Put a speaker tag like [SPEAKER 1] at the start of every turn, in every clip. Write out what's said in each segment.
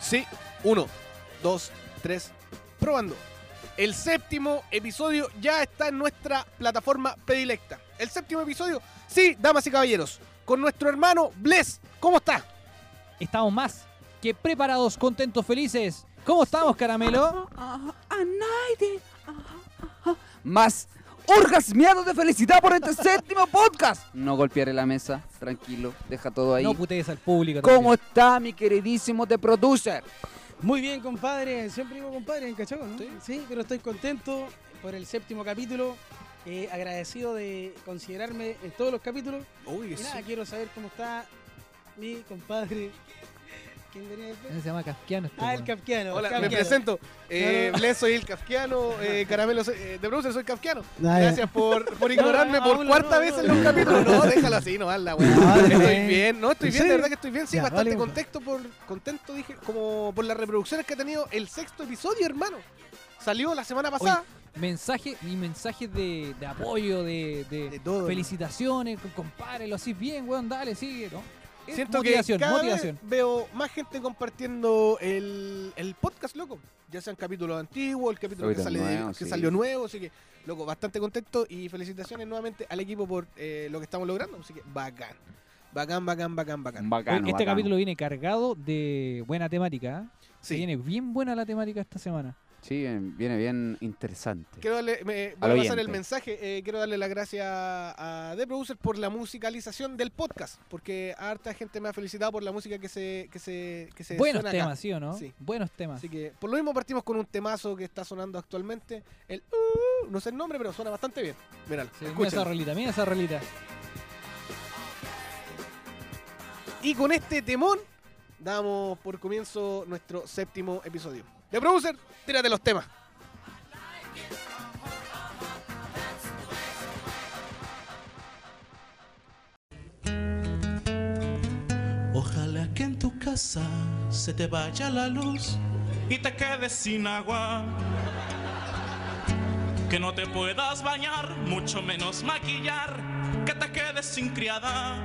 [SPEAKER 1] Sí, uno, dos, tres, probando. El séptimo episodio ya está en nuestra plataforma predilecta. El séptimo episodio, sí, damas y caballeros, con nuestro hermano Bless. ¿Cómo está?
[SPEAKER 2] Estamos más que preparados, contentos, felices. ¿Cómo estamos, Caramelo?
[SPEAKER 3] Ajá, a nadie. Ajá, ajá. Más orgasmeado de felicidad por este séptimo podcast. No golpearé la mesa, tranquilo, deja todo ahí.
[SPEAKER 2] No putees al público.
[SPEAKER 3] ¿Cómo
[SPEAKER 2] también.
[SPEAKER 3] está mi queridísimo de producer?
[SPEAKER 4] Muy bien, compadre. Siempre digo compadre, ¿cachado, no? Sí. pero estoy contento por el séptimo capítulo. eh, agradecido de considerarme en todos los capítulos.
[SPEAKER 1] Uy,
[SPEAKER 4] Y nada, quiero saber cómo está mi compadre. ¿Quién venía después?
[SPEAKER 2] Ese Se llama Kafkiano. este
[SPEAKER 4] Ah, el
[SPEAKER 2] weón.
[SPEAKER 4] Kafkiano.
[SPEAKER 1] Hola, me
[SPEAKER 4] Kafkiano.
[SPEAKER 1] presento. Eh,
[SPEAKER 4] No, no.
[SPEAKER 1] Bless, soy el kafkiano. Eh, Caramelo, soy- eh, de producer, soy kafkiano.
[SPEAKER 4] Ah, ya.
[SPEAKER 1] Gracias por, por ignorarme
[SPEAKER 4] No,
[SPEAKER 1] por
[SPEAKER 4] Pablo,
[SPEAKER 1] cuarta
[SPEAKER 4] no,
[SPEAKER 1] vez
[SPEAKER 4] no.
[SPEAKER 1] en los capítulos. No, déjalo así, no hazla, weón.
[SPEAKER 4] No, dale.
[SPEAKER 1] Estoy bien, no, estoy
[SPEAKER 4] Ah,
[SPEAKER 1] bien,
[SPEAKER 4] ¿En
[SPEAKER 1] de
[SPEAKER 4] serio?
[SPEAKER 1] verdad que estoy bien. Sí,
[SPEAKER 4] Ya,
[SPEAKER 1] bastante
[SPEAKER 4] vale,
[SPEAKER 1] contento por, contento, dije, como por las reproducciones que ha tenido el sexto episodio, hermano. Salió la semana pasada.
[SPEAKER 2] Mensaje y mensajes de, de apoyo, de, de
[SPEAKER 1] De todo,
[SPEAKER 2] felicitaciones, compadre, lo haces bien, weón, dale, sigue, ¿no? Es
[SPEAKER 1] Siento
[SPEAKER 2] motivación,
[SPEAKER 1] que cada
[SPEAKER 2] motivación.
[SPEAKER 1] vez veo más gente compartiendo el, el podcast, loco. Ya sean capítulos antiguos, el capítulo que,
[SPEAKER 3] Capítulos
[SPEAKER 1] sale de-
[SPEAKER 3] nuevos,
[SPEAKER 1] que
[SPEAKER 3] sí.
[SPEAKER 1] salió nuevo, así que, loco, bastante contento y felicitaciones nuevamente al equipo por eh, lo que estamos logrando, así que bacán. Bacán, bacán, bacán, bacán.
[SPEAKER 2] Oye,
[SPEAKER 3] Bacano,
[SPEAKER 2] este
[SPEAKER 3] bacano.
[SPEAKER 2] capítulo viene cargado de buena temática. ¿eh? Se
[SPEAKER 1] Sí.
[SPEAKER 2] viene bien buena la temática esta semana.
[SPEAKER 3] Sí, eh, viene bien interesante.
[SPEAKER 1] Quiero darle, me, voy
[SPEAKER 3] Al
[SPEAKER 1] a pasar
[SPEAKER 3] oyente.
[SPEAKER 1] el mensaje. eh, quiero darle las gracias a The Producer por la musicalización del podcast, porque harta gente me ha felicitado por la música que se, que se, que se
[SPEAKER 2] Buenos
[SPEAKER 1] suena acá.
[SPEAKER 2] temas, ¿sí o no?
[SPEAKER 1] Sí.
[SPEAKER 2] Buenos temas.
[SPEAKER 1] Así que por lo mismo partimos con un temazo que está sonando actualmente. El uh, no sé el nombre, pero suena bastante bien. Míralo,
[SPEAKER 2] Sí, mira esa
[SPEAKER 1] escúchalo.
[SPEAKER 2] rolita, mira esa rolita.
[SPEAKER 1] Y con este temón damos por comienzo nuestro séptimo episodio. De producer, tírate los temas.
[SPEAKER 5] Ojalá que en tu casa se te vaya la luz y te quedes sin agua. Que no te puedas bañar, mucho menos maquillar, que te quedes sin criada.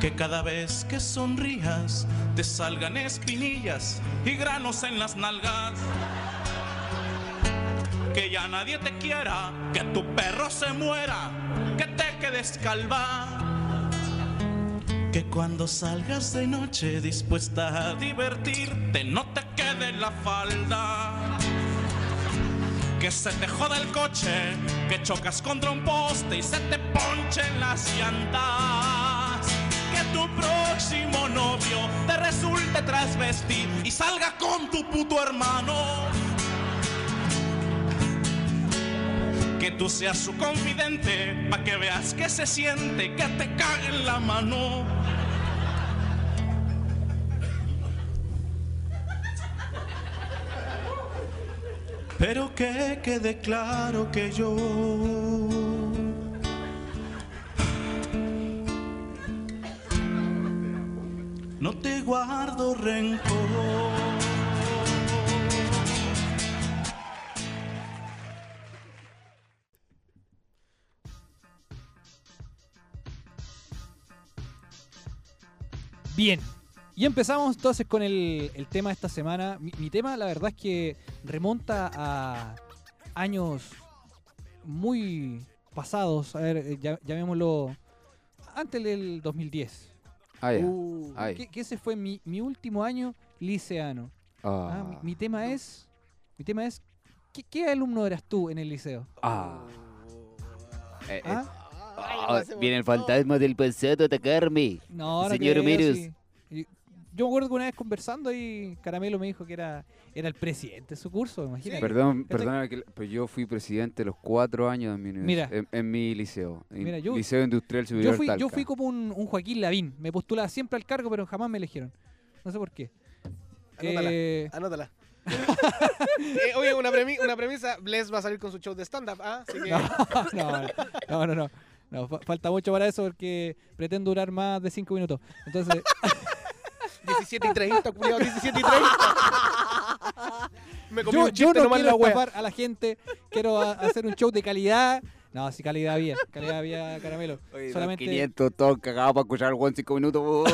[SPEAKER 5] Que cada vez que sonrías te salgan espinillas y granos en las nalgas. Que ya nadie te quiera, que tu perro se muera, que te quedes calva. Que cuando salgas de noche dispuesta a divertirte no te quede la falda. Que se te joda el coche, que chocas contra un poste y se te ponchen las llantas. Que tu próximo novio te resulte transvestir y salga con tu puto hermano. Que tú seas su confidente, pa' que veas que se siente, que te cague en la mano. Pero que quede claro que yo no te guardo rencor.
[SPEAKER 2] Bien. Y empezamos entonces con el, el tema de esta semana. Mi, mi tema, la verdad es que remonta a años muy pasados. A ver, eh, ya- llamémoslo antes del 2010.
[SPEAKER 3] Ah, ya.
[SPEAKER 1] Uh,
[SPEAKER 3] Ay.
[SPEAKER 2] Que, que ese fue mi, mi último año liceano. Ah,
[SPEAKER 3] Ah,
[SPEAKER 2] mi, mi tema es, mi tema es, ¿qué, qué alumno eras tú en el liceo?
[SPEAKER 3] ah, eh, eh,
[SPEAKER 2] ¿Ah?
[SPEAKER 1] Ay,
[SPEAKER 3] ah,
[SPEAKER 1] ahora se
[SPEAKER 3] viene el
[SPEAKER 1] volvió.
[SPEAKER 3] fantasma del pasado a atacarme.
[SPEAKER 2] No, no
[SPEAKER 3] Señor
[SPEAKER 2] creo,
[SPEAKER 3] Virus.
[SPEAKER 2] sí. Y- Yo me acuerdo que una vez conversando y Caramelo me dijo que era, era el presidente de su curso, imagínate.
[SPEAKER 3] Perdón,
[SPEAKER 2] Esto-
[SPEAKER 3] perdóname, que- pero yo fui presidente los cuatro años en mi, univers-
[SPEAKER 2] Mira.
[SPEAKER 3] en, en mi liceo. en
[SPEAKER 2] Mira, yo-
[SPEAKER 3] liceo Industrial Superior
[SPEAKER 2] Yo fui, yo
[SPEAKER 3] Talca.
[SPEAKER 2] fui como un, un Joaquín Lavín. Me postulaba siempre al cargo, pero jamás me eligieron. No sé por qué.
[SPEAKER 1] Anótala.
[SPEAKER 2] Eh,
[SPEAKER 1] Anótala. Eh, oye, una, premi- una premisa, Bless va a salir con su show de stand-up, ¿ah? Así que
[SPEAKER 2] no, no, no, no, no. No, fa- falta mucho para eso porque pretendo durar más de cinco minutos. Entonces,
[SPEAKER 1] 17 y 30, cuidado, 17 y 30. Me comí
[SPEAKER 2] yo,
[SPEAKER 1] un
[SPEAKER 2] yo
[SPEAKER 1] chiste
[SPEAKER 2] no
[SPEAKER 1] nomás
[SPEAKER 2] quiero
[SPEAKER 1] la wea.
[SPEAKER 2] estafar a la gente. Quiero a- hacer un show de calidad. No, sí, calidad había. Calidad había, Caramelo.
[SPEAKER 3] Oye, son
[SPEAKER 2] Solamente
[SPEAKER 3] 500 todos cagados para escuchar el weón en 5 minutos.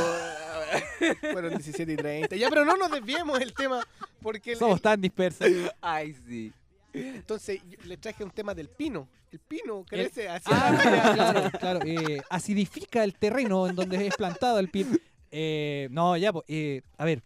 [SPEAKER 1] Fueron 17 y 30. Ya, pero no nos desviemos del tema. Porque el-
[SPEAKER 2] Somos tan dispersos.
[SPEAKER 3] Ay, sí.
[SPEAKER 1] entonces yo le traje un tema del pino. El pino crece hacia la
[SPEAKER 2] Ah,
[SPEAKER 1] playa.
[SPEAKER 2] claro, claro. eh, acidifica el terreno en donde es plantado el pino. Eh, no, ya, po, eh, a ver.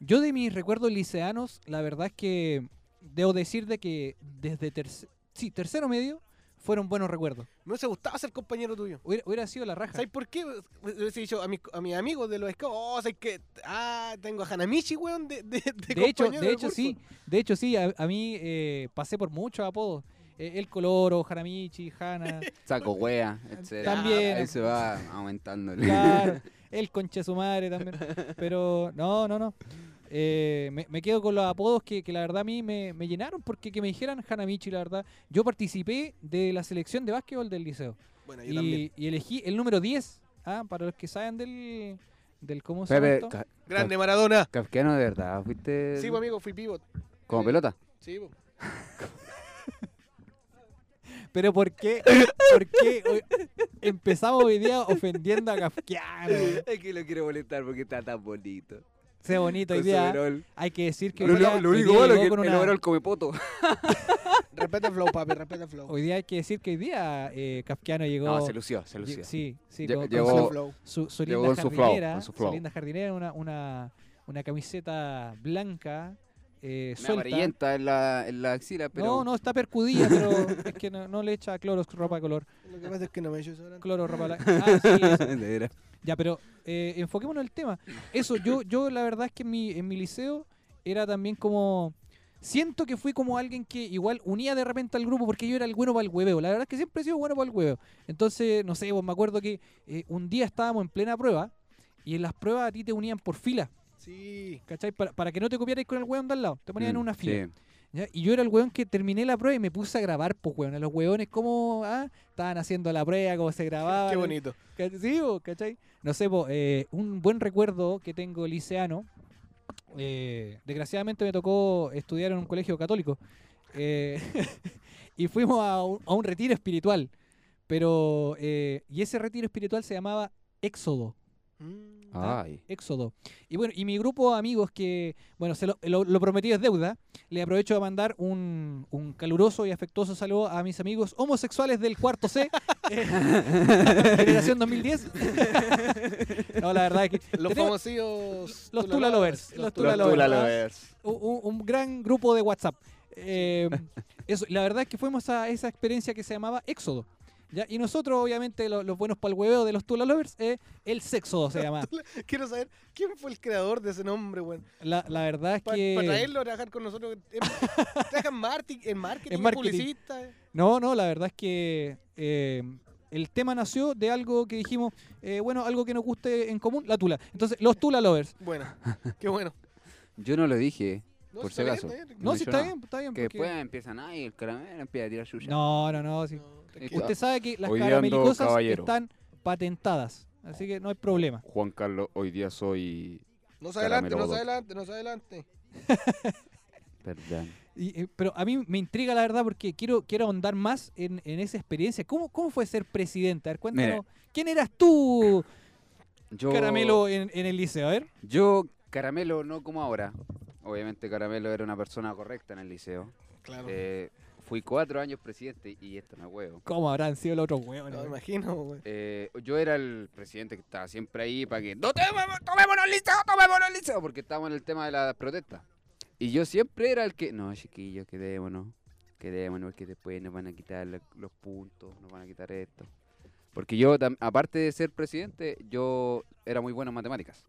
[SPEAKER 2] Yo de mis recuerdos liceanos, la verdad es que debo decir de que desde tercero, sí, tercero medio fueron buenos recuerdos.
[SPEAKER 1] Me hubiese gustado ser compañero tuyo.
[SPEAKER 2] Hubiera, hubiera sido la raja.
[SPEAKER 1] ¿Sabes por qué? Le hubiese dicho a, mi, a mis amigos de los scouts, oh, ¿sabes qué? Ah, tengo a Hanamichi, weón, de, de, de
[SPEAKER 2] De hecho,
[SPEAKER 1] compañero
[SPEAKER 2] de hecho
[SPEAKER 1] fútbol".
[SPEAKER 2] sí, de hecho sí, a, a mí eh, pasé por muchos apodos. Eh, el Coloro, Jaramichi, Hanna,
[SPEAKER 3] Saco wea, etc.
[SPEAKER 2] También.
[SPEAKER 3] Ahí se va aumentando. el-
[SPEAKER 2] claro, el conche su madre también. Pero no, no, no. Eh, me, me quedo con los apodos que, que la verdad a mí me, me llenaron porque que me dijeran Hanamichi, la verdad. Yo participé de la selección de básquetbol del liceo
[SPEAKER 1] Bueno, yo también.
[SPEAKER 2] y, y elegí el número 10. Ah, para los que saben del, del cómo se llama
[SPEAKER 3] Pepe,
[SPEAKER 2] esto.
[SPEAKER 3] ca-
[SPEAKER 1] Grande Maradona.
[SPEAKER 3] kafkiano de verdad, fuiste
[SPEAKER 1] Sí, pues, amigo, fui pivot.
[SPEAKER 3] como pelota.
[SPEAKER 1] Sí, pues.
[SPEAKER 2] Pero ¿por qué, por qué hoy- empezamos hoy día ofendiendo a Kafkiano?
[SPEAKER 3] Es que lo quiero molestar porque está tan bonito.
[SPEAKER 2] Sea bonito hoy
[SPEAKER 3] Con su
[SPEAKER 2] día.
[SPEAKER 3] overol.
[SPEAKER 2] Hay que decir que
[SPEAKER 3] Lo,
[SPEAKER 2] hoy
[SPEAKER 3] lo-
[SPEAKER 2] día,
[SPEAKER 3] lo
[SPEAKER 2] hoy
[SPEAKER 3] único
[SPEAKER 2] día
[SPEAKER 3] malo es
[SPEAKER 2] llegó
[SPEAKER 3] que
[SPEAKER 2] con
[SPEAKER 3] el
[SPEAKER 2] una-
[SPEAKER 3] overol come poto.
[SPEAKER 1] Respeta el flow, papi, respeta el flow.
[SPEAKER 2] hoy día hay que decir que hoy día eh, Kafkiano llegó.
[SPEAKER 3] No, se lució, se
[SPEAKER 2] lle-
[SPEAKER 3] lució.
[SPEAKER 2] Sí, sí, con,
[SPEAKER 3] Lle-
[SPEAKER 2] con
[SPEAKER 1] Respeta el
[SPEAKER 3] llegó-
[SPEAKER 1] flow.
[SPEAKER 2] su, su
[SPEAKER 3] llegó
[SPEAKER 2] linda
[SPEAKER 3] con su flow,
[SPEAKER 2] jardinera.
[SPEAKER 3] con
[SPEAKER 2] Su,
[SPEAKER 3] su flow.
[SPEAKER 2] linda jardinera, una, una, una camiseta blanca. Eh,
[SPEAKER 3] Una
[SPEAKER 2] suelta.
[SPEAKER 3] amarillenta en la, en la axila, pero...
[SPEAKER 2] No, no, está percudida, pero es que no, no le echa cloro ropa de color.
[SPEAKER 1] Lo que pasa es que no me ayudas ahora.
[SPEAKER 2] Cloro ropa blanca. Ah, sí, eso.
[SPEAKER 3] De veras.
[SPEAKER 2] Ya, pero eh, enfoquémonos en el tema. Eso, yo, yo la verdad es que en mi, en mi liceo era también como... Siento que fui como alguien que igual unía de repente al grupo porque yo era el bueno para el hueveo. La verdad es que siempre he sido bueno para el hueveo. Entonces, no sé, pues me acuerdo que eh, un día estábamos en plena prueba y en las pruebas a ti te unían por fila,
[SPEAKER 1] Sí.
[SPEAKER 2] ¿cachai? Para, para que no te copiarais con el hueón de al lado. Te ponían en
[SPEAKER 3] Mm,
[SPEAKER 2] una
[SPEAKER 3] sí.
[SPEAKER 2] fila. ¿Ya? Y yo era el weón que terminé la prueba y me puse a grabar, pues, weón. A los weones, cómo ah? estaban haciendo la prueba, cómo se grababa.
[SPEAKER 1] Qué bonito.
[SPEAKER 2] Sí, bo, ¿cachai? No sé, bo, eh, un buen recuerdo que tengo liceano. eh, desgraciadamente me tocó estudiar en un colegio católico. eh, y fuimos a un, a un retiro espiritual. Pero, eh, y ese retiro espiritual se llamaba Éxodo.
[SPEAKER 1] Mm.
[SPEAKER 2] Ah.
[SPEAKER 3] Ay.
[SPEAKER 2] Éxodo. Y bueno, y mi grupo de amigos que, bueno, se lo, lo, lo prometido es deuda, le aprovecho a mandar un, un caluroso y afectuoso saludo a mis amigos homosexuales del cuarto C, eh, generación 2010. no, la verdad es que
[SPEAKER 1] Los
[SPEAKER 2] tenemos
[SPEAKER 1] famosillos.
[SPEAKER 2] los Tula
[SPEAKER 1] Tula
[SPEAKER 2] Lovers, los Tula
[SPEAKER 3] Los
[SPEAKER 2] Lovers.
[SPEAKER 3] Tula Lovers.
[SPEAKER 2] un, un- un gran grupo de WhatsApp. Eh, eso, la verdad es que fuimos a esa experiencia que se llamaba Éxodo. ¿ya? Y nosotros, obviamente, lo- los buenos para el hueveo de los Tula Lovers, eh, el Sexodo se llama.
[SPEAKER 1] Quiero saber quién fue el creador de ese nombre, weón.
[SPEAKER 2] La, la verdad es
[SPEAKER 1] Para
[SPEAKER 2] que...
[SPEAKER 1] traerlo a trabajar con nosotros. en- Trabaja en marketing, en marketing,
[SPEAKER 2] En
[SPEAKER 1] en
[SPEAKER 2] marketing.
[SPEAKER 1] publicista. eh.
[SPEAKER 2] No, no, la verdad es que eh, el tema nació de algo que dijimos, eh, bueno, algo que nos guste en común, la tula. Entonces, los tula lovers.
[SPEAKER 1] Bueno, qué bueno.
[SPEAKER 3] Yo no lo dije.
[SPEAKER 1] No,
[SPEAKER 3] Por
[SPEAKER 1] está
[SPEAKER 3] si
[SPEAKER 1] bien,
[SPEAKER 3] acaso.
[SPEAKER 1] está bien.
[SPEAKER 2] No,
[SPEAKER 3] No,
[SPEAKER 2] sí,
[SPEAKER 3] yo
[SPEAKER 2] está
[SPEAKER 3] no.
[SPEAKER 2] bien, está bien.
[SPEAKER 3] Que
[SPEAKER 2] porque-
[SPEAKER 3] después empiezan ahí, el caramelo empieza a tirar suya.
[SPEAKER 2] No, no, no. sí.
[SPEAKER 1] No, tranquilo.
[SPEAKER 2] Usted sabe que las
[SPEAKER 6] Hoy día ando
[SPEAKER 2] caramelicosas
[SPEAKER 6] caballero.
[SPEAKER 2] están patentadas, así que no hay problema.
[SPEAKER 6] Juan Carlos, hoy día soy.
[SPEAKER 1] No se adelante, no
[SPEAKER 6] Caramelo
[SPEAKER 1] se adelante, no se adelante.
[SPEAKER 3] Perdón.
[SPEAKER 2] Y, eh, pero a mí me intriga la verdad porque quiero, quiero ahondar más en, en esa experiencia. ¿Cómo, ¿Cómo fue ser presidente? A ver, cuéntanos. ¿Quién eras tú,
[SPEAKER 3] Yo,
[SPEAKER 2] Caramelo, en, en el liceo? A ver.
[SPEAKER 3] Yo, Caramelo, no como ahora. Obviamente, Caramelo era una persona correcta en el liceo.
[SPEAKER 1] Claro.
[SPEAKER 3] Eh, fui cuatro años presidente y esto no es huevo.
[SPEAKER 2] ¿Cómo habrán sido los otros
[SPEAKER 1] No,
[SPEAKER 2] huevones?
[SPEAKER 1] me imagino, weón.
[SPEAKER 3] Eh, yo era el presidente que estaba siempre ahí para que no tomemos, tomémonos el liceo, tomémonos el liceo, porque estábamos en el tema de las protestas. Y yo siempre era el que, no, chiquillos, quedémonos, quedémonos, porque después nos van a quitar la- los puntos, nos van a quitar esto. Porque yo, tam- aparte de ser presidente, yo era muy bueno en matemáticas.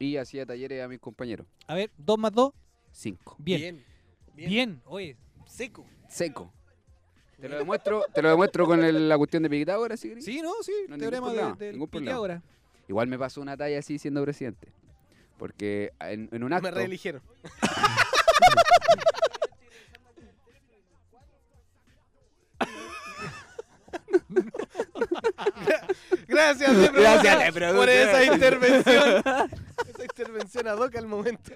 [SPEAKER 3] Y hacía talleres a mis compañeros.
[SPEAKER 2] A ver, dos más dos.
[SPEAKER 3] Cinco.
[SPEAKER 2] Bien.
[SPEAKER 1] Bien.
[SPEAKER 2] Bien, oye.
[SPEAKER 1] Seco.
[SPEAKER 3] Seco. Te lo demuestro, te lo demuestro con el- la cuestión de Pitágoras, si querés.
[SPEAKER 2] Sí, no, sí,
[SPEAKER 3] No, ningún
[SPEAKER 2] teorema de,
[SPEAKER 3] problema,
[SPEAKER 2] del
[SPEAKER 3] ningún problema.
[SPEAKER 2] Pitágoras.
[SPEAKER 3] Igual me pasó una talla así siendo presidente. Porque en, en un acto...
[SPEAKER 1] Me reeligieron. Gracias, Leprosa,
[SPEAKER 3] Gracias, Leprosa.
[SPEAKER 1] por esa intervención. Esa intervención ad hoc al momento.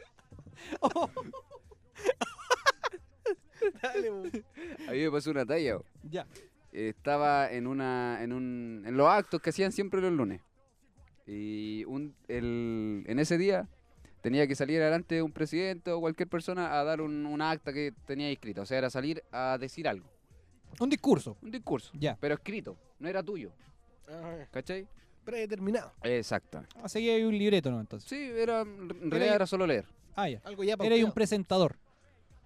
[SPEAKER 1] Dale, bu.
[SPEAKER 3] A mí me pasó una talla. bo.
[SPEAKER 2] Ya.
[SPEAKER 3] Estaba en una en un en los actos que hacían siempre los lunes. Y un el en ese día tenía que salir adelante un presidente o cualquier persona a dar un, una acta que tenía escrita. O sea, era salir a decir algo,
[SPEAKER 2] Un discurso.
[SPEAKER 3] un discurso,
[SPEAKER 2] Ya.
[SPEAKER 3] pero escrito, no era tuyo. ¿Cachai?
[SPEAKER 1] Predeterminado.
[SPEAKER 3] Exacto.
[SPEAKER 2] Ah, Seguía ahí un libreto, ¿no? Entonces.
[SPEAKER 3] Sí, era, en realidad era solo leer.
[SPEAKER 2] Ah, ya.
[SPEAKER 1] Algo ya
[SPEAKER 2] Era ahí un
[SPEAKER 1] pauteado.
[SPEAKER 2] presentador.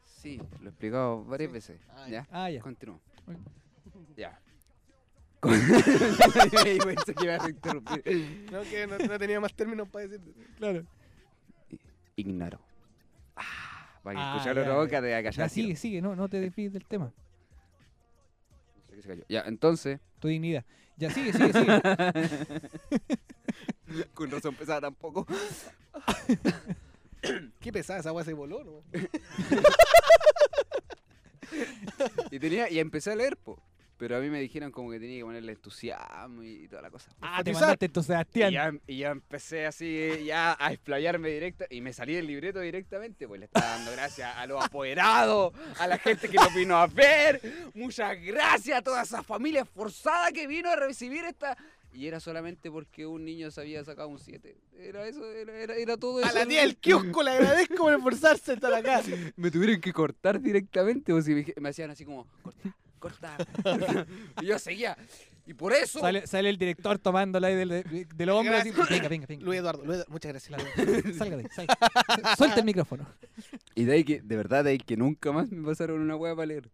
[SPEAKER 3] Sí, lo he explicado varias veces.
[SPEAKER 1] Ah,
[SPEAKER 3] ¿Ya?
[SPEAKER 2] Ah, ya.
[SPEAKER 3] Continúa.
[SPEAKER 2] Ok.
[SPEAKER 3] Ya. Pensé que ibas a interrumpir.
[SPEAKER 1] No, que no, no tenía más términos para decir.
[SPEAKER 2] Claro.
[SPEAKER 3] Ignoro. Ah, para que
[SPEAKER 2] Ah,
[SPEAKER 3] escucharlo
[SPEAKER 2] ya,
[SPEAKER 3] la boca
[SPEAKER 2] ya.
[SPEAKER 3] de acá
[SPEAKER 2] Ya, sigue, sigue, no, no te despides del tema.
[SPEAKER 3] Ya, entonces.
[SPEAKER 2] Tu dignidad. Ya, sigue, sigue, sigue.
[SPEAKER 3] Con razón pesada tampoco.
[SPEAKER 1] Qué pesada esa agua se voló, ¿no?
[SPEAKER 3] Y, tenía, y empecé a leer, po. Pero a mí me dijeron como que tenía que ponerle entusiasmo y toda la cosa.
[SPEAKER 2] ah, te
[SPEAKER 1] Enfatizar.
[SPEAKER 2] mandaste tu
[SPEAKER 3] Y
[SPEAKER 2] Sebastián.
[SPEAKER 3] ya, y ya empecé así, ya a explayarme directo y me salí del libreto directamente, pues le estaba dando gracias a los apoderados, a la gente que nos vino a ver, muchas gracias a toda esa familia esforzada que vino a recibir esta... Y era solamente porque un niño se había sacado un 7. Era eso, era, era, era todo eso.
[SPEAKER 1] A la tía del kiosco le agradezco por esforzarse en estar acá.
[SPEAKER 3] Me tuvieron que cortar directamente, o si me, me hacían así como, corta, corta, corta. Y yo seguía. Y por eso...
[SPEAKER 2] Sale, sale el director tomándola ahí del, de- del hombro. así, Venga, venga, venga.
[SPEAKER 1] Luis Eduardo, Luis Eduardo, muchas gracias. Luis.
[SPEAKER 2] Salga de ahí, salga. Suelta el micrófono.
[SPEAKER 3] Y de ahí que, de verdad, de ahí que nunca más me pasaron una hueá para leer.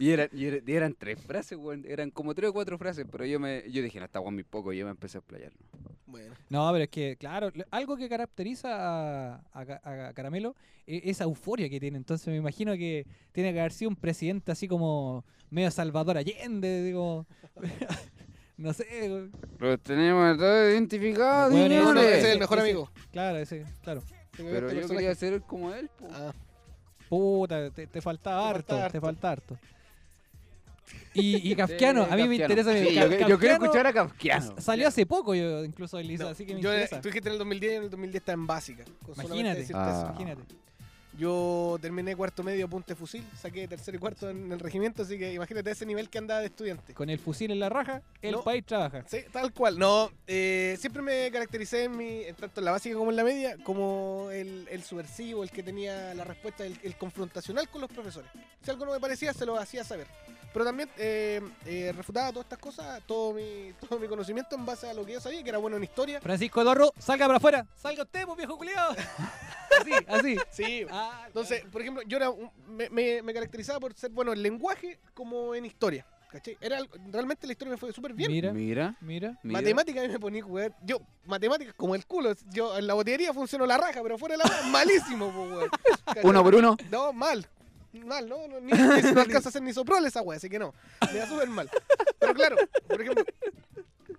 [SPEAKER 3] Y, era- y era- y eran tres frases, weón. Eran como tres o cuatro frases, pero yo me yo dije, no, está weón muy poco, y yo me empecé a explayar. ¿no?
[SPEAKER 1] Bueno,
[SPEAKER 2] No, pero es que, claro, lo- algo que caracteriza a, a Ca- a Caramelo es esa euforia que tiene. Entonces me imagino que tiene que haber sido un presidente así como medio Salvador Allende, digo. no sé,
[SPEAKER 3] Los tenemos todos identificados,
[SPEAKER 2] Bueno,
[SPEAKER 1] ese,
[SPEAKER 2] señores.
[SPEAKER 1] ese es el mejor
[SPEAKER 2] Ese-
[SPEAKER 1] amigo.
[SPEAKER 2] claro, ese, claro.
[SPEAKER 1] Tengo
[SPEAKER 3] Pero
[SPEAKER 1] este
[SPEAKER 3] yo
[SPEAKER 1] personaje.
[SPEAKER 3] quería ser como él, po.
[SPEAKER 1] Ah,
[SPEAKER 2] Puta, te, te faltaba
[SPEAKER 1] Te
[SPEAKER 2] harto,
[SPEAKER 1] faltaba
[SPEAKER 2] te falta harto. Y, y Kafkiano, a mí me interesa.
[SPEAKER 3] Sí,
[SPEAKER 2] Ka-
[SPEAKER 3] yo, yo quiero
[SPEAKER 2] Kafkiano
[SPEAKER 3] escuchar a Kafkiano.
[SPEAKER 2] Salió hace poco, yo incluso, Elisa,
[SPEAKER 1] no,
[SPEAKER 2] así que me
[SPEAKER 1] yo, eh,
[SPEAKER 2] interesa.
[SPEAKER 1] tú dijiste en el 2010 y en el 2010 está en básica. con solamente
[SPEAKER 2] Imagínate.
[SPEAKER 1] decirte
[SPEAKER 3] Ah.
[SPEAKER 1] eso.
[SPEAKER 2] Imagínate.
[SPEAKER 1] Yo terminé cuarto medio punte fusil, saqué tercero y cuarto en el regimiento, así que imagínate ese nivel que andaba de estudiante.
[SPEAKER 2] Con el fusil en la raja, el
[SPEAKER 1] No.
[SPEAKER 2] país trabaja.
[SPEAKER 1] Sí, tal cual. No, eh, siempre me caractericé en mi, en tanto en la básica como en la media, como el, el subversivo, el que tenía la respuesta, el, el confrontacional con los profesores. Si algo no me parecía, se lo hacía saber. Pero también eh, eh, refutaba todas estas cosas, todo mi, todo mi conocimiento en base a lo que yo sabía, que era bueno en historia.
[SPEAKER 2] Francisco Dorro, salga para afuera. Salga usted, pues, viejo culiado. así, así.
[SPEAKER 1] Sí,
[SPEAKER 2] Ah,
[SPEAKER 1] Entonces, por ejemplo, yo era un- me, me- me caracterizaba por ser bueno en lenguaje como en historia. ¿Cachai? Era, algo- realmente la historia me fue súper bien.
[SPEAKER 2] mira,
[SPEAKER 3] Mira,
[SPEAKER 2] mira.
[SPEAKER 3] mira.
[SPEAKER 1] Matemáticas a mí me ponía a jugar. Yo, matemáticas como el culo. Yo en la botillería funcionó la raja, pero fuera de la raja, malísimo, po, weón. ¿Cachai?
[SPEAKER 3] Uno por uno.
[SPEAKER 1] No, mal. Mal, no, no, ni, ni se- no alcanza a hacer ni soprol esa weá, así que no. Me da súper mal. Pero claro, por ejemplo,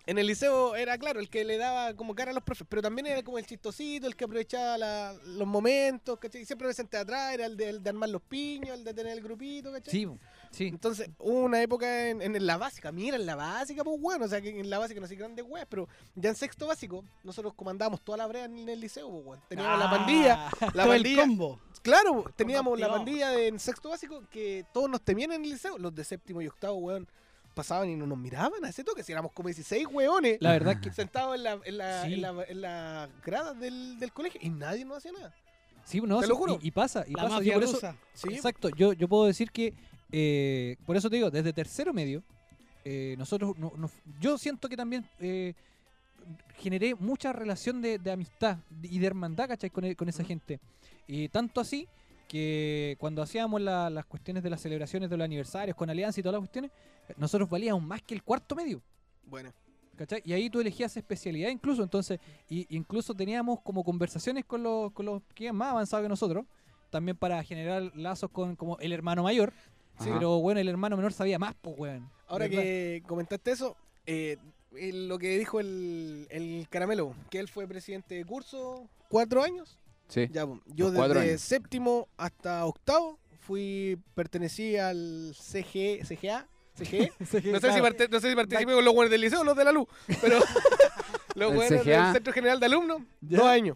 [SPEAKER 1] en el liceo era claro, el que le daba como cara a los profes, pero también era como el chistosito, el que aprovechaba la- los momentos, ¿cachai? Siempre me senté atrás, era el de, el de armar los piños, el de tener el grupito, ¿cachai?
[SPEAKER 2] Sí, sí.
[SPEAKER 1] Entonces, hubo una época en, en la básica, mira, en la básica, pues bueno, o sea, que en la básica no hacía grandes weas, pero ya en sexto básico, nosotros comandábamos toda la brea en el liceo, pues weón. Teníamos la pandilla, la
[SPEAKER 4] Ah, Todo el
[SPEAKER 1] pandilla,
[SPEAKER 4] combo.
[SPEAKER 1] Claro, pues, teníamos la
[SPEAKER 4] activado.
[SPEAKER 1] pandilla de en sexto básico que todos nos temían en el liceo. Los de séptimo y octavo, weón, pasaban y no nos miraban a ese toque. Si éramos como 16 weones
[SPEAKER 2] La verdad que
[SPEAKER 1] sentados en la, en la,
[SPEAKER 2] Sí.
[SPEAKER 1] en la- en la grada del, del colegio y nadie nos hacía nada.
[SPEAKER 2] sí, no,
[SPEAKER 1] Te
[SPEAKER 2] sí,
[SPEAKER 1] lo juro.
[SPEAKER 2] Y, y pasa, y
[SPEAKER 4] La
[SPEAKER 2] pasa. Yo
[SPEAKER 4] mafia
[SPEAKER 2] por eso,
[SPEAKER 4] rusa.
[SPEAKER 2] Exacto, yo, yo puedo decir que, eh, por eso te digo, desde tercero medio, eh, nosotros, no- no- yo siento que también eh, generé mucha relación de, de amistad y de hermandad, ¿cachai? Con, e- con esa gente. Y tanto así que cuando hacíamos la- las cuestiones de las celebraciones de los aniversarios con Alianza y todas las cuestiones, nosotros valíamos más que el cuarto medio.
[SPEAKER 1] Bueno,
[SPEAKER 2] ¿Cachai? Y ahí tú elegías especialidad incluso, entonces, y, incluso teníamos como conversaciones con los, con los que eran más avanzados que nosotros, también para generar lazos con como el hermano mayor,
[SPEAKER 3] Ajá.
[SPEAKER 2] pero bueno, el hermano menor sabía más, pues, weón.
[SPEAKER 1] ahora
[SPEAKER 2] ¿verdad?
[SPEAKER 1] que comentaste eso, eh, el- lo que dijo el, el caramelo, que él fue presidente de curso cuatro años.
[SPEAKER 3] Sí.
[SPEAKER 1] Ya, pues, yo
[SPEAKER 3] Los cuatro
[SPEAKER 1] desde
[SPEAKER 3] años.
[SPEAKER 1] séptimo hasta octavo fui pertenecí al CG, CGA, CGE. No sé, si parte- no sé si participé con los buenos del liceo o los de la luz, pero los
[SPEAKER 3] El
[SPEAKER 1] buenos
[SPEAKER 3] CGA.
[SPEAKER 1] del Centro General de Alumnos,
[SPEAKER 2] Ya.
[SPEAKER 1] dos años.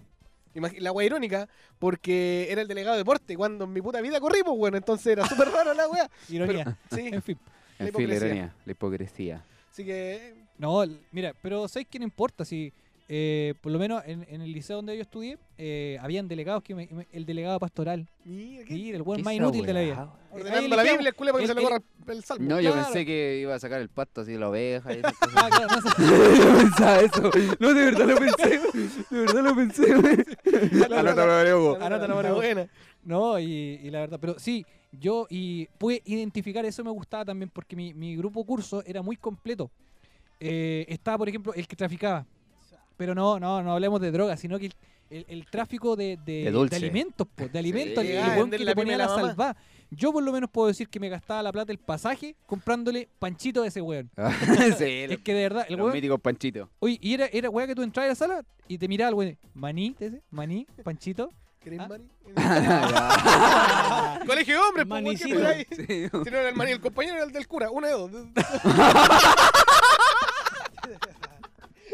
[SPEAKER 1] Imag- La wea irónica, porque era el delegado de deporte cuando en mi puta vida corrimos, bueno, entonces era súper raro la wea.
[SPEAKER 2] Ironía.
[SPEAKER 1] Sí,
[SPEAKER 2] En fin.
[SPEAKER 1] La
[SPEAKER 3] En fin, la
[SPEAKER 1] hipocresía.
[SPEAKER 3] ironía, la hipocresía.
[SPEAKER 1] así que
[SPEAKER 2] No, l- mira, pero ¿sabes qué no importa? Si eh, por lo menos en, en el liceo donde yo estudié, eh, habían delegados que me- me- el delegado pastoral.
[SPEAKER 1] Mira, ¿qué?
[SPEAKER 2] Y el buen
[SPEAKER 3] ¿Qué
[SPEAKER 2] más
[SPEAKER 3] esa
[SPEAKER 2] inútil de la
[SPEAKER 3] weá,
[SPEAKER 2] vida. Eh,
[SPEAKER 3] weón?
[SPEAKER 2] Ahí
[SPEAKER 1] Ordenando la
[SPEAKER 2] elegíamos-
[SPEAKER 1] Biblia, el culo, para que se le
[SPEAKER 2] el-
[SPEAKER 1] corra el salmo.
[SPEAKER 3] No, yo
[SPEAKER 2] Claro.
[SPEAKER 3] pensé que iba a sacar el pasto así de la oveja. Y esas
[SPEAKER 2] Ah,
[SPEAKER 3] cosas.
[SPEAKER 2] claro, no sé.
[SPEAKER 3] yo pensaba eso. No, de verdad lo pensé. De verdad lo pensé.
[SPEAKER 1] Anótalo,
[SPEAKER 3] Hugo.
[SPEAKER 2] Anótalo,
[SPEAKER 1] Está
[SPEAKER 2] Mario.
[SPEAKER 1] buena.
[SPEAKER 2] No, y, y la verdad, pero sí, yo y pude identificar, eso me gustaba también porque mi, mi grupo curso era muy completo. Eh, estaba, por ejemplo, el que traficaba. Pero no, no, no hablemos de drogas, sino que el, el- el tráfico de, de-
[SPEAKER 3] De dulce.
[SPEAKER 2] alimentos, po, de alimentos, el-
[SPEAKER 3] Ah,
[SPEAKER 2] el, weón
[SPEAKER 1] vender
[SPEAKER 2] que
[SPEAKER 1] la
[SPEAKER 2] le
[SPEAKER 1] pena
[SPEAKER 2] ponía
[SPEAKER 1] de
[SPEAKER 2] la,
[SPEAKER 1] la mamá.
[SPEAKER 2] salvá. Yo por lo menos puedo decir que me gastaba la plata el pasaje comprándole panchito de ese weón.
[SPEAKER 3] sí,
[SPEAKER 2] Es que de verdad, el
[SPEAKER 3] los
[SPEAKER 2] weón
[SPEAKER 3] míticos panchitos.
[SPEAKER 2] Oye, y era, era weá que tú entrabas a la sala y te miraba el weón. Maní, te dice, maní, panchito.
[SPEAKER 1] ¿Querés
[SPEAKER 2] Ah.
[SPEAKER 1] maní? Colegio de hombres, pues, weón, ¿qué
[SPEAKER 4] Manicito.
[SPEAKER 1] fue ahí?
[SPEAKER 3] Sí,
[SPEAKER 1] Si no era el maní, el compañero era el del cura, uno de dos.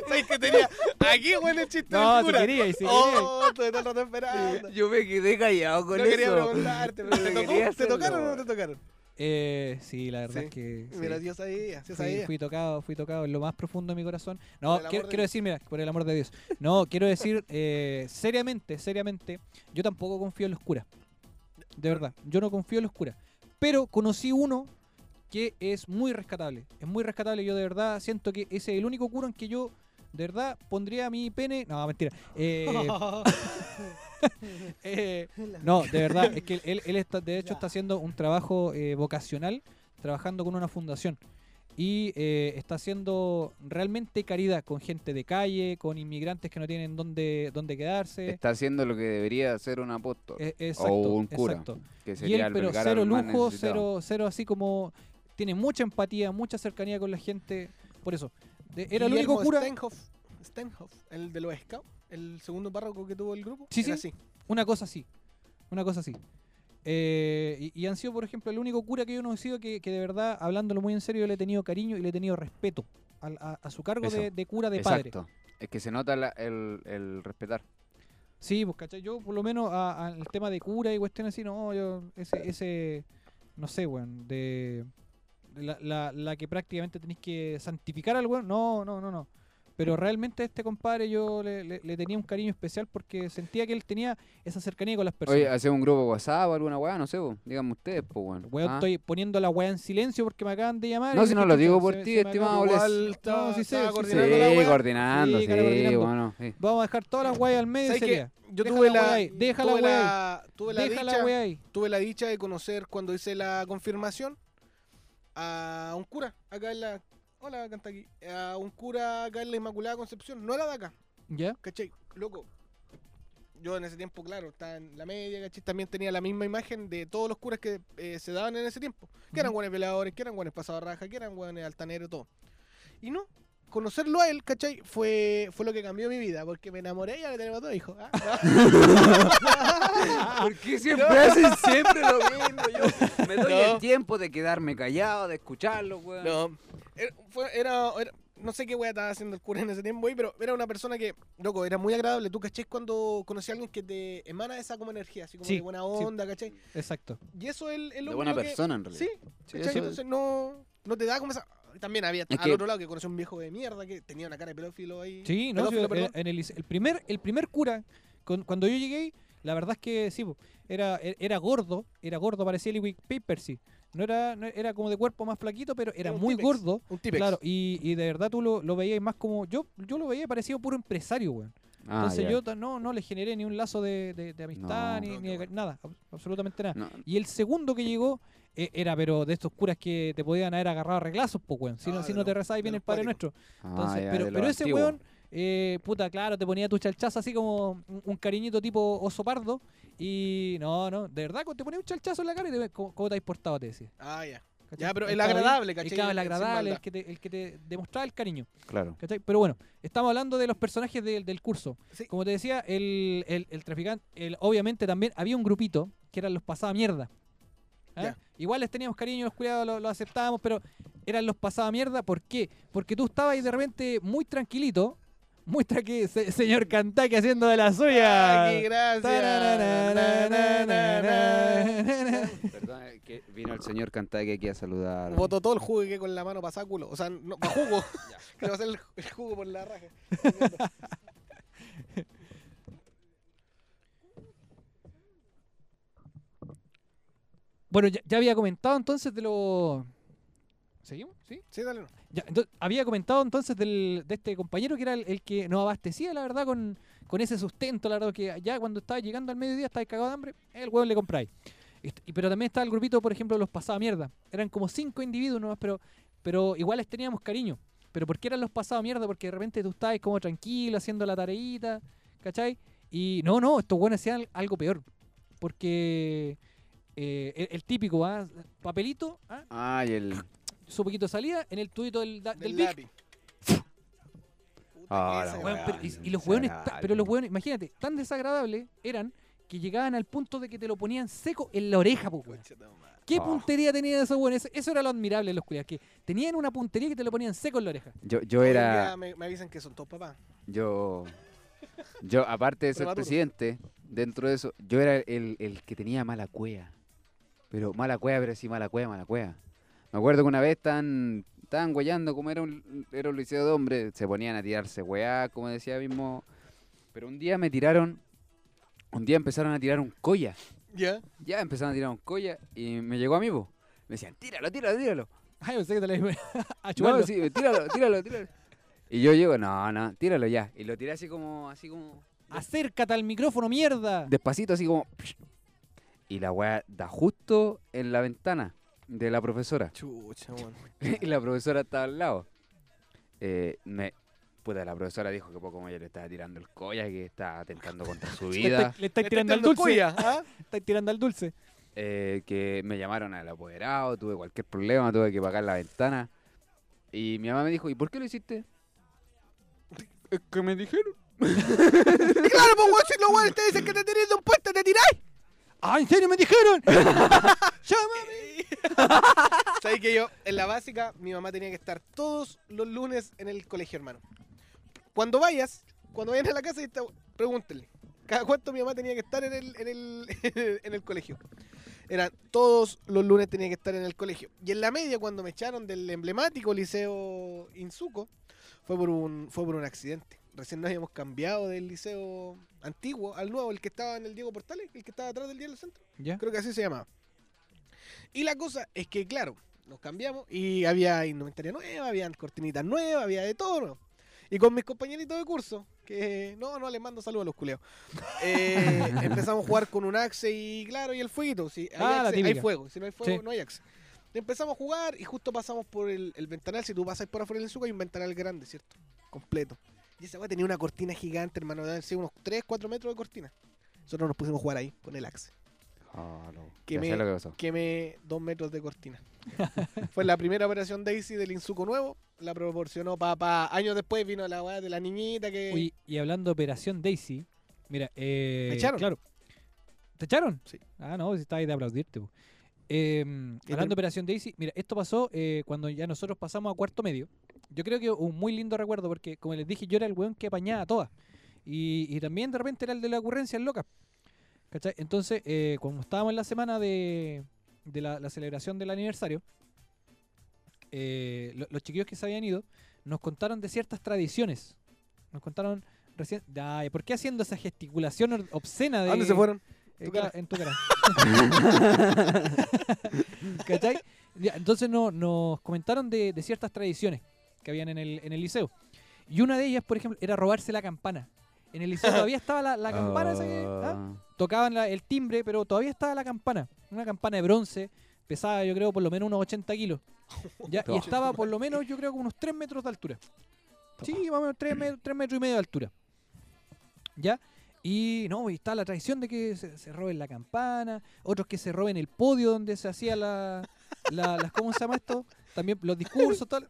[SPEAKER 1] ¿Sabes que tenía? Aquí, weón, el chiste
[SPEAKER 2] No,
[SPEAKER 1] del
[SPEAKER 2] si
[SPEAKER 1] cura.
[SPEAKER 2] quería, y si quería.
[SPEAKER 1] Oh, todo el rato esperando.
[SPEAKER 3] Yo me quedé callado con
[SPEAKER 1] No
[SPEAKER 3] eso.
[SPEAKER 1] quería preguntarte, pero ¿te,
[SPEAKER 3] No
[SPEAKER 1] tocó?
[SPEAKER 3] quería
[SPEAKER 1] ¿Te tocaron o no
[SPEAKER 3] hacerlo.
[SPEAKER 1] te tocaron?
[SPEAKER 2] Eh, sí, la verdad
[SPEAKER 1] Sí.
[SPEAKER 2] es que. sí.
[SPEAKER 1] Mira, yo sabía, yo
[SPEAKER 2] Fui-
[SPEAKER 1] sabía.
[SPEAKER 2] fui tocado, fui tocado en lo más profundo de mi corazón. No,
[SPEAKER 1] Por el
[SPEAKER 2] quiero,
[SPEAKER 1] amor de
[SPEAKER 2] quiero decir, mira, por el amor de Dios. No, quiero decir eh, seriamente, seriamente, yo tampoco confío en los curas. De verdad, yo no confío en los curas. Pero conocí uno que es muy rescatable. Es muy rescatable. Yo de verdad siento que ese es el único cura en que yo, de verdad, pondría mi pene. No, mentira. Eh, eh, no, de verdad, es que él, él está, de hecho
[SPEAKER 4] Ya.
[SPEAKER 2] está haciendo un trabajo eh, vocacional, trabajando con una fundación. Y eh, está haciendo realmente caridad con gente de calle, con inmigrantes que no tienen dónde, dónde quedarse.
[SPEAKER 3] Está haciendo lo que debería hacer un apóstol.
[SPEAKER 2] Eh, exacto,
[SPEAKER 3] un cura.
[SPEAKER 2] exacto.
[SPEAKER 3] Que
[SPEAKER 2] Y
[SPEAKER 3] sería
[SPEAKER 2] él, pero
[SPEAKER 3] albergar
[SPEAKER 2] cero
[SPEAKER 3] al más
[SPEAKER 2] lujo,
[SPEAKER 3] necesitado.
[SPEAKER 2] cero, cero así como... Tiene mucha empatía, mucha cercanía con la gente. Por eso, de- era el
[SPEAKER 1] Guillermo
[SPEAKER 2] único cura...
[SPEAKER 1] Stenhoff, Stenhoff, el de los scouts, el segundo párroco que tuvo el grupo.
[SPEAKER 2] Sí,
[SPEAKER 1] era
[SPEAKER 2] sí.
[SPEAKER 1] así.
[SPEAKER 2] Una cosa así. Una cosa así. Eh, y, y han sido, por ejemplo, el único cura que yo no he sido que, que de verdad, hablándolo muy en serio, yo le he tenido cariño y le he tenido respeto al- a, a su cargo de,
[SPEAKER 3] Eso.
[SPEAKER 2] de cura de padre.
[SPEAKER 3] Exacto. Es que se nota la- el, el respetar.
[SPEAKER 2] Sí, pues, ¿cachai? Yo, por lo menos, a- al tema de cura y cuestiones así, no, yo, ese, ese no sé, weón, de la, la, la que prácticamente tenéis que santificar al weón, no, no, no, no. Pero realmente a este compadre yo le, le- le tenía un cariño especial porque sentía que él tenía esa cercanía con las personas.
[SPEAKER 3] Oye, hacer un grupo WhatsApp o alguna weá, no sé, po. díganme ustedes, pues, weón.
[SPEAKER 2] Weón,
[SPEAKER 3] Ah.
[SPEAKER 2] estoy poniendo la weá en silencio porque me acaban de llamar.
[SPEAKER 3] No,
[SPEAKER 2] y
[SPEAKER 3] si no
[SPEAKER 2] dije,
[SPEAKER 3] lo
[SPEAKER 2] "Chucha,
[SPEAKER 3] digo por
[SPEAKER 2] se-
[SPEAKER 3] ti,
[SPEAKER 2] se me
[SPEAKER 3] estimado,
[SPEAKER 2] acaba el
[SPEAKER 3] les-
[SPEAKER 2] weón".
[SPEAKER 1] estaba-
[SPEAKER 2] No, sí, sé,
[SPEAKER 1] estaba
[SPEAKER 2] sí,
[SPEAKER 3] Sí,
[SPEAKER 1] coordinando la weá.
[SPEAKER 3] coordinando,
[SPEAKER 2] Sí,
[SPEAKER 3] sí,
[SPEAKER 2] cara, coordinando.
[SPEAKER 3] bueno. sí.
[SPEAKER 2] Vamos a dejar todas las weas al medio
[SPEAKER 1] ¿Sabes
[SPEAKER 2] ese día.
[SPEAKER 1] qué? Yo
[SPEAKER 2] Deja
[SPEAKER 1] tuve
[SPEAKER 2] la
[SPEAKER 1] la,
[SPEAKER 2] weá ahí, deja la
[SPEAKER 1] tuve
[SPEAKER 2] weá
[SPEAKER 1] la- tuve la
[SPEAKER 2] Deja la
[SPEAKER 1] dicha-
[SPEAKER 2] weá ahí.
[SPEAKER 1] tuve la dicha de conocer cuando hice la confirmación a un cura acá en la. Hola, canta aquí. A un cura acá en la Inmaculada Concepción. No era de acá,
[SPEAKER 2] ¿Ya?
[SPEAKER 1] ¿cachai? Loco. Yo en ese tiempo, claro, estaba en la media, ¿cachai? También tenía la misma imagen de todos los curas que eh, se daban en ese tiempo. Que eran
[SPEAKER 2] Ujú.
[SPEAKER 1] buenos veladores, que eran buenos pasados raja, que eran buenos altaneros, todo. Y no, conocerlo a él, ¿cachai? Fue, fue lo que cambió mi vida, porque me enamoré y ahora tenemos dos hijos. Ah,
[SPEAKER 3] ¿Por qué siempre hacen siempre lo mismo? Yo me doy
[SPEAKER 1] No.
[SPEAKER 3] el tiempo de quedarme callado, de escucharlo, weón.
[SPEAKER 1] No. Era, fue- era- era- no sé qué wea estaba haciendo el cura en ese tiempo, ahí, pero era una persona que, loco, era muy agradable. Tú cachés cuando conocí a alguien que te emana esa como energía, así como
[SPEAKER 2] Sí,
[SPEAKER 1] de buena onda, ¿cachai?
[SPEAKER 2] Exacto.
[SPEAKER 1] Y eso es, es lo
[SPEAKER 3] De buena
[SPEAKER 1] único que-
[SPEAKER 3] persona, en realidad.
[SPEAKER 1] Sí,
[SPEAKER 3] Sí,
[SPEAKER 1] ¿cachai?
[SPEAKER 3] eso-
[SPEAKER 1] Entonces no, no te da como esa. También había
[SPEAKER 3] Es
[SPEAKER 1] al
[SPEAKER 3] que-
[SPEAKER 1] otro lado que conocí a un viejo de mierda que tenía una cara de pedófilo ahí.
[SPEAKER 2] Sí, no, sí,
[SPEAKER 1] Pedófilo,
[SPEAKER 2] eh,
[SPEAKER 1] perdón.
[SPEAKER 2] en el, lice- el primer, el primer cura, con- cuando yo llegué, la verdad es que sí, po, era, e- era gordo, era gordo, parecía Liquid Paper, sí. No era, no era como de cuerpo más flaquito, pero era
[SPEAKER 1] Era un
[SPEAKER 2] muy
[SPEAKER 1] T-Rex.
[SPEAKER 2] gordo.
[SPEAKER 1] Un típex.
[SPEAKER 2] Claro, y, y de verdad tú lo, lo veías más como. Yo, yo lo veía parecido puro empresario, weón.
[SPEAKER 3] Ah,
[SPEAKER 2] Entonces
[SPEAKER 3] ya.
[SPEAKER 2] yo ta- no, no le generé ni un lazo de, de- de amistad,
[SPEAKER 3] No.
[SPEAKER 2] ni,
[SPEAKER 1] No,
[SPEAKER 2] ni
[SPEAKER 1] qué
[SPEAKER 2] de-
[SPEAKER 1] bueno.
[SPEAKER 2] nada, ab- absolutamente nada.
[SPEAKER 3] No,
[SPEAKER 2] Y el segundo que llegó eh, era, pero de estos curas que te podían haber agarrado a reglazos, pues, weón. Si no,
[SPEAKER 1] Ah,
[SPEAKER 2] si
[SPEAKER 1] de
[SPEAKER 2] no te
[SPEAKER 1] los-
[SPEAKER 2] rezáis
[SPEAKER 1] de
[SPEAKER 2] bien
[SPEAKER 1] los
[SPEAKER 2] el Padre
[SPEAKER 1] cuáticos.
[SPEAKER 2] Nuestro.
[SPEAKER 3] Ah,
[SPEAKER 2] Entonces, pero, pero ese weón, eh, puta, claro, te ponía tu chalchazo así como un, un cariñito tipo oso pardo. Y no, no, de verdad, te ponía un chalchazo en la cara y te ve cómo, cómo te has portado, te decía.
[SPEAKER 1] Ah, ya.
[SPEAKER 2] ¿cachai?
[SPEAKER 1] Ya, pero el
[SPEAKER 2] Estaba ahí,
[SPEAKER 1] agradable,
[SPEAKER 2] el
[SPEAKER 1] ¿cachai?
[SPEAKER 2] claro, el
[SPEAKER 1] sin
[SPEAKER 2] agradable, el
[SPEAKER 1] maldad.
[SPEAKER 2] que, te, el que te demostraba el cariño.
[SPEAKER 3] Claro.
[SPEAKER 2] ¿cachai? Pero bueno, estamos hablando de los personajes del- del curso.
[SPEAKER 1] Sí.
[SPEAKER 2] Como te decía, el, el, el traficante, el- obviamente también había un grupito que eran los pasada mierda. ¿ah?
[SPEAKER 1] Ya.
[SPEAKER 2] Igual les teníamos cariño, los cuidados, los aceptábamos, pero eran los pasada mierda. ¿Por qué? Porque tú estabas ahí de repente muy tranquilito. Muy tranquilo, señor Kentucky haciendo de la
[SPEAKER 1] Ay,
[SPEAKER 2] suya.
[SPEAKER 1] qué gracias.
[SPEAKER 2] Tararararararara.
[SPEAKER 3] Perdón, eh, que vino el señor Cantague aquí a saludar.
[SPEAKER 1] Botó todo el jugo que con la mano para O sea, no, pa' jugo. Creo que va a ser el, el jugo por la raja.
[SPEAKER 2] Bueno, ya, ya había comentado entonces de lo. ¿Seguimos? ¿Sí?
[SPEAKER 1] Sí, dale. no.
[SPEAKER 2] Ya, ento- había comentado entonces del- de este compañero que era el, el que nos abastecía, la verdad, con, con ese sustento, la verdad, que ya cuando estaba llegando al mediodía estaba cagado de hambre, el huevo le compráis. Est- y- Pero también estaba el grupito, por ejemplo, los pasados mierda. Eran como cinco individuos nomás, pero, pero igual les teníamos cariño. Pero ¿por qué eran los pasados mierda? Porque de repente tú estabas como tranquilo, haciendo la tareita, ¿cachai? Y no, no, estos hueones hacían al- algo peor. Porque eh, el, el típico, ¿ah? papelito, ¿ah?
[SPEAKER 3] Ay, el.
[SPEAKER 2] su poquito de salida, en el tubito del, da-
[SPEAKER 1] Del
[SPEAKER 2] del Vic,
[SPEAKER 1] lápiz. Puta,
[SPEAKER 3] Ah,
[SPEAKER 1] que esa
[SPEAKER 3] la
[SPEAKER 1] weá.
[SPEAKER 2] Weón, pero- y,
[SPEAKER 3] no
[SPEAKER 2] y los
[SPEAKER 3] sea
[SPEAKER 2] hueones,
[SPEAKER 3] nada,
[SPEAKER 2] ta- pero los
[SPEAKER 3] weón.
[SPEAKER 2] hueones, imagínate, tan desagradables eran que llegaban al punto de que te lo ponían seco en la oreja, po, weón.
[SPEAKER 1] Concha de tu madre.
[SPEAKER 2] ¿Qué
[SPEAKER 3] Ah.
[SPEAKER 2] puntería tenían esos hueones? Eso- Eso era lo admirable de los culiados, que tenían una puntería que te lo ponían seco en la oreja.
[SPEAKER 3] Yo, yo
[SPEAKER 1] Hoy
[SPEAKER 3] era.
[SPEAKER 1] día Me, me avisan que son todos papás.
[SPEAKER 3] Yo. Yo, aparte de ser
[SPEAKER 1] Prematuros.
[SPEAKER 3] presidente, dentro de eso, yo era el, el que tenía mala cueva. Pero mala cueva, pero sí, mala cueva, mala cueva. Me acuerdo que una vez estaban, estaban guayando, como era un, era un liceo de hombres, se ponían a tirarse weá, como decía mismo. Pero un día me tiraron, un día empezaron a tirar un colla.
[SPEAKER 1] ¿Ya?
[SPEAKER 3] Ya empezaron a tirar un colla y me llegó a mí, po. Me decían, tíralo, tíralo, tíralo.
[SPEAKER 2] Ay, pensé que te la a chuparlo.
[SPEAKER 3] No, sí, tíralo, tíralo, tíralo. Y yo llego, no, no, tíralo ya. Y lo tiré así como, así como,
[SPEAKER 2] Acércate al micrófono, mierda.
[SPEAKER 3] despacito, así como. Y la weá da justo en la ventana de la profesora.
[SPEAKER 1] Chucha, weón.
[SPEAKER 3] y la profesora estaba al lado. Eh, me, puta, la profesora dijo que poco más yo le estaba tirando el collar, que estaba atentando contra su
[SPEAKER 2] Le
[SPEAKER 3] vida.
[SPEAKER 2] estáis- le estáis
[SPEAKER 1] Me
[SPEAKER 2] tirando al
[SPEAKER 1] estoy
[SPEAKER 2] dulce.
[SPEAKER 1] cuya, ¿ah?
[SPEAKER 2] Estáis tirando al dulce.
[SPEAKER 3] eh, que me llamaron al apoderado, tuve cualquier problema, tuve que pagar la ventana. Y mi mamá me dijo, ¿y por qué lo hiciste? Es que me dijeron.
[SPEAKER 1] Claro, pues weón, si los weones te dicen que te tirís de un puente, te tiráis.
[SPEAKER 2] ¡Ah, en serio me dijeron! ¡Llámame!
[SPEAKER 1] Sabéis que yo, en la básica, mi mamá tenía que estar todos los lunes en el colegio, hermano. Cuando vayas, cuando vayan a la casa, y esta- pregúntenle. Cada cuánto mi mamá tenía que estar en el, en el, en el colegio. Eran todos los lunes tenía que estar en el colegio. Y en la media, cuando me echaron del emblemático liceo Insuco, fue por un, fue por un accidente. Recién nos habíamos cambiado del liceo antiguo al nuevo, el que estaba en el Diego Portales, el que estaba atrás del Diego Centro.
[SPEAKER 2] Ya.
[SPEAKER 1] Creo que así se llamaba. Y la cosa es que, claro, nos cambiamos y había indumentaria nueva, había cortinitas nuevas, había de todo. ¿no? Y con mis compañeritos de curso, que no, no les mando saludos a los culeos. eh, empezamos a jugar con un axe y, claro, y el fueguito. Si hay,
[SPEAKER 2] Ah, la
[SPEAKER 1] axe, hay
[SPEAKER 2] típica.
[SPEAKER 1] fuego, si no hay fuego,
[SPEAKER 2] Sí.
[SPEAKER 1] no hay axe. Empezamos a jugar y justo pasamos por el, el ventanal. Si tú pasas por afuera del suco, hay un ventanal grande, ¿cierto? Completo. Y esa weá tenía una cortina gigante, hermano, de haber sido unos 3, 4 metros de cortina. Nosotros nos pusimos a jugar ahí con el axe
[SPEAKER 3] Ah, no.
[SPEAKER 1] Que
[SPEAKER 3] Ya
[SPEAKER 1] me-
[SPEAKER 3] sé lo que pasó.
[SPEAKER 1] quemé dos metros de cortina. Fue la primera operación Daisy del Insuco nuevo. La proporcionó papá. Años después vino la weá de la niñita que.
[SPEAKER 2] Oye, y hablando de Operación Daisy, mira, eh,
[SPEAKER 1] Me echaron.
[SPEAKER 2] Claro. ¿Te echaron?
[SPEAKER 1] Sí.
[SPEAKER 2] Ah, no, si está ahí de aplaudirte. po. Eh, hablando de Operación Daisy, mira, esto pasó eh, cuando ya nosotros pasamos a cuarto medio. Yo creo que un muy lindo recuerdo porque, como les dije, yo era el weón que apañaba a todas. Y, y también de repente era el de las ocurrencias locas. ¿Cachai? Entonces, eh, cuando estábamos en la semana de, de la, la celebración del aniversario, eh, lo- los chiquillos que se habían ido nos contaron de ciertas tradiciones. Nos contaron recién. Ay, ¿Por qué haciendo esa gesticulación or- obscena
[SPEAKER 1] ¿A
[SPEAKER 2] de.
[SPEAKER 1] dónde se fueron?
[SPEAKER 2] Eh,
[SPEAKER 1] Tu
[SPEAKER 2] claro,
[SPEAKER 1] cara.
[SPEAKER 2] En tu cara. ¿Cachai? Ya, Entonces no, nos comentaron de, de ciertas tradiciones que habían en el, en el liceo. Y una de ellas, por ejemplo, era robarse la campana. En el liceo todavía estaba la, la campana esa que. ¿ah? tocaban la- el timbre, pero todavía estaba la campana. Una campana de bronce, pesaba yo creo por lo menos unos 80 kilos. Ya, y
[SPEAKER 3] Toma.
[SPEAKER 2] estaba por lo menos yo creo que unos 3 metros de altura. Sí, más o menos 3, metros y medio de altura. ¿Ya? Y no, y está la tradición de que se, se roben la campana, otros que se roben el podio donde se hacía la, la- las, ¿cómo se llama esto? También los discursos, tal.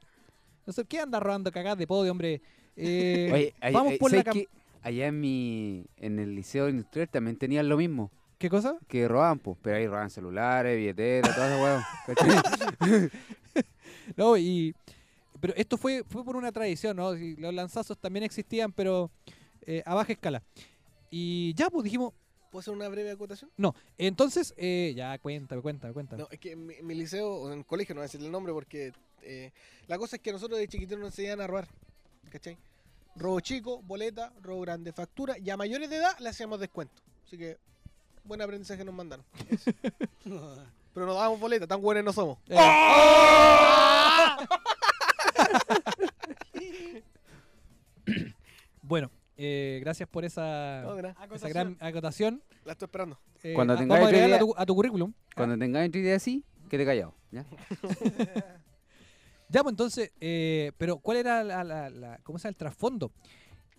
[SPEAKER 2] No sé, ¿qué anda robando cagadas de podio, hombre? Eh,
[SPEAKER 3] Oye, ay-
[SPEAKER 2] vamos
[SPEAKER 3] ay,
[SPEAKER 2] por la
[SPEAKER 3] ¿sabes
[SPEAKER 2] cam-
[SPEAKER 3] qué? allá en mi en el liceo industrial también tenían lo mismo
[SPEAKER 2] ¿Qué cosa?
[SPEAKER 3] que robaban, pues, pero ahí robaban celulares, billeteras, todas esas huevas. ¿cachai?
[SPEAKER 2] No, y. Pero esto fue, fue por una tradición, ¿no? Si Los lanzazos también existían, pero eh, a baja escala. Y ya, pues dijimos,
[SPEAKER 1] ¿Puedo hacer una breve acotación?
[SPEAKER 2] No, entonces, eh, ya cuéntame, cuéntame, cuéntame.
[SPEAKER 1] No, es que en mi, mi liceo, o en el colegio, no voy a decir el nombre porque eh, la cosa es que nosotros de chiquititos nos enseñaban a robar. ¿Cachai? Robo chico, boleta, robo grande, factura. Y a mayores de edad le hacíamos descuento. Así que, buen aprendizaje nos mandaron. Pero nos dábamos boleta, tan buenos no somos.
[SPEAKER 2] Eh, Bueno, eh, gracias por esa,
[SPEAKER 1] No, de nada.
[SPEAKER 2] esa
[SPEAKER 4] Acotación.
[SPEAKER 2] gran acotación.
[SPEAKER 1] La estoy esperando.
[SPEAKER 2] Eh,
[SPEAKER 3] Cuando
[SPEAKER 2] va-
[SPEAKER 3] tengáis
[SPEAKER 2] vamos a agregarla a
[SPEAKER 3] idea-
[SPEAKER 2] tu, a tu currículum.
[SPEAKER 3] Cuando tengas entre ideas así, quede "Ah, callado. ¿ya?
[SPEAKER 2] Ya, pues entonces, eh, pero ¿cuál era la, la- la- cómo se llama el trasfondo?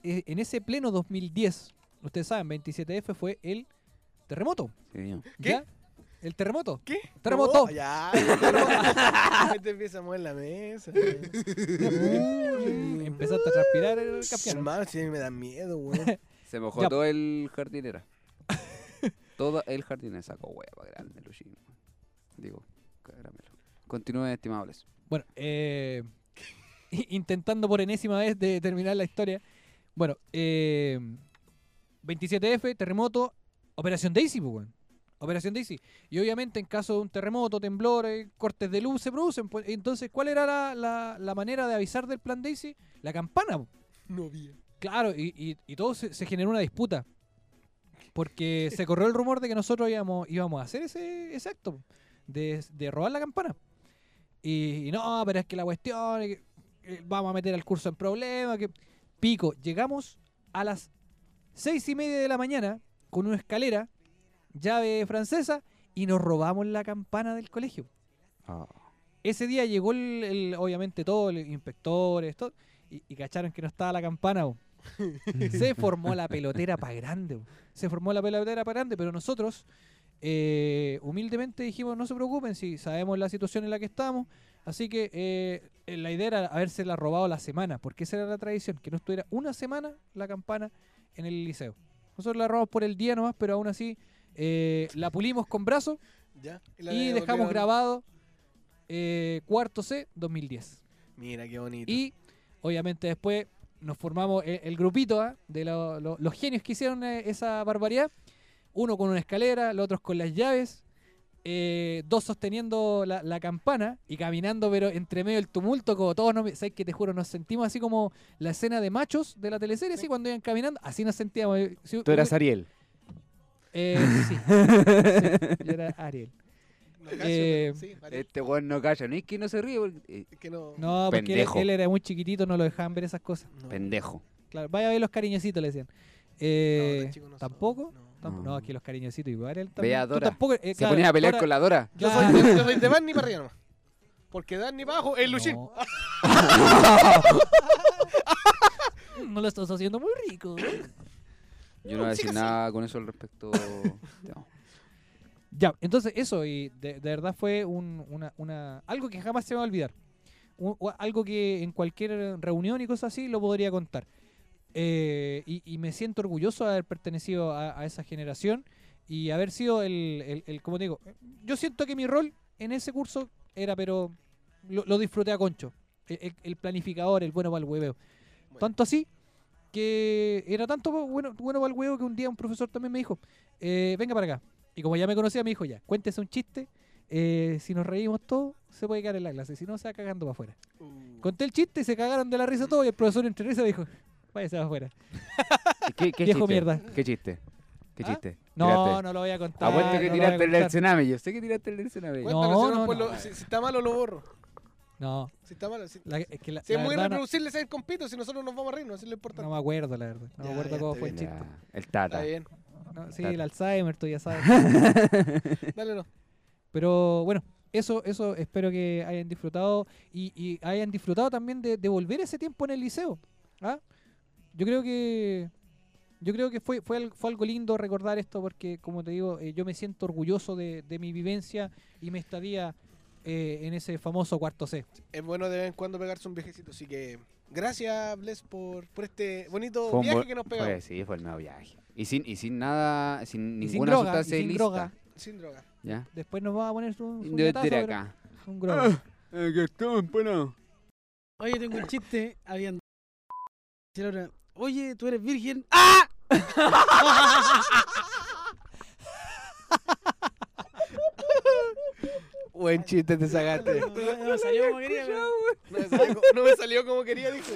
[SPEAKER 2] Eh, en ese pleno 2010, ustedes saben, 27F fue el terremoto.
[SPEAKER 3] Sí, señor.
[SPEAKER 1] ¿Qué?
[SPEAKER 2] ¿ya? El terremoto.
[SPEAKER 1] ¿Qué?
[SPEAKER 2] Terremoto.
[SPEAKER 1] Oh, ya. terremoto. Este empieza a mover la mesa.
[SPEAKER 2] Empezaste a transpirar el capiano.
[SPEAKER 1] Hermano, sí me da miedo, weón.
[SPEAKER 3] Se mojó
[SPEAKER 2] Ya.
[SPEAKER 3] todo el jardinera. todo el jardinera sacó hueva grande, Luchín. Digo, caramelo. Continúen, estimables.
[SPEAKER 2] Bueno, eh, intentando por enésima vez de terminar la historia. Bueno, eh, 27F, terremoto, Operación Daisy, pues, weón. Operación Daisy. Y obviamente en caso de un terremoto, temblores, cortes de luz se producen. pues. entonces, ¿cuál era la, la- la manera de avisar del plan Daisy? La campana. pues. po.
[SPEAKER 1] No bien.
[SPEAKER 2] Claro, y, y- y todo se, se generó una disputa. Porque se corrió el rumor de que nosotros íbamos, íbamos a hacer ese, ese acto po, de, de robar la campana. Y, y no, pero es que la cuestión, es que, eh, vamos a meter al curso en problemas. Que... Pico, llegamos a las seis y media de la mañana con una escalera, llave francesa, y nos robamos la campana del colegio. Ah. Ese día llegó el, el- obviamente todo, los inspectores, todo, y, y cacharon que no estaba la campana. po. Se formó la pelotera para grande. po. Se formó la pelotera para grande, pero nosotros eh, humildemente dijimos, no se preocupen si sabemos la situación en la que estamos. Así que eh, eh, la idea era habérsela robado la semana, porque esa era la tradición, que no estuviera una semana la campana en el liceo. Nosotros la robamos por el día nomás, pero aún así eh, la pulimos con brazos
[SPEAKER 1] Ya. la
[SPEAKER 2] y
[SPEAKER 1] devolvieron.
[SPEAKER 2] dejamos grabado eh, cuarto C 2010.
[SPEAKER 1] Mira qué bonito.
[SPEAKER 2] Y obviamente después nos formamos e- el, grupito ¿ah? de lo- lo- los genios que hicieron eh, esa barbaridad. Uno con una escalera, los otros con las llaves, eh, dos sosteniendo la, la campana y caminando, pero entre medio del tumulto, como todos nos, ¿sabes que te juro, nos sentimos así como la escena de machos de la teleserie, así cuando iban caminando, así nos sentíamos. eh, si-
[SPEAKER 3] Ariel.
[SPEAKER 2] Eh, sí. Sí, yo era Ariel.
[SPEAKER 1] No cacho,
[SPEAKER 2] eh,
[SPEAKER 1] pero sí, vale.
[SPEAKER 3] Este weón no calla, no es que no se ríe, porque- eh,
[SPEAKER 1] Es que no.
[SPEAKER 2] No, porque él,
[SPEAKER 3] Pendejo.
[SPEAKER 2] él era muy chiquitito, no lo dejaban ver esas cosas.
[SPEAKER 1] no.
[SPEAKER 3] pendejo.
[SPEAKER 2] Claro, vaya a ver los cariñositos, le decían.
[SPEAKER 1] No,
[SPEAKER 2] Eh,
[SPEAKER 1] tan chico no soy.
[SPEAKER 2] ¿Tampoco?
[SPEAKER 1] No.
[SPEAKER 2] Tamp- No,
[SPEAKER 3] No.
[SPEAKER 2] aquí los cariñositos igual. Él
[SPEAKER 3] Ve
[SPEAKER 2] también.
[SPEAKER 3] a
[SPEAKER 2] Tú
[SPEAKER 3] Dora.
[SPEAKER 2] tampoco- eh,
[SPEAKER 3] Mm. Se
[SPEAKER 2] claro,
[SPEAKER 3] ponía a pelear
[SPEAKER 2] Dora-
[SPEAKER 3] con la Dora.
[SPEAKER 1] Yo
[SPEAKER 2] Claro.
[SPEAKER 1] soy, de, yo soy de Barney para arriba nomás. Porque Barney para abajo es Luchín.
[SPEAKER 2] No. No lo estás haciendo muy rico. ¿eh?
[SPEAKER 3] Yo no voy a decir
[SPEAKER 1] Siga así.
[SPEAKER 3] nada con eso al respecto. Te amo.
[SPEAKER 2] Ya, entonces eso, y de, de verdad fue un- una, una- algo que jamás se me va a olvidar. Un- o algo que en cualquier reunión y cosas así lo podría contar. Eh, y, y me siento orgulloso de haber pertenecido a, a esa generación y haber sido el, el, el- como te digo, yo siento que mi rol en ese curso era, pero lo, lo disfruté a concho. El, el- el planificador, el bueno para el hueveo.
[SPEAKER 1] Bueno.
[SPEAKER 2] Tanto así que era tanto bueno, bueno para el huevo que un día un profesor también me dijo, eh, venga para acá. Y como ya me conocía, me dijo ya, cuéntese un chiste. eh, si nos reímos todos, se puede quedar en la clase. Si no, se va cagando para afuera.
[SPEAKER 1] Uh.
[SPEAKER 2] Conté el chiste, se cagaron de la risa todos y el profesor entre risa dijo, váyase para afuera.
[SPEAKER 3] ¿Qué, qué
[SPEAKER 2] Viejo
[SPEAKER 3] chiste?
[SPEAKER 2] mierda.
[SPEAKER 3] ¿Qué chiste? ¿Qué
[SPEAKER 2] ¿Ah?
[SPEAKER 3] chiste? Ah,
[SPEAKER 2] No,
[SPEAKER 3] Tiraste.
[SPEAKER 2] no lo voy a contar.
[SPEAKER 3] Apuesto que
[SPEAKER 2] no lo voy a
[SPEAKER 3] tiraste el del
[SPEAKER 2] contar.
[SPEAKER 3] tsunami. Yo sé que tiraste el del tsunami.
[SPEAKER 2] Bueno.
[SPEAKER 1] Cuéntalo, si
[SPEAKER 2] No,
[SPEAKER 1] no,
[SPEAKER 2] no,
[SPEAKER 1] después
[SPEAKER 2] no.
[SPEAKER 1] lo- si, si está malo, lo borro.
[SPEAKER 2] No,
[SPEAKER 1] Si está malo. Si,
[SPEAKER 2] la- es que la,
[SPEAKER 1] si
[SPEAKER 2] la
[SPEAKER 1] es muy
[SPEAKER 2] verdad no-
[SPEAKER 1] reproducible, se compito. Si nosotros nos vamos a reír, no eso es lo
[SPEAKER 2] no,
[SPEAKER 1] importante.
[SPEAKER 2] me acuerdo, la verdad. No
[SPEAKER 1] Ya,
[SPEAKER 2] me acuerdo
[SPEAKER 1] ya,
[SPEAKER 2] cómo
[SPEAKER 1] está
[SPEAKER 2] fue el
[SPEAKER 1] bien.
[SPEAKER 2] chiste.
[SPEAKER 3] Ya, el tata.
[SPEAKER 1] está bien.
[SPEAKER 2] No, sí,
[SPEAKER 3] Tata.
[SPEAKER 2] el Alzheimer, tú ya sabes.
[SPEAKER 1] Dale, no.
[SPEAKER 2] Pero bueno, eso, eso espero que hayan disfrutado y, y hayan disfrutado también de, de volver ese tiempo en el liceo. ¿ah? Yo creo que yo creo que fue, fue, al- fue algo lindo recordar esto porque, como te digo, eh, yo me siento orgulloso de, de mi vivencia y mi estadía eh, en ese famoso cuarto C.
[SPEAKER 1] Es bueno de vez en cuando pegarse un viajecito. Así que gracias, Bless, por, por este bonito
[SPEAKER 3] Fue un
[SPEAKER 1] viaje
[SPEAKER 3] buen-
[SPEAKER 1] que nos
[SPEAKER 3] fue-
[SPEAKER 1] pegamos.
[SPEAKER 3] sí, fue el nuevo viaje. Y sin, y sin nada, sin
[SPEAKER 2] Y sin
[SPEAKER 3] ninguna
[SPEAKER 2] droga, y
[SPEAKER 3] sustancia
[SPEAKER 2] sin
[SPEAKER 3] ilícita.
[SPEAKER 2] droga.
[SPEAKER 1] Sin droga.
[SPEAKER 3] ¿Ya?
[SPEAKER 2] Después nos va a poner un, un
[SPEAKER 3] Yo
[SPEAKER 2] gatazo,
[SPEAKER 3] tiré
[SPEAKER 2] pero
[SPEAKER 3] acá.
[SPEAKER 2] un grogo.
[SPEAKER 3] que están, bueno.
[SPEAKER 4] Oye, tengo un chiste. Habían. Ah, Oye, tú eres virgen.
[SPEAKER 1] buen chiste te sacaste.
[SPEAKER 4] No, no salió como quería, pero-
[SPEAKER 1] No me salió, no me salió como quería, dijo.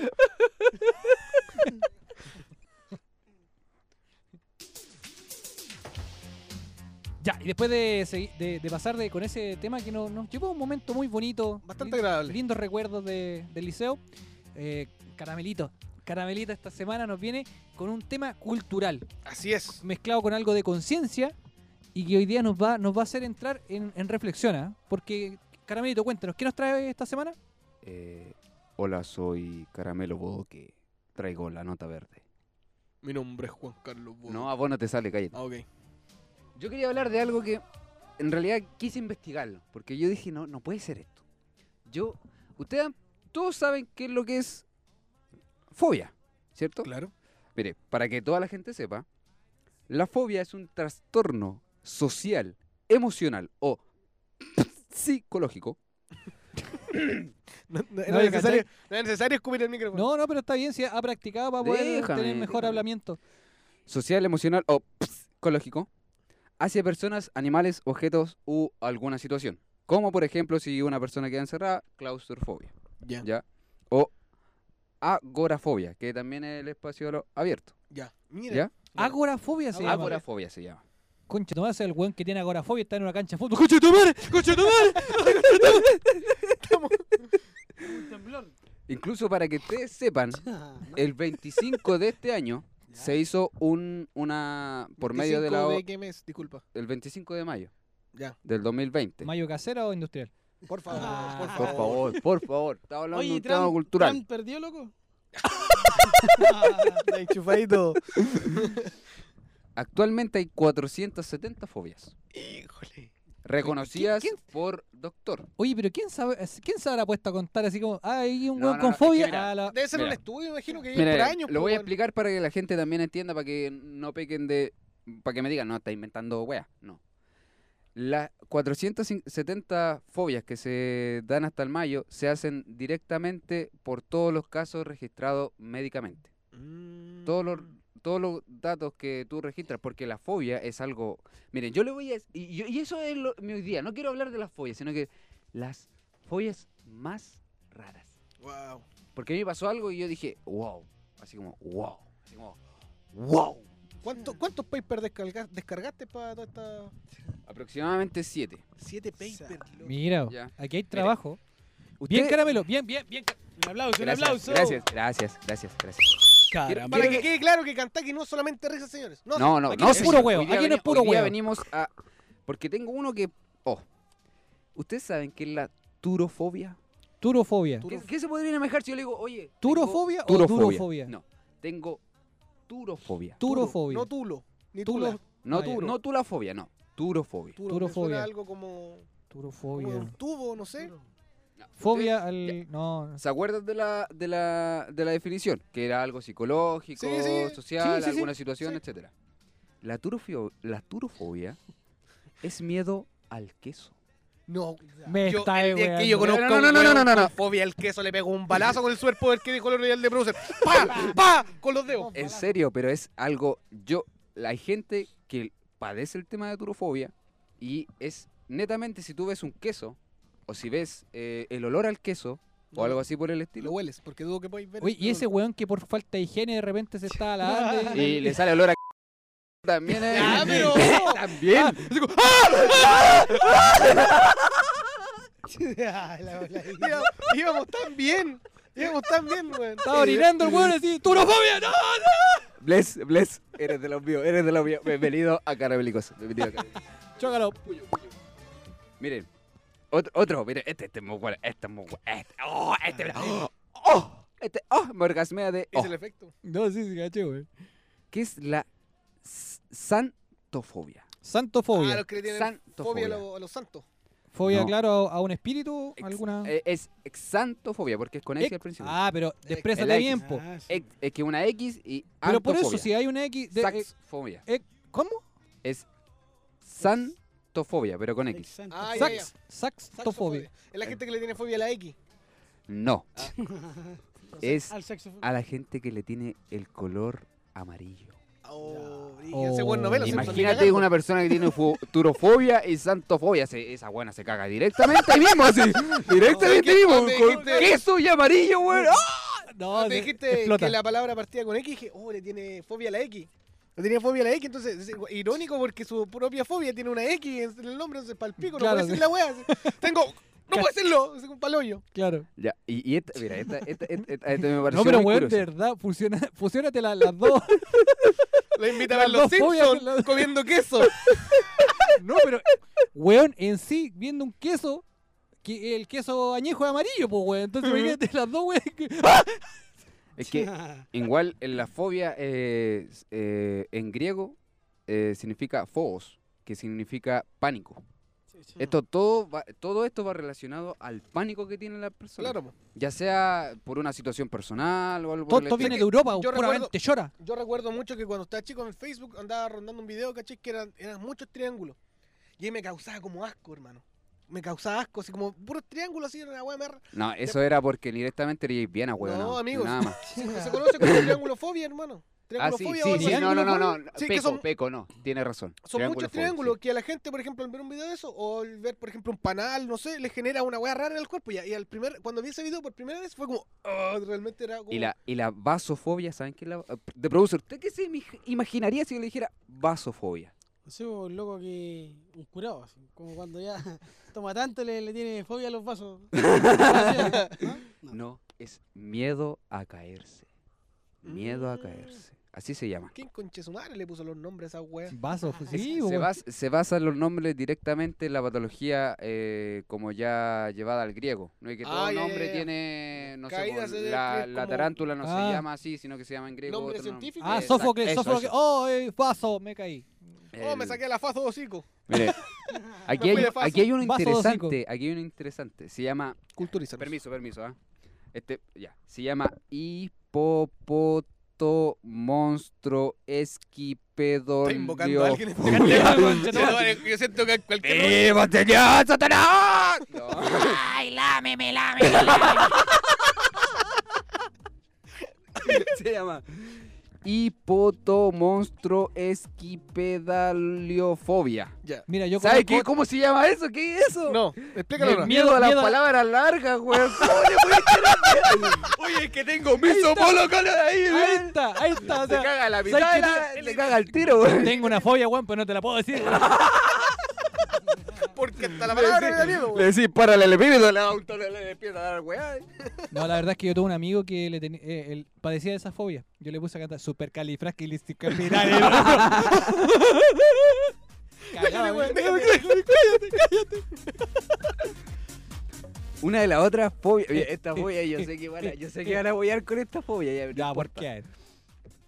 [SPEAKER 2] Ya, y después de, segui- de- de pasar de- con ese tema que nos, nos llevó a un momento muy bonito.
[SPEAKER 1] Bastante
[SPEAKER 2] lindo-
[SPEAKER 1] agradable.
[SPEAKER 2] Lindos recuerdos de- del liceo. eh, Caramelito. Caramelito esta semana nos viene con un tema cultural,
[SPEAKER 1] Así es.
[SPEAKER 2] mezclado con algo de conciencia y que hoy día nos va, nos va a hacer entrar en, en reflexión. ¿ah? Porque, Caramelito, cuéntanos, ¿qué nos trae esta semana?
[SPEAKER 6] Eh, hola, soy Caramelo Bodoque. Traigo la nota verde.
[SPEAKER 1] Mi nombre es Juan Carlos Bodo.
[SPEAKER 3] No, a vos no te sale, cállate.
[SPEAKER 1] Ah, ok.
[SPEAKER 3] Yo quería hablar de algo que en realidad quise investigarlo, porque yo dije, no, no puede ser esto. Yo, ustedes han- todos saben qué es lo que es fobia, ¿cierto?
[SPEAKER 1] Claro.
[SPEAKER 3] Mire, para que toda la gente sepa, la fobia es un trastorno social, emocional o psicológico.
[SPEAKER 1] No, no- era
[SPEAKER 2] No, yo
[SPEAKER 1] necesario, no era necesario escupir el micrófono.
[SPEAKER 2] No, no, pero está bien, si ha practicado para poder
[SPEAKER 3] Déjame,
[SPEAKER 2] tener mejor
[SPEAKER 3] déjame.
[SPEAKER 2] hablamiento.
[SPEAKER 3] social, emocional o psicológico hacia personas, animales, objetos u alguna situación. Como por ejemplo si una persona queda encerrada, claustrofobia.
[SPEAKER 1] Ya,
[SPEAKER 3] ¿ya? O agorafobia, que también es el espacio a lo abierto.
[SPEAKER 1] ya. Mira.
[SPEAKER 3] ¿Ya?
[SPEAKER 1] Bueno.
[SPEAKER 2] Agorafobia se llama.
[SPEAKER 3] Agorafobia se llama.
[SPEAKER 2] Concha, tomás el weón que tiene agorafobia y está en una cancha de fútbol. ¡Concha de tu madre! ¡Concha de tu madre!
[SPEAKER 4] Un temblor.
[SPEAKER 3] Incluso para que ustedes sepan, el 25 de este año se hizo un, una, por medio de la...
[SPEAKER 1] 25
[SPEAKER 3] O-
[SPEAKER 1] qué mes? Disculpa.
[SPEAKER 3] El 25 de mayo
[SPEAKER 1] Ya.
[SPEAKER 3] del 2020.
[SPEAKER 2] ¿Mayo casera o industrial?
[SPEAKER 1] Por favor,
[SPEAKER 2] Ah.
[SPEAKER 1] por
[SPEAKER 3] Por
[SPEAKER 1] favor.
[SPEAKER 3] favor, por favor. Estaba hablando de
[SPEAKER 4] Oye,
[SPEAKER 3] un tema
[SPEAKER 4] Trump,
[SPEAKER 3] cultural.
[SPEAKER 4] Trump perdió, loco?
[SPEAKER 1] Está enchufadito.
[SPEAKER 3] Actualmente hay 470 fobias.
[SPEAKER 1] Híjole.
[SPEAKER 3] Reconocidas
[SPEAKER 2] quién-
[SPEAKER 3] por doctor.
[SPEAKER 2] Oye, pero ¿quién sabe quién se habrá puesto a contar así como, ah, hay un
[SPEAKER 3] No,
[SPEAKER 2] weón
[SPEAKER 3] no,
[SPEAKER 2] con
[SPEAKER 3] no, es que
[SPEAKER 2] fobia?
[SPEAKER 3] mira,
[SPEAKER 2] a la-
[SPEAKER 1] Debe ser un
[SPEAKER 3] Mira.
[SPEAKER 1] estudio, me imagino que lleva por
[SPEAKER 3] Mira,
[SPEAKER 1] años.
[SPEAKER 3] lo
[SPEAKER 1] po,
[SPEAKER 3] voy a
[SPEAKER 1] weón.
[SPEAKER 3] explicar para que la gente también entienda, para que no pequen de... Para que me digan, no, está inventando weas. No. Las 470 fobias que se dan hasta el mayo se hacen directamente por todos los casos registrados médicamente.
[SPEAKER 1] Mm.
[SPEAKER 3] Todos los, todos los datos que tú registras, porque la fobia es algo... Miren, yo le voy a... Y, yo- y eso es lo- mi hoy día. No quiero hablar de las fobias, sino que las fobias más raras.
[SPEAKER 1] Wow.
[SPEAKER 3] Porque a mí me pasó algo y yo dije, wow. Así como, wow. Así como, wow.
[SPEAKER 1] ¿Cuánto- ¿Cuántos papers descarga- descargaste para toda esta...?
[SPEAKER 3] Aproximadamente siete.
[SPEAKER 1] Siete papers, loco.
[SPEAKER 2] Mira,
[SPEAKER 3] Ya.
[SPEAKER 2] aquí hay trabajo.
[SPEAKER 3] Usted-
[SPEAKER 2] Bien, caramelo, bien, bien, bien. ca-
[SPEAKER 4] Un aplauso, un
[SPEAKER 3] Gracias,
[SPEAKER 4] aplauso.
[SPEAKER 3] gracias, gracias, gracias, gracias.
[SPEAKER 2] Caramelo.
[SPEAKER 1] Para que quede claro que Kentucky no es solamente risa, señores. No,
[SPEAKER 3] No, no,
[SPEAKER 2] aquí
[SPEAKER 3] no.
[SPEAKER 2] no es
[SPEAKER 3] sí,
[SPEAKER 2] puro
[SPEAKER 3] sí,
[SPEAKER 2] huevo,
[SPEAKER 3] hoy día
[SPEAKER 2] aquí no es
[SPEAKER 3] veni-
[SPEAKER 2] puro
[SPEAKER 3] hoy día
[SPEAKER 2] huevo.
[SPEAKER 3] venimos a... Porque tengo uno que... Oh. ¿Ustedes saben qué es la turofobia?
[SPEAKER 2] Turofobia.
[SPEAKER 3] ¿Qué, qué se podría manejar si yo le digo, oye... tengo
[SPEAKER 2] ¿Turofobia o turofobia?
[SPEAKER 3] No, tengo turofobia.
[SPEAKER 2] Turofobia.
[SPEAKER 1] No tulo. Ni
[SPEAKER 2] Tulo-
[SPEAKER 1] tula.
[SPEAKER 3] No,
[SPEAKER 2] Ah, ya.
[SPEAKER 3] tu, no tulafobia, no. Turofobia.
[SPEAKER 1] Turo.
[SPEAKER 2] Turofobia.
[SPEAKER 1] me suena algo como, como de
[SPEAKER 2] Turofobia.
[SPEAKER 1] un tubo, no sé.
[SPEAKER 2] Fobia al... No.
[SPEAKER 3] ¿Se acuerdan de la, de la, de la definición? Que era algo psicológico,
[SPEAKER 1] Sí, sí.
[SPEAKER 3] social,
[SPEAKER 2] Sí, sí, sí.
[SPEAKER 3] alguna situación,
[SPEAKER 1] Sí.
[SPEAKER 3] etcétera. La, turofio- la turofobia es miedo al queso.
[SPEAKER 1] No.
[SPEAKER 2] Me
[SPEAKER 1] Yo,
[SPEAKER 2] está
[SPEAKER 1] el día que yo
[SPEAKER 2] weando.
[SPEAKER 1] conozco
[SPEAKER 3] No, no, no, no, no, no, no.
[SPEAKER 1] Fobia el queso le pegó un balazo con el superpoder que dijo el otro día el de producer. ¡Pa! ¡Pa! Con los dedos.
[SPEAKER 3] En serio, pero es algo... Yo, la hay gente que padece el tema de turofobia y es netamente si tú ves un queso o si ves eh, el olor al queso o algo así por el
[SPEAKER 1] Lo
[SPEAKER 3] estilo
[SPEAKER 1] hueles, porque dudo que podáis ver.
[SPEAKER 2] Oye, y ese weón que por falta de higiene de repente se está alando.
[SPEAKER 3] y le sale olor a... También es...
[SPEAKER 1] Ya, pero-
[SPEAKER 3] También.
[SPEAKER 4] Ah, la- la-
[SPEAKER 1] Íbamos- Íbamos tan bien. Íbamos tan bien, weón.
[SPEAKER 2] Está orinando el weón así. ¡Turofobia! ¡No!
[SPEAKER 3] Bless, bless, eres de los míos, eres de los míos. Bienvenido a Carabelicos. Bienvenido a Carabelicos.
[SPEAKER 2] Chócalo.
[SPEAKER 3] Miren, otro, otro, miren, este, este es muy bueno, este es muy bueno, este, oh, este,
[SPEAKER 2] Ah.
[SPEAKER 3] oh, este, oh, me orgasmea de,
[SPEAKER 1] Es
[SPEAKER 3] oh.
[SPEAKER 1] el efecto.
[SPEAKER 2] No, sí, sí, caché, weón.
[SPEAKER 3] ¿Qué es la s- santofobia?
[SPEAKER 1] A Ah, los
[SPEAKER 2] Santofobia.
[SPEAKER 1] que le tienen
[SPEAKER 3] Santofobia.
[SPEAKER 1] fobia a los, a los santos.
[SPEAKER 2] Fobia,
[SPEAKER 3] No.
[SPEAKER 2] claro, a, a un espíritu, alguna.
[SPEAKER 3] Eh, es xantofobia, porque es con X
[SPEAKER 2] Ex-
[SPEAKER 3] al principio.
[SPEAKER 2] ah, pero
[SPEAKER 3] El
[SPEAKER 2] exprésate
[SPEAKER 3] X.
[SPEAKER 2] bien, po.
[SPEAKER 4] Ah, sí.
[SPEAKER 3] Ex- es que una X y
[SPEAKER 2] Pero por eso,
[SPEAKER 3] antofobia.
[SPEAKER 2] si hay una X. de- eh,
[SPEAKER 3] Saxfobia.
[SPEAKER 2] eh, ¿Cómo?
[SPEAKER 3] Es santofobia, pero con X.
[SPEAKER 4] Exacto.
[SPEAKER 1] Ah, ya, ya.
[SPEAKER 2] Sax, saxtofobia.
[SPEAKER 1] Es la gente que le tiene fobia a la X.
[SPEAKER 3] No,
[SPEAKER 2] Ah.
[SPEAKER 3] es
[SPEAKER 4] Al saxofón.
[SPEAKER 3] a la gente que le tiene el color amarillo.
[SPEAKER 1] Oh, y
[SPEAKER 2] Oh.
[SPEAKER 1] Ese buen novela. se me está
[SPEAKER 3] Imagínate
[SPEAKER 1] cagando.
[SPEAKER 3] una persona que tiene fu- turofobia y santofobia. se- esa buena se caga directamente ahí mismo, así. Directamente ahí mismo.
[SPEAKER 1] ¿Te
[SPEAKER 3] Con
[SPEAKER 1] dijiste- Mm.
[SPEAKER 3] queso y amarillo, weón. ¡Ah!
[SPEAKER 2] No,
[SPEAKER 1] te
[SPEAKER 2] se-
[SPEAKER 1] dijiste
[SPEAKER 2] explota.
[SPEAKER 1] que la palabra partía con X, dije, oh, le tiene fobia a la X. Le tenía fobia a la X, entonces, es igual- irónico porque su propia fobia tiene una X en el nombre, entonces, pal pico,
[SPEAKER 2] Claro,
[SPEAKER 1] no puede
[SPEAKER 2] sí.
[SPEAKER 1] decir la wea. así. Tengo, no puedo decirlo, es un palollo.
[SPEAKER 2] Claro.
[SPEAKER 3] Ya, y, y esta, mira, esta, esta, esta- esta- esta me pareció
[SPEAKER 2] No, pero
[SPEAKER 3] muy
[SPEAKER 2] weón, de
[SPEAKER 3] curiosa.
[SPEAKER 2] verdad, fusiona, fusionate la- las dos.
[SPEAKER 1] Lo invita a
[SPEAKER 2] Las
[SPEAKER 1] ver los
[SPEAKER 2] dos fobias,
[SPEAKER 1] Simpsons
[SPEAKER 2] las-
[SPEAKER 1] comiendo queso.
[SPEAKER 2] No, pero, weón, en sí, viendo un queso, que el queso añejo es amarillo, pues, weón. Entonces, imagínate las dos, weón. que- ¡Ah!
[SPEAKER 3] Es que
[SPEAKER 4] Ah.
[SPEAKER 3] igual en la fobia eh, s- eh, en griego eh, significa phobos, que significa pánico.
[SPEAKER 1] Mm.
[SPEAKER 3] Esto todo va- todo esto va relacionado al pánico que tiene la persona.
[SPEAKER 1] Claro, po.
[SPEAKER 3] Ya sea por una situación personal o algo
[SPEAKER 2] Todo
[SPEAKER 3] por el
[SPEAKER 2] esto
[SPEAKER 3] estilo.
[SPEAKER 2] viene de Europa,
[SPEAKER 1] yo
[SPEAKER 2] puramente llora.
[SPEAKER 1] yo recuerdo mucho que cuando estaba chico en Facebook andaba rondando un video, caché, que eran, eran muchos triángulos. Y ahí me causaba como asco, hermano. Me causaba asco, así como puros triángulos, así, una wea me arra-
[SPEAKER 3] No, eso era porque directamente eres bien a
[SPEAKER 1] No, amigos.
[SPEAKER 3] Nada más.
[SPEAKER 1] Se conoce como triangulofobia, hermano.
[SPEAKER 3] Ah, sí,
[SPEAKER 1] Triangulofobia o
[SPEAKER 3] sí,
[SPEAKER 1] algo
[SPEAKER 3] sí,
[SPEAKER 1] así.
[SPEAKER 3] no, no, no, no,
[SPEAKER 1] Sí, que
[SPEAKER 3] peco,
[SPEAKER 1] son-
[SPEAKER 3] peco, no, tiene razón.
[SPEAKER 1] Son muchos
[SPEAKER 3] Triangulofobia,
[SPEAKER 1] triángulos
[SPEAKER 3] sí.
[SPEAKER 1] que a la gente, por ejemplo, al ver un video de eso, o al ver, por ejemplo, un panal, no sé, le genera una weá rara en el cuerpo. Y, y al primer, cuando vi ese video por primera vez fue como, "Ah", realmente era como.
[SPEAKER 3] Y la, y la vasofobia, ¿saben qué es la De producer, ¿usted qué se imag- imaginaría si yo le dijera vasofobia?
[SPEAKER 4] Sí, un loco que. un curado, así. Como cuando ya toma tanto le, le tiene fobia a los vasos. ¿Ah? ¿No?
[SPEAKER 3] No. es miedo a caerse. Miedo a
[SPEAKER 1] Mm.
[SPEAKER 3] caerse. Así se llama.
[SPEAKER 1] ¿Quién conche su madre le puso los nombres a esa weá?
[SPEAKER 2] Vaso, pues, sí,
[SPEAKER 3] Eh, se,
[SPEAKER 2] weón.
[SPEAKER 3] bas- se basan los nombres directamente en la patología eh, como ya llevada al griego. No es que todo
[SPEAKER 1] Ah, ya, ya,
[SPEAKER 3] nombre
[SPEAKER 1] ya.
[SPEAKER 3] tiene, no
[SPEAKER 1] Caídas
[SPEAKER 3] sé,
[SPEAKER 1] de-
[SPEAKER 3] por- la,
[SPEAKER 1] que es
[SPEAKER 3] la
[SPEAKER 1] como-
[SPEAKER 3] tarántula no
[SPEAKER 2] Ah.
[SPEAKER 3] se llama así, sino que se llama en griego.
[SPEAKER 1] Nombre
[SPEAKER 3] otro nombre.
[SPEAKER 1] científico.
[SPEAKER 2] Ah,
[SPEAKER 1] Exacto,
[SPEAKER 2] Sófocles,
[SPEAKER 3] eh, eso,
[SPEAKER 2] Sófocles.
[SPEAKER 3] eso.
[SPEAKER 2] Oh, eh, vaso, me caí.
[SPEAKER 1] Oh, me
[SPEAKER 3] El-
[SPEAKER 1] saqué la faz de hocico.
[SPEAKER 3] Mire, aquí,
[SPEAKER 1] Me fui
[SPEAKER 3] hay,
[SPEAKER 1] de faso.
[SPEAKER 3] aquí hay uno
[SPEAKER 2] Vaso de hocico.
[SPEAKER 3] interesante, aquí hay uno interesante. Se llama,
[SPEAKER 1] Culturiza.
[SPEAKER 3] permiso, permiso, ah. Este, ya, se llama hipopoto monstruo
[SPEAKER 1] Está invocando a alguien. en este canal, conche tu madre. Yo siento que cualquier.
[SPEAKER 3] ¡Llévate ya, Satanás!
[SPEAKER 7] Ay, lámeme, lámeme.
[SPEAKER 3] se llama hipoto monstruo esquipedaliofobia.
[SPEAKER 1] Ya.
[SPEAKER 2] Mira, yo
[SPEAKER 3] ¿Sabes qué?
[SPEAKER 2] conozco-
[SPEAKER 3] ¿Cómo se llama eso? ¿Qué es eso?
[SPEAKER 1] No,
[SPEAKER 3] El
[SPEAKER 1] explícalo ahora.
[SPEAKER 3] miedo a las
[SPEAKER 2] miedo a-
[SPEAKER 3] palabras largas, güey. ¿Cómo le pudiste dar- Oye, es que tengo miso polo con ahí, güey.
[SPEAKER 2] Ahí está, ahí está. o
[SPEAKER 3] Se
[SPEAKER 2] sea,
[SPEAKER 3] caga la
[SPEAKER 2] ¿sabes
[SPEAKER 3] mitad,
[SPEAKER 2] qué?
[SPEAKER 3] de la- se caga el tiro, güey.
[SPEAKER 2] Tengo una fobia, weón, pero no te la puedo decir.
[SPEAKER 1] Porque hasta la palabra me da miedo,
[SPEAKER 3] Le
[SPEAKER 1] weón.
[SPEAKER 3] decís, párale el espíritu, le auto le empieza a dar, güey.
[SPEAKER 2] No, la verdad es que yo tuve un amigo que le tenía- eh, él padecía de esa fobia. Yo le puse a cantar supercalifragilisticapitalidad.
[SPEAKER 1] Déjale,
[SPEAKER 2] Cagaba,
[SPEAKER 1] weón,
[SPEAKER 2] weón.
[SPEAKER 1] déjale.
[SPEAKER 3] Una de las otras fobias.
[SPEAKER 2] Eh,
[SPEAKER 3] Oye, esta
[SPEAKER 2] eh,
[SPEAKER 3] fobia, yo
[SPEAKER 2] eh,
[SPEAKER 3] sé que van
[SPEAKER 2] eh,
[SPEAKER 3] a, yo sé
[SPEAKER 2] eh.
[SPEAKER 3] que van a boyar con esta fobia. Ya, no
[SPEAKER 2] Ya, ¿por
[SPEAKER 3] importa.
[SPEAKER 2] qué?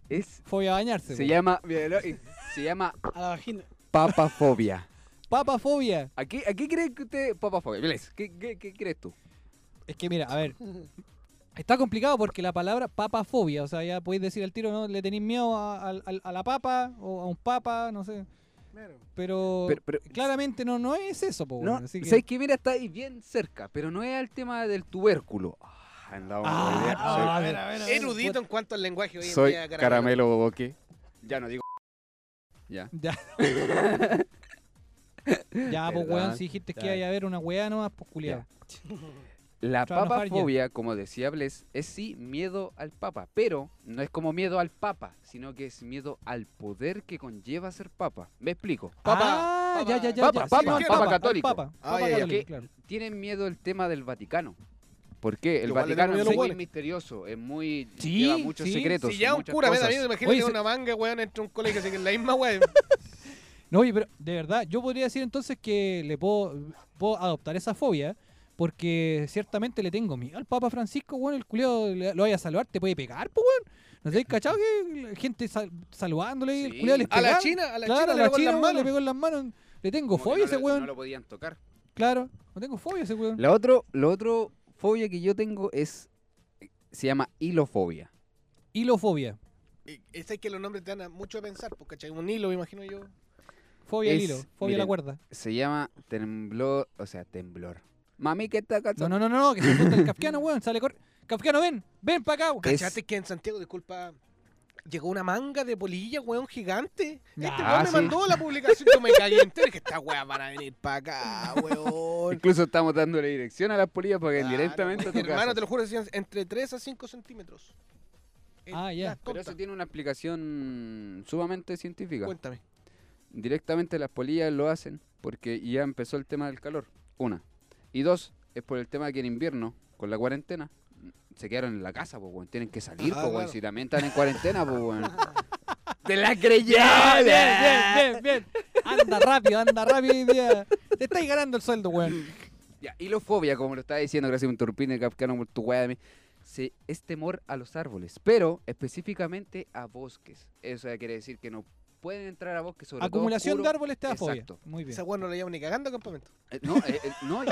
[SPEAKER 3] Es,
[SPEAKER 2] Fobia a bañarse.
[SPEAKER 3] se
[SPEAKER 2] weón.
[SPEAKER 3] llama, mira, lo- eh, se llama
[SPEAKER 4] A la vagina.
[SPEAKER 3] papafobia.
[SPEAKER 2] Papafobia.
[SPEAKER 3] ¿A qué, a qué cree que usted, papafobia? Miles, ¿qué, qué, qué crees tú?
[SPEAKER 2] Es que mira, a ver. Está complicado porque la palabra papafobia, o sea, ya podéis decir al tiro, ¿no? Le tenéis miedo a, al- al- a la papa o a un papa, no sé. Pero,
[SPEAKER 3] Pero- pero-
[SPEAKER 2] claramente no, no es eso, po,
[SPEAKER 3] No,
[SPEAKER 2] weón, Oh, así que-
[SPEAKER 3] ¿Sabes qué? Mira, está ahí bien cerca, pero no es al tema del tubérculo. Ah, andaba con la idea.
[SPEAKER 2] Ah,
[SPEAKER 3] Soy-
[SPEAKER 2] a ver, a ver, a ver.
[SPEAKER 1] Erudito en cuanto al lenguaje hoy en
[SPEAKER 3] Soy
[SPEAKER 1] día,
[SPEAKER 3] caramelo bodoque. Ya no digo. Ya.
[SPEAKER 2] Ya. ya, pues,
[SPEAKER 3] ¿Verdad?
[SPEAKER 2] weón, si dijiste que
[SPEAKER 3] Ya.
[SPEAKER 2] iba a haber una weá nomás, pues, culiado.
[SPEAKER 3] La
[SPEAKER 2] Te van a enojar ya.
[SPEAKER 3] papafobia, como decía Bles, es sí miedo al papa, pero no es como miedo al papa, sino que es miedo al poder que conlleva ser papa. Me explico.
[SPEAKER 2] Ah,
[SPEAKER 1] Papa,
[SPEAKER 2] ya, ya, ya.
[SPEAKER 3] Papa,
[SPEAKER 2] ya.
[SPEAKER 3] papa,
[SPEAKER 2] no, al
[SPEAKER 3] papa
[SPEAKER 2] al
[SPEAKER 3] católico.
[SPEAKER 2] Papa,
[SPEAKER 1] Ah,
[SPEAKER 2] papa
[SPEAKER 1] ya, ya.
[SPEAKER 2] católico,
[SPEAKER 3] Que-
[SPEAKER 2] claro.
[SPEAKER 3] Tienen miedo el tema del Vaticano. ¿Por qué? El
[SPEAKER 1] Igual le tengo
[SPEAKER 3] Vaticano
[SPEAKER 1] miedo a
[SPEAKER 3] es
[SPEAKER 1] los
[SPEAKER 3] muy
[SPEAKER 1] hueones.
[SPEAKER 3] misterioso, es muy...
[SPEAKER 2] Sí,
[SPEAKER 3] lleva muchos
[SPEAKER 2] sí.
[SPEAKER 3] secretos.
[SPEAKER 1] Si ya un
[SPEAKER 3] muchas
[SPEAKER 1] cura me da
[SPEAKER 3] cosas.
[SPEAKER 1] miedo, imagínate
[SPEAKER 2] Oye, se-
[SPEAKER 1] una manga, weón, entre un colegio, así que es la misma weón.
[SPEAKER 2] No, oye, pero de verdad, yo podría decir entonces que le puedo, puedo adoptar esa fobia. Porque ciertamente le tengo miedo al Papa Francisco, weón. El culiado lo vaya a saludar, te puede pegar, pues, weón. ¿No te has cachado que la gente sal- saludándole y el
[SPEAKER 3] Sí.
[SPEAKER 2] culiado les
[SPEAKER 1] A
[SPEAKER 2] pegaba?
[SPEAKER 1] la China, a la
[SPEAKER 2] claro,
[SPEAKER 1] China
[SPEAKER 2] a
[SPEAKER 1] le
[SPEAKER 2] la
[SPEAKER 1] pegó en
[SPEAKER 2] China,
[SPEAKER 1] las
[SPEAKER 2] weón, le
[SPEAKER 1] manos.
[SPEAKER 2] pegó en las manos. Le tengo
[SPEAKER 3] Como que
[SPEAKER 2] fobia a
[SPEAKER 3] no
[SPEAKER 2] ese
[SPEAKER 3] lo-
[SPEAKER 2] weón.
[SPEAKER 3] No lo podían tocar.
[SPEAKER 2] Claro, no tengo fobia a ese weón.
[SPEAKER 3] La otro, lo otro fobia que yo tengo es... Se llama hilofobia.
[SPEAKER 2] Hilofobia.
[SPEAKER 1] Y- y sabes que los nombres te dan a- mucho a pensar, porque ¿cachai? Un hilo, me imagino yo.
[SPEAKER 2] Fobia al
[SPEAKER 3] Es-
[SPEAKER 2] hilo, fobia a la
[SPEAKER 3] miren.
[SPEAKER 2] cuerda.
[SPEAKER 3] Se llama temblor, o sea, temblor. Mami, ¿qué está
[SPEAKER 2] No,
[SPEAKER 3] cachando?
[SPEAKER 2] no, no, no, que se asusta el kafkiano, weón. Sale corre. Kafkiano, ven, ven para acá. weón.
[SPEAKER 3] Es-
[SPEAKER 1] ¿Cachaste que en Santiago, disculpa, Llegó una manga de polilla, weón, gigante. Este
[SPEAKER 2] Ah,
[SPEAKER 1] weón me
[SPEAKER 3] sí.
[SPEAKER 1] mandó la publicación. Yo me cagué entero. Dije, estas weas van a venir para acá, weón.
[SPEAKER 3] Incluso estamos dándole dirección a las polillas para que
[SPEAKER 1] Claro,
[SPEAKER 3] directamente a tu
[SPEAKER 1] weón. Hermano,
[SPEAKER 3] casa.
[SPEAKER 1] te lo juro, decían entre 3 a 5 centímetros. Eh,
[SPEAKER 2] Ah, ya.
[SPEAKER 1] las
[SPEAKER 3] Pero
[SPEAKER 1] tontas.
[SPEAKER 3] eso tiene una explicación sumamente científica.
[SPEAKER 1] Cuéntame.
[SPEAKER 3] Directamente las polillas lo hacen porque ya empezó el tema del calor. Una. Y dos, es por el tema que en invierno, con la cuarentena, se quedaron en la casa, pues, weón. Tienen que salir,
[SPEAKER 1] Ah,
[SPEAKER 3] pues, weón.
[SPEAKER 1] claro.
[SPEAKER 3] Si también están en cuarentena, pues, weón.
[SPEAKER 6] ¡Te la creía!
[SPEAKER 2] Ah, Bien, bien, bien, bien. Anda rápido, anda rápido hoy día. Te estáis ganando el sueldo, weón.
[SPEAKER 3] Ya, y la fobia, como lo estaba diciendo, gracias a un turpino capcano por tu weá de mí, se- es temor a los árboles, pero específicamente a bosques. Eso quiere decir que no pueden entrar a bosques sobre todo
[SPEAKER 2] Acumulación de
[SPEAKER 3] oscuro.
[SPEAKER 2] árboles te da fobia.
[SPEAKER 3] Exacto.
[SPEAKER 2] Muy bien.
[SPEAKER 1] Esa weón no la lleva ni cagando a campamento.
[SPEAKER 3] Eh, No, eh, eh, no, y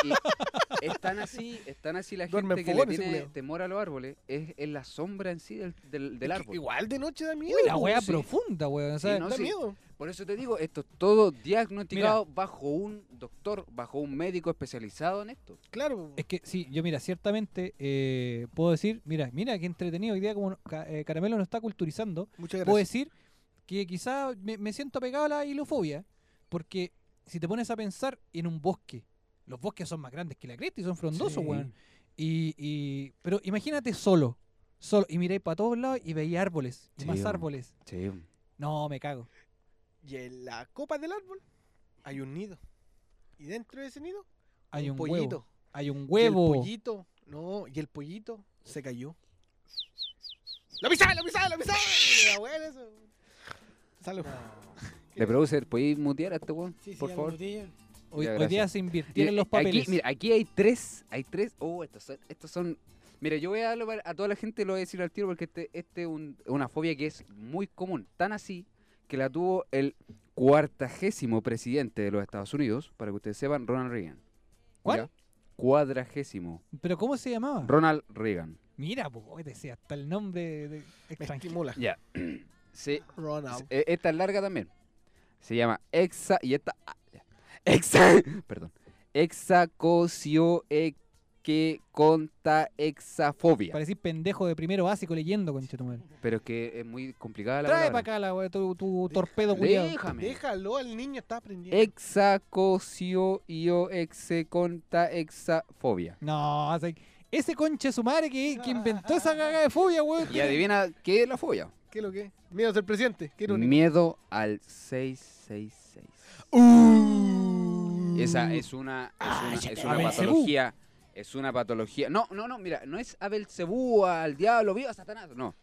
[SPEAKER 3] están así, están así la
[SPEAKER 1] Duerme
[SPEAKER 3] gente que le
[SPEAKER 1] pobre ese
[SPEAKER 3] tiene
[SPEAKER 1] culiao.
[SPEAKER 3] temor a los árboles, es, es la sombra en sí del, del, del
[SPEAKER 1] Es que
[SPEAKER 3] árbol.
[SPEAKER 1] Igual de noche da miedo.
[SPEAKER 2] La weá
[SPEAKER 1] weón.
[SPEAKER 2] profunda, weón. o sea,
[SPEAKER 3] Sí, no,
[SPEAKER 1] Da
[SPEAKER 3] sí.
[SPEAKER 1] miedo.
[SPEAKER 3] Por eso te digo, esto es todo diagnosticado bajo un doctor, bajo un médico especializado en esto.
[SPEAKER 1] Claro.
[SPEAKER 2] Es que sí, yo mira, ciertamente eh, puedo decir, mira, mira qué entretenido, hoy día como no- ca- eh, Caramelo nos está culturizando,
[SPEAKER 1] Muchas
[SPEAKER 2] puedo
[SPEAKER 1] gracias.
[SPEAKER 2] decir que quizá me, me siento pegado a la hilofobia, porque si te pones a pensar en un bosque, los bosques son más grandes que la cresta y son frondosos,
[SPEAKER 1] Sí.
[SPEAKER 2] weón. Y, y- pero imagínate solo, solo, y miráis para todos lados y veis árboles, y
[SPEAKER 3] Sí,
[SPEAKER 2] más
[SPEAKER 3] weón.
[SPEAKER 2] árboles.
[SPEAKER 3] Sí.
[SPEAKER 2] No, me cago.
[SPEAKER 1] Y en la copa del árbol hay un nido. Y dentro de ese nido
[SPEAKER 2] Hay un
[SPEAKER 1] pollito.
[SPEAKER 2] huevo. Hay un
[SPEAKER 1] Y
[SPEAKER 2] huevo.
[SPEAKER 1] el pollito, no, y el pollito se cayó. ¡Lo pisaba, lo pisaba, lo pisaba! La wea era eso. Salud.
[SPEAKER 3] Le produce, ¿podéis mutear a este weón?
[SPEAKER 4] Sí, sí,
[SPEAKER 3] por
[SPEAKER 4] ya lo
[SPEAKER 3] favor.
[SPEAKER 4] boté ya.
[SPEAKER 2] Hoy,
[SPEAKER 3] Ya,
[SPEAKER 2] hoy
[SPEAKER 3] gracias.
[SPEAKER 2] día se invirtieron
[SPEAKER 3] Mira,
[SPEAKER 2] los papeles.
[SPEAKER 3] Aquí, mira, aquí hay tres, hay tres. Oh, estos son, estos son. Mira, yo voy a darlo para- a toda la gente, lo voy a decir al tiro porque este, este es un- una fobia que es muy común. Tan así que la tuvo el cuartagésimo presidente de los Estados Unidos, para que ustedes sepan, Ronald Reagan.
[SPEAKER 2] ¿Cuál?
[SPEAKER 3] ¿Ya? Cuadragésimo.
[SPEAKER 2] Pero ¿cómo se llamaba?
[SPEAKER 3] Ronald Reagan.
[SPEAKER 2] Mira, pues, decía hasta el nombre de
[SPEAKER 1] Me
[SPEAKER 2] extranjero.
[SPEAKER 1] estimula.
[SPEAKER 3] Ya. Se,
[SPEAKER 1] Ronald.
[SPEAKER 3] se- eh, esta es larga también. Se llama exa y esta ah, ya. exa, perdón. Exacocio que conta exafobia.
[SPEAKER 2] Parecís pendejo de primero básico leyendo, conche tu madre.
[SPEAKER 3] Pero es que es muy complicada la
[SPEAKER 2] Trae para
[SPEAKER 3] palabra.
[SPEAKER 2] acá la, wea, tu, tu torpedo, culiado.
[SPEAKER 3] Déjame.
[SPEAKER 1] Déjalo, el niño está aprendiendo.
[SPEAKER 3] Exacocio io exe conta exafobia.
[SPEAKER 2] No, o sea, ese conche su madre que, que inventó esa cagada de fobia, weón.
[SPEAKER 3] Y adivina qué es la fobia.
[SPEAKER 1] ¿Qué es lo que es? Miedo a ser presidente.
[SPEAKER 3] Mm.
[SPEAKER 1] Quiero un
[SPEAKER 3] Miedo al 666.
[SPEAKER 2] ¡Uh!
[SPEAKER 3] Esa es una,
[SPEAKER 2] Ah,
[SPEAKER 3] es una, es una
[SPEAKER 2] Abel Cebú.
[SPEAKER 3] patología. Es una patología. No, no, no, mira, no es a Belcebú, al diablo, viva Satanás. No.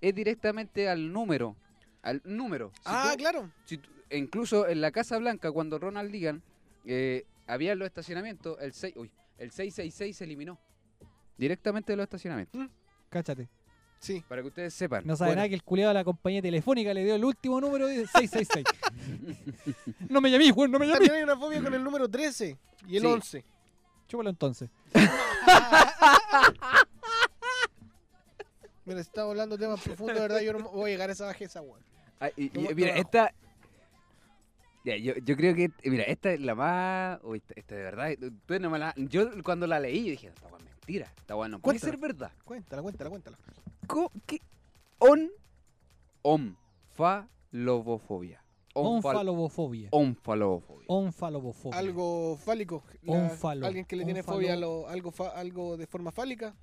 [SPEAKER 3] Es directamente al número. Al número. Si
[SPEAKER 1] Ah,
[SPEAKER 3] tú-
[SPEAKER 1] claro.
[SPEAKER 3] si tú- e incluso en la Casa Blanca, cuando Ronald Reagan eh, había los estacionamientos, el, 6, uy, el 666 se eliminó directamente de los estacionamientos.
[SPEAKER 2] Cáchate.
[SPEAKER 1] Sí.
[SPEAKER 3] Para que ustedes sepan.
[SPEAKER 2] No sabe nada que el culiado de la compañía telefónica le dio el último número de 666. no me llamís, weón, no me llamís.
[SPEAKER 1] También hay una fobia con el número 13 y el
[SPEAKER 3] Sí.
[SPEAKER 1] 11.
[SPEAKER 2] Chúpalo entonces.
[SPEAKER 1] Mira, se está hablando temas profundos, de verdad. Yo no voy a llegar a esa bajeza, weón.
[SPEAKER 3] Ah, y- y-
[SPEAKER 1] No,
[SPEAKER 3] mira,
[SPEAKER 1] no.
[SPEAKER 3] esta. Ya, yo, yo creo que. Mira, esta es la más. uy, esta, esta de verdad. ustedes no me la- yo cuando la leí, yo dije, esta weá es mentira. Esta weá no puede
[SPEAKER 1] Cuéntala.
[SPEAKER 3] ser verdad.
[SPEAKER 1] Cuéntala, cuéntala, cuéntala.
[SPEAKER 3] Co- ¿Qué? On. Onfalobofobia. Onfal-
[SPEAKER 2] Onfalobofobia.
[SPEAKER 3] Onfalobofobia.
[SPEAKER 2] Onfalobofobia.
[SPEAKER 1] Algo fálico. la-
[SPEAKER 2] Un falo,
[SPEAKER 1] Alguien que le
[SPEAKER 2] un
[SPEAKER 1] tiene
[SPEAKER 2] falo.
[SPEAKER 1] fobia a lo- algo, fa- algo de forma fálica.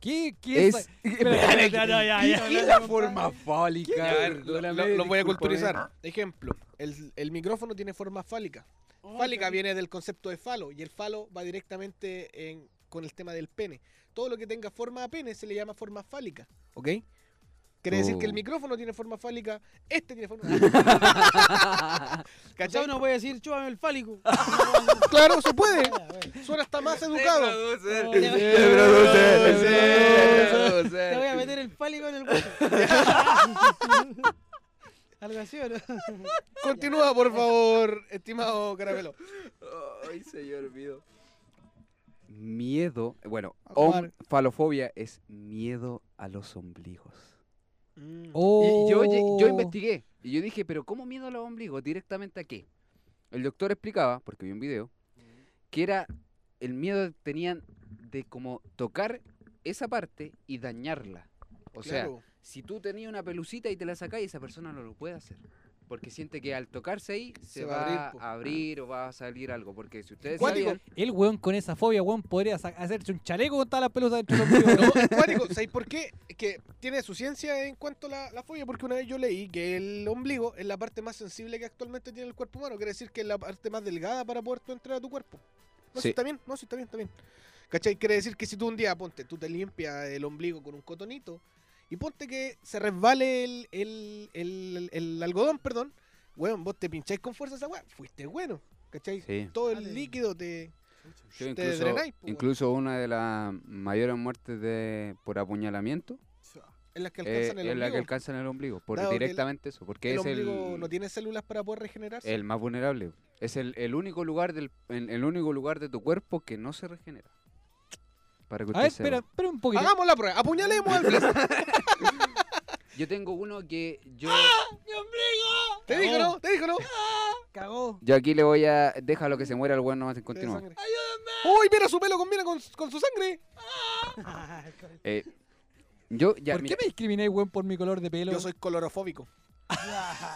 [SPEAKER 2] ¿Qué, qué
[SPEAKER 3] Es.
[SPEAKER 2] Espérate, ya, ya, ya, ya.
[SPEAKER 3] Y la forma fálica.
[SPEAKER 1] Ya, lo,
[SPEAKER 3] perdóname,
[SPEAKER 1] lo- lo voy a
[SPEAKER 3] discúlpame.
[SPEAKER 1] culturizar. Ejemplo, el, el micrófono tiene forma fálica.
[SPEAKER 4] Oh,
[SPEAKER 1] Fálica
[SPEAKER 4] qué-
[SPEAKER 1] viene del concepto de falo y el falo va directamente en- con el tema del pene. Todo lo que tenga forma de pene se le llama forma fálica, ¿ok? Quiere decir que el
[SPEAKER 3] Oh.
[SPEAKER 1] micrófono tiene forma fálica, este tiene forma
[SPEAKER 4] O sea,
[SPEAKER 1] ¿Cachai? Ah,
[SPEAKER 4] uno puede decir, chúpame el fálico.
[SPEAKER 1] Claro, se puede. Suena hasta más educado.
[SPEAKER 4] Te voy a-
[SPEAKER 3] Se produce, se produce.
[SPEAKER 4] Te voy a meter el fálico en el hueco. Algo así, ¿o no?
[SPEAKER 1] Continúa, por favor, estimado Caramelo.
[SPEAKER 3] Ay, señor mío. Miedo, bueno,
[SPEAKER 2] Omar.
[SPEAKER 3] falofobia es miedo a los ombligos.
[SPEAKER 2] Oh.
[SPEAKER 3] Y yo, lle- yo investigué y yo dije, pero ¿cómo miedo a los ombligos? ¿Directamente a qué? El doctor explicaba, porque vi un video, que era el miedo que tenían de como tocar esa parte y dañarla. O sea,
[SPEAKER 1] Claro.
[SPEAKER 3] si tú tenías una pelucita y te la sacás, esa persona no lo puede hacer. Porque siente que al tocarse ahí se, va, a abrir,
[SPEAKER 1] po. Ah.
[SPEAKER 3] o va a salir algo. Porque si ustedes
[SPEAKER 1] Cuático.
[SPEAKER 3] sabían,
[SPEAKER 2] El weón con esa fobia, weón, podría sa- hacerse un chaleco con todas las pelotas dentro de los
[SPEAKER 1] No, es cuático, ¿sabéis por qué? Es que tiene su ciencia en cuanto a la, la fobia, porque una vez yo leí que el ombligo es la parte más sensible que actualmente tiene el cuerpo humano, quiere decir que es la parte más delgada para poder tú entrar a tu cuerpo. No, si
[SPEAKER 3] Sí.
[SPEAKER 1] está bien, no, si está bien, está bien. ¿Cachai? Quiere decir que si tú un día, ponte, tú te limpias el ombligo con un cotonito y ponte que se resbale el, el, el- el algodón, perdón, weón, vos te pincháis con fuerza esa weá, fuiste bueno, ¿cachai?
[SPEAKER 3] Sí.
[SPEAKER 1] Todo el
[SPEAKER 4] Dale.
[SPEAKER 1] líquido te...
[SPEAKER 3] yo
[SPEAKER 1] te
[SPEAKER 3] incluso,
[SPEAKER 1] drenáis, po, weón.
[SPEAKER 3] incluso una de las mayores muertes de, por apuñalamiento
[SPEAKER 1] En las que
[SPEAKER 3] eh,
[SPEAKER 1] alcanzan el
[SPEAKER 3] es la que
[SPEAKER 1] ombligo.
[SPEAKER 3] alcanza en el ombligo. Por
[SPEAKER 1] Dado que el-
[SPEAKER 3] directamente eso. Porque
[SPEAKER 1] el
[SPEAKER 3] es el,
[SPEAKER 1] ombligo no tiene células para poder regenerarse.
[SPEAKER 3] el más vulnerable. Es el, el único lugar del en- el único lugar de tu cuerpo que no se regenera. Para que
[SPEAKER 2] A ver,
[SPEAKER 3] usted Ah, sepa.
[SPEAKER 2] espera, espera un poquito.
[SPEAKER 1] Hagamos la prueba, apuñalemos al Blitz.
[SPEAKER 3] Yo tengo uno que yo
[SPEAKER 1] ¡Ah! Te digo, ¿no? Te digo, ¿no?
[SPEAKER 4] Cagó.
[SPEAKER 3] yo aquí le voy a déjalo que se muera el weón nomás en
[SPEAKER 1] Te
[SPEAKER 3] continuo.
[SPEAKER 1] sangre. ¡Uy, mira su pelo combina con, con su sangre!
[SPEAKER 3] Eh, yo ya
[SPEAKER 2] ¿Por
[SPEAKER 3] mira,
[SPEAKER 2] qué me discrimináis, weón, por mi color de pelo?
[SPEAKER 1] Yo soy colorofóbico.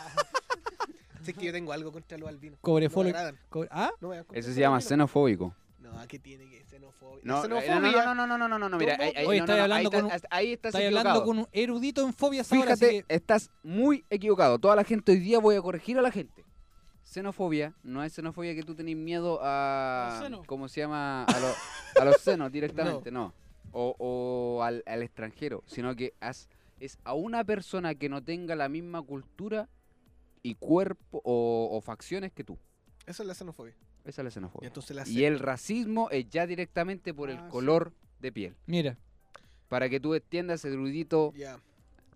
[SPEAKER 1] Si es que yo tengo algo contra los albinos.
[SPEAKER 2] cobrefolo.
[SPEAKER 1] No me agradan.
[SPEAKER 2] cobre- ¿Ah?
[SPEAKER 1] No me dan contra
[SPEAKER 3] eso
[SPEAKER 1] los
[SPEAKER 3] se llama
[SPEAKER 1] albinos.
[SPEAKER 3] xenofóbico.
[SPEAKER 1] No, ¿qué tiene que xenofobia?
[SPEAKER 3] No, eh,
[SPEAKER 1] xenofobia.
[SPEAKER 3] no, no, no, no, no, no, no, no, no, mira,
[SPEAKER 1] Todo-
[SPEAKER 3] ahí, ahí,
[SPEAKER 2] Oye,
[SPEAKER 3] no, no,
[SPEAKER 2] estás
[SPEAKER 3] no,
[SPEAKER 2] hablando
[SPEAKER 3] ahí,
[SPEAKER 2] con
[SPEAKER 3] estás- ahí estás
[SPEAKER 2] Estás
[SPEAKER 3] equivocado.
[SPEAKER 2] hablando con un erudito en fobias ahora, así
[SPEAKER 3] Fíjate,
[SPEAKER 2] que...
[SPEAKER 3] estás muy equivocado. Toda la gente hoy día voy a corregir a la gente. Xenofobia no es xenofobia que tú tenés miedo a.
[SPEAKER 4] Al seno.
[SPEAKER 3] ¿Cómo se llama? A, lo- a los senos directamente, no. O, o al, al extranjero, sino que haz- es a una persona que no tenga la misma cultura y cuerpo o, o facciones que tú.
[SPEAKER 1] Eso es la xenofobia.
[SPEAKER 3] Esa es la
[SPEAKER 1] Y
[SPEAKER 3] xenofobia.
[SPEAKER 1] entonces la
[SPEAKER 3] Y el racismo es ya directamente por
[SPEAKER 4] Ah,
[SPEAKER 3] el
[SPEAKER 4] sí.
[SPEAKER 3] color de piel.
[SPEAKER 2] Mira,
[SPEAKER 3] Para que tú entiendas, erudito.
[SPEAKER 1] Ya.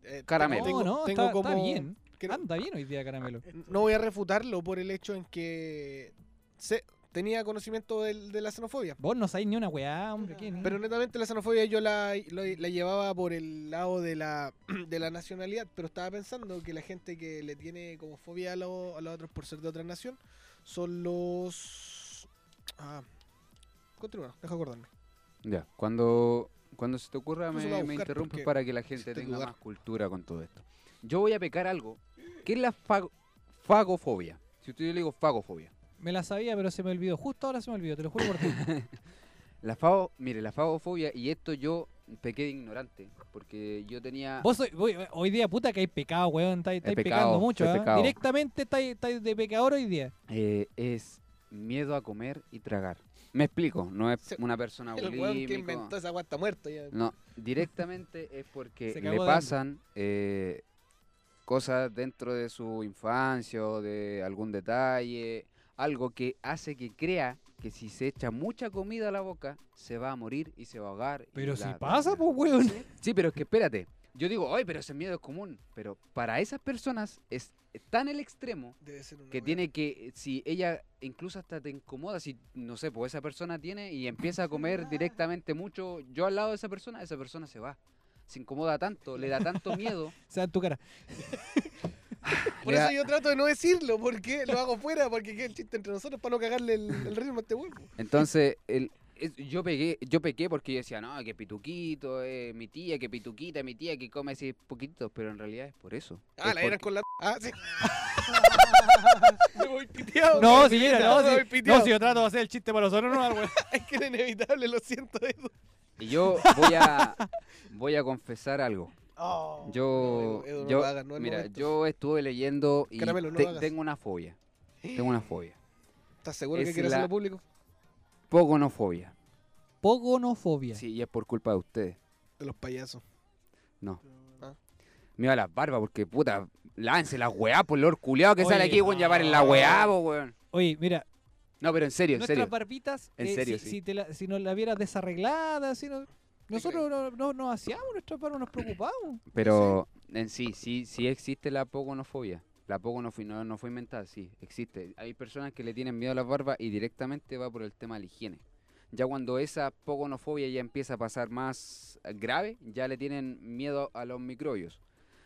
[SPEAKER 1] Eh,
[SPEAKER 3] Caramelo.
[SPEAKER 1] tengo-
[SPEAKER 2] no, no,
[SPEAKER 1] tengo
[SPEAKER 2] está,
[SPEAKER 1] como-
[SPEAKER 2] está bien.
[SPEAKER 1] creo-
[SPEAKER 2] Anda bien hoy día, Caramelo.
[SPEAKER 1] No voy a refutarlo por el hecho en que se, tenía conocimiento del- de la xenofobia.
[SPEAKER 2] Vos no sabés ni una weá, hombre. ¿qué?
[SPEAKER 1] Pero netamente la xenofobia yo la, lo- la llevaba por el lado de la, de la nacionalidad, pero estaba pensando que la gente que le tiene como fobia a, lo- a los otros por ser de otra nación son los... Ah, continúa, deja acordarme.
[SPEAKER 3] Ya, cuando, cuando se te ocurra
[SPEAKER 1] Incluso
[SPEAKER 3] me,
[SPEAKER 1] lo voy a
[SPEAKER 3] me
[SPEAKER 1] buscar
[SPEAKER 3] interrumpes
[SPEAKER 1] porque
[SPEAKER 3] para que la gente
[SPEAKER 1] hiciste
[SPEAKER 3] tenga
[SPEAKER 1] dudar.
[SPEAKER 3] más cultura con todo esto. Yo voy a pecar algo, que es la fago- fagofobia. Si usted yo le digo fagofobia.
[SPEAKER 2] Me la sabía, pero se me olvidó. Justo ahora se me olvidó, te lo juro por ti.
[SPEAKER 3] La fago, mire, la fagofobia, y esto yo pequé de ignorante, porque yo tenía...
[SPEAKER 2] Vos soy- voy- hoy día, puta, que hay pecado, weón. Estáis estáis
[SPEAKER 3] pecado,
[SPEAKER 2] pecando mucho,
[SPEAKER 3] soy
[SPEAKER 2] ¿ah?
[SPEAKER 3] pecado.
[SPEAKER 2] Directamente estáis estáis de pecador hoy día.
[SPEAKER 3] eh, es miedo a comer y tragar. Me explico, no es
[SPEAKER 1] Se-
[SPEAKER 3] una persona
[SPEAKER 1] El weón que
[SPEAKER 3] bulímico.
[SPEAKER 1] inventó esa guata muerto ya.
[SPEAKER 3] No, directamente es porque
[SPEAKER 2] Se
[SPEAKER 3] le
[SPEAKER 2] cagó de hambre.
[SPEAKER 3] pasan eh, cosas dentro de su infancia o de algún detalle, algo que hace que crea que si se echa mucha comida a la boca, se va a morir y se va a ahogar. y
[SPEAKER 2] Pero si
[SPEAKER 3] bla, bla,
[SPEAKER 2] pasa,
[SPEAKER 3] bla.
[SPEAKER 2] pues, weón.
[SPEAKER 3] Sí, pero es que espérate. Yo digo, ay, pero ese miedo es común. Pero para esas personas es tan el extremo
[SPEAKER 1] Debe ser una
[SPEAKER 3] que
[SPEAKER 1] weá.
[SPEAKER 3] tiene que, si ella incluso hasta te incomoda, si no sé, pues esa persona tiene y empieza a comer directamente mucho, yo al lado de esa persona, esa persona se va. Se incomoda tanto, le da tanto miedo.
[SPEAKER 2] O sea, en tu cara.
[SPEAKER 1] Por
[SPEAKER 3] le da-
[SPEAKER 1] eso yo trato de no decirlo, porque lo hago fuera, porque queda el chiste entre nosotros para no cagarle el, el ritmo a este huevo.
[SPEAKER 3] Entonces, el, es- yo pegué, yo pequé porque yo decía, no, que pituquito, eh, mi tía, que pituquita, mi tía que come así poquito, pero en realidad es por eso.
[SPEAKER 1] Ah,
[SPEAKER 3] Es
[SPEAKER 1] la eran
[SPEAKER 3] porque-
[SPEAKER 1] con la... Ah, sí. me voy piteado.
[SPEAKER 2] No,
[SPEAKER 1] me
[SPEAKER 2] si
[SPEAKER 1] voy
[SPEAKER 2] viene,
[SPEAKER 1] piteado,
[SPEAKER 2] no,
[SPEAKER 1] me
[SPEAKER 2] si,
[SPEAKER 1] voy piteado.
[SPEAKER 2] no, si yo trato de hacer el chiste para nosotros, no, weón.
[SPEAKER 1] Es que era inevitable, lo siento, Edu.
[SPEAKER 3] Y yo voy a, voy a confesar algo.
[SPEAKER 1] Oh,
[SPEAKER 3] Yo,
[SPEAKER 1] no, Edu, Edu, no
[SPEAKER 3] yo-
[SPEAKER 1] lo hagas, no eh. es el
[SPEAKER 3] mira,
[SPEAKER 1] momento.
[SPEAKER 3] yo estuve leyendo y
[SPEAKER 1] Caramelo, no
[SPEAKER 3] te-
[SPEAKER 1] lo hagas.
[SPEAKER 3] tengo una fobia. Tengo una fobia.
[SPEAKER 1] ¿Estás seguro
[SPEAKER 3] Es
[SPEAKER 1] que quieres
[SPEAKER 3] la-
[SPEAKER 1] hacerlo público?
[SPEAKER 3] Pogonofobia.
[SPEAKER 2] Pogonofobia.
[SPEAKER 3] Sí, y es por culpa de ustedes.
[SPEAKER 1] De los payasos.
[SPEAKER 3] No.
[SPEAKER 1] Ah.
[SPEAKER 3] Mira las barbas, porque puta, lance la weá por Lord culiado que sale
[SPEAKER 2] Oye,
[SPEAKER 3] aquí, weón, ya paren la weá, po, weón.
[SPEAKER 2] Oye, mira,
[SPEAKER 3] No, pero en serio, en
[SPEAKER 2] nuestras
[SPEAKER 3] serio.
[SPEAKER 2] barbitas,
[SPEAKER 3] En
[SPEAKER 2] eh,
[SPEAKER 3] serio,
[SPEAKER 2] si,
[SPEAKER 3] sí.
[SPEAKER 2] si te la- si nos la vieras desarreglada, si no- nosotros no, no- no hacíamos nuestras barbas, nos preocupamos.
[SPEAKER 3] Pero en sí, sí, sí existe la pogonofobia. La pogonofobia no, no fue inventada, sí, existe. Hay personas que le tienen miedo a las barbas y directamente va por el tema de la higiene. Ya cuando esa pogonofobia ya empieza a pasar más grave, ya le tienen miedo a los microbios.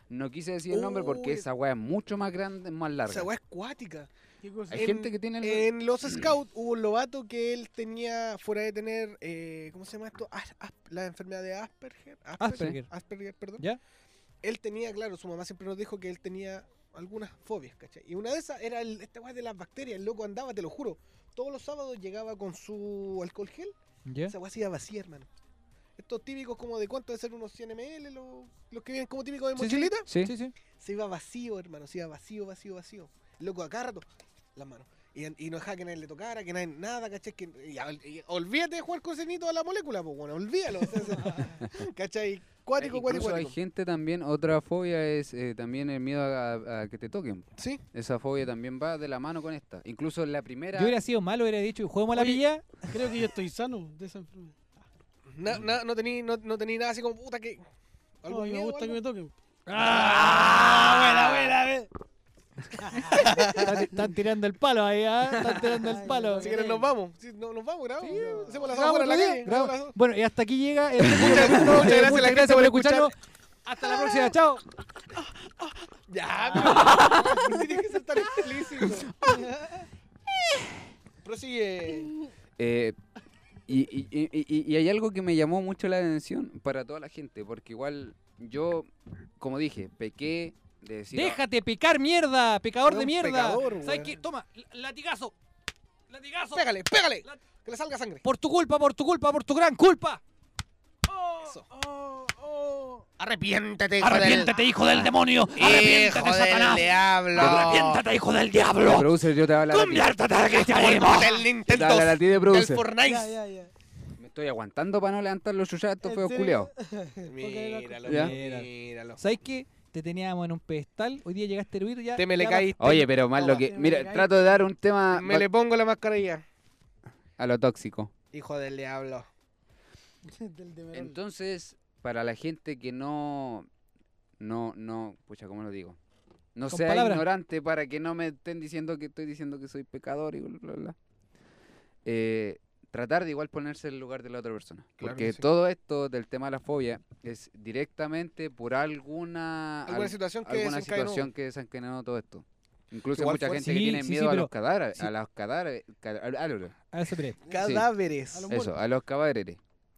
[SPEAKER 3] No quise decir el nombre porque
[SPEAKER 1] Uy.
[SPEAKER 3] esa weá es mucho más grande, más larga.
[SPEAKER 1] Esa weá es cuática.
[SPEAKER 4] ¿Qué cosa?
[SPEAKER 3] Hay
[SPEAKER 1] Pues En- eh,
[SPEAKER 3] gente que tiene el-
[SPEAKER 1] En los Scouts hubo un lobato que él tenía, fuera de tener, eh, ¿cómo se llama esto? As- as- la enfermedad de Asperger.
[SPEAKER 2] Asperger.
[SPEAKER 1] Asperger, perdón.
[SPEAKER 2] ¿Ya?
[SPEAKER 1] él tenía, claro, su mamá siempre nos dijo que él tenía algunas fobias, ¿cachai? Y una de esas era el- esta weá de las bacterias. El loco andaba, te lo juro. Todos los sábados llegaba con su alcohol gel.
[SPEAKER 2] ¿Ya?
[SPEAKER 1] Esa weá se iba vacía, hermano. Estos típicos como de cuánto de ser unos 100 ml, los, los que vienen como típicos de
[SPEAKER 2] Sí, sí.
[SPEAKER 1] mochilita.
[SPEAKER 3] Sí.
[SPEAKER 2] Sí, sí.
[SPEAKER 1] Se iba vacío, hermano. Se iba vacío, vacío, vacío. El loco acá rato, las manos. Y, y no dejaba que nadie le tocara, que nadie, nada, ¿cachai? Que, y, y olvídate de jugar con ese nito a la molécula, pues bueno, olvídalo. o sea, se- ¿Cachai? Cuático, cuático,
[SPEAKER 3] Incluso hay
[SPEAKER 1] cuático.
[SPEAKER 3] gente también, otra fobia es eh, también el miedo a, a que te toquen.
[SPEAKER 1] Sí,
[SPEAKER 3] Esa fobia también va de la mano con esta. Incluso en la primera...
[SPEAKER 2] Yo hubiera sido malo, hubiera dicho, juguemos a la
[SPEAKER 4] Oye.
[SPEAKER 2] pilla.
[SPEAKER 4] Creo que yo estoy sano de esa enfermedad.
[SPEAKER 2] Mm.
[SPEAKER 1] na- na- no tenía no, no tení nada así como puta que.
[SPEAKER 4] No, a mí me
[SPEAKER 1] miedo,
[SPEAKER 4] gusta que
[SPEAKER 1] algo?
[SPEAKER 4] me toquen.
[SPEAKER 2] ¡Ah! Están, están tirando el palo ahí, ¿ah? Están tirando el
[SPEAKER 4] Ay,
[SPEAKER 2] palo.
[SPEAKER 4] me
[SPEAKER 1] Si quieren, nos vamos. Sí, no, nos vamos, grabamos. Hacemos las dos
[SPEAKER 2] Grabamos
[SPEAKER 1] horas en la
[SPEAKER 2] otro día,
[SPEAKER 1] calle.
[SPEAKER 2] grabamos.
[SPEAKER 1] hacemos las dos.
[SPEAKER 2] Bueno, y hasta aquí llega. el-
[SPEAKER 1] muchas gracias a la gente por
[SPEAKER 2] Hasta la próxima, chao.
[SPEAKER 1] Ya, pero no tiene que ser tan explícito.
[SPEAKER 2] Mm.
[SPEAKER 1] Prosigue.
[SPEAKER 3] Eh, y, y- y- y- y hay algo que me llamó mucho la atención para toda la gente, porque igual yo, como dije, pequé de decir... "Ah,
[SPEAKER 2] Déjate picar mierda, pecador
[SPEAKER 1] Era
[SPEAKER 2] de
[SPEAKER 1] un
[SPEAKER 2] mierda.
[SPEAKER 1] pecador,
[SPEAKER 2] ¿Sabes
[SPEAKER 1] weón.
[SPEAKER 2] qué? Toma, l- latigazo. Latigazo.
[SPEAKER 1] Pégale, pégale. Que le salga sangre.
[SPEAKER 2] Por tu culpa, por tu culpa, por tu gran culpa.
[SPEAKER 1] Eso.
[SPEAKER 7] Arrepiéntete, hijo
[SPEAKER 2] Arrepiéntate, hijo del demonio. Arrepiéntate, Satanás.
[SPEAKER 7] diablo.
[SPEAKER 2] Arrepiéntate, hijo del
[SPEAKER 3] de
[SPEAKER 2] diablo.
[SPEAKER 3] producer, yo te hablo a ti".
[SPEAKER 2] Conviértete al cristianismo.
[SPEAKER 1] Del
[SPEAKER 3] Te
[SPEAKER 1] Nintendo.
[SPEAKER 3] hablo a ti de
[SPEAKER 1] Del
[SPEAKER 3] producer.
[SPEAKER 4] Ya,
[SPEAKER 1] Fortnite.
[SPEAKER 4] ya, ya.
[SPEAKER 3] Me estoy aguantando para no levantar los chuchas a estos
[SPEAKER 4] ¿En
[SPEAKER 3] feos
[SPEAKER 4] serio?
[SPEAKER 3] culiados.
[SPEAKER 1] Míralo,
[SPEAKER 3] Ya.
[SPEAKER 1] míralo.
[SPEAKER 2] ¿Sabes qué? Te teníamos en un pedestal, hoy día llegaste a hervir ya.
[SPEAKER 1] Te me le
[SPEAKER 2] ya
[SPEAKER 1] caíste.
[SPEAKER 3] Oye, pero más lo
[SPEAKER 1] Toma.
[SPEAKER 3] que...
[SPEAKER 4] Te
[SPEAKER 3] Mira,
[SPEAKER 4] voy a
[SPEAKER 3] trato de dar un tema
[SPEAKER 1] Me
[SPEAKER 3] va-
[SPEAKER 1] le pongo la mascarilla.
[SPEAKER 3] a lo tóxico.
[SPEAKER 1] Hijo del diablo.
[SPEAKER 4] Del demerol.
[SPEAKER 3] Entonces, para la gente que no... No, no... Pucha, ¿cómo lo digo? No
[SPEAKER 2] Con
[SPEAKER 3] sea
[SPEAKER 2] palabras.
[SPEAKER 3] ignorante para que no me estén diciendo que estoy diciendo que soy pecador y bla, bla, bla. Eh, tratar de igual ponerse en el lugar de la otra persona.
[SPEAKER 1] Claro
[SPEAKER 3] porque
[SPEAKER 1] que sí.
[SPEAKER 3] todo esto del tema de la fobia es directamente por alguna...
[SPEAKER 1] Alguna
[SPEAKER 3] al-
[SPEAKER 1] situación que
[SPEAKER 3] alguna
[SPEAKER 1] desencadenó.
[SPEAKER 3] situación que desencadenó todo esto. Incluso
[SPEAKER 1] Igual
[SPEAKER 3] mucha
[SPEAKER 1] fue-
[SPEAKER 3] gente
[SPEAKER 2] Sí,
[SPEAKER 3] que tiene
[SPEAKER 2] sí, sí,
[SPEAKER 3] miedo a,
[SPEAKER 2] pero-
[SPEAKER 3] los cadáveres,
[SPEAKER 2] sí.
[SPEAKER 3] a los cadáveres, cada- a- a- a-
[SPEAKER 2] A eso, mire.
[SPEAKER 1] Cadáveres.
[SPEAKER 4] A los
[SPEAKER 3] eso, a los cadáveres.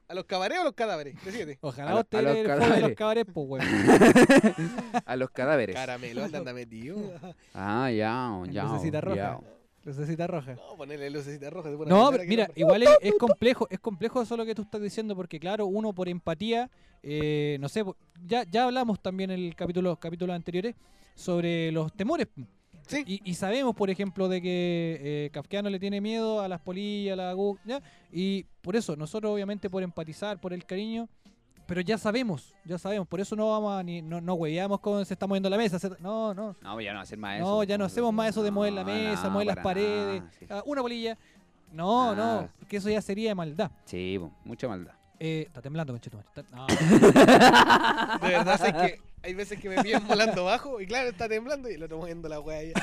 [SPEAKER 1] ¿A los cabareos o los cadáveres? Decídete.
[SPEAKER 2] Ojalá
[SPEAKER 3] A
[SPEAKER 2] vos
[SPEAKER 3] los-
[SPEAKER 2] te
[SPEAKER 3] a los
[SPEAKER 2] eres el fondo de
[SPEAKER 3] cadáveres.
[SPEAKER 2] los cabarets, pues, weón.
[SPEAKER 3] A los cadáveres.
[SPEAKER 1] Caramelo, anda metido.
[SPEAKER 3] Ah, ya,
[SPEAKER 2] En
[SPEAKER 3] ya.
[SPEAKER 2] lucecita roja.
[SPEAKER 3] ya. oh.
[SPEAKER 2] Lucecita roja.
[SPEAKER 1] No, ponerle lucecita roja. se pone a
[SPEAKER 2] No,
[SPEAKER 1] bailar
[SPEAKER 2] pero
[SPEAKER 1] aquí,
[SPEAKER 2] mira,
[SPEAKER 1] hombre.
[SPEAKER 2] igual es, es complejo, es complejo eso lo que tú estás diciendo, porque claro, uno por empatía, eh, no sé, po- ya, ya hablamos también en el capítulo, capítulos anteriores sobre los temores.
[SPEAKER 1] Sí.
[SPEAKER 2] Y, y sabemos, por ejemplo, de que eh, Kafkiano le tiene miedo a las polillas, a la agu- ¿ya? y por eso, nosotros obviamente por empatizar, por el cariño, pero ya sabemos, ya sabemos, por eso no vamos a ni, no, no hueveamos con se está moviendo la mesa, se- no, no,
[SPEAKER 3] No, ya no hacer más eso.
[SPEAKER 2] no, ya no
[SPEAKER 3] pues,
[SPEAKER 2] hacemos más eso de mover la
[SPEAKER 3] no,
[SPEAKER 2] mesa,
[SPEAKER 3] no,
[SPEAKER 2] mover las
[SPEAKER 3] para
[SPEAKER 2] paredes,
[SPEAKER 3] nada, sí.
[SPEAKER 2] ah, una bolilla. No,
[SPEAKER 3] Ah.
[SPEAKER 2] no, que eso ya sería de maldad.
[SPEAKER 3] Sí, po, mucha maldad.
[SPEAKER 2] Eh, está temblando, conchetumare. Está- no.
[SPEAKER 1] De verdad, sé que hay veces que me piden volando bajo y claro, está temblando y el otro moviendo la wea allá.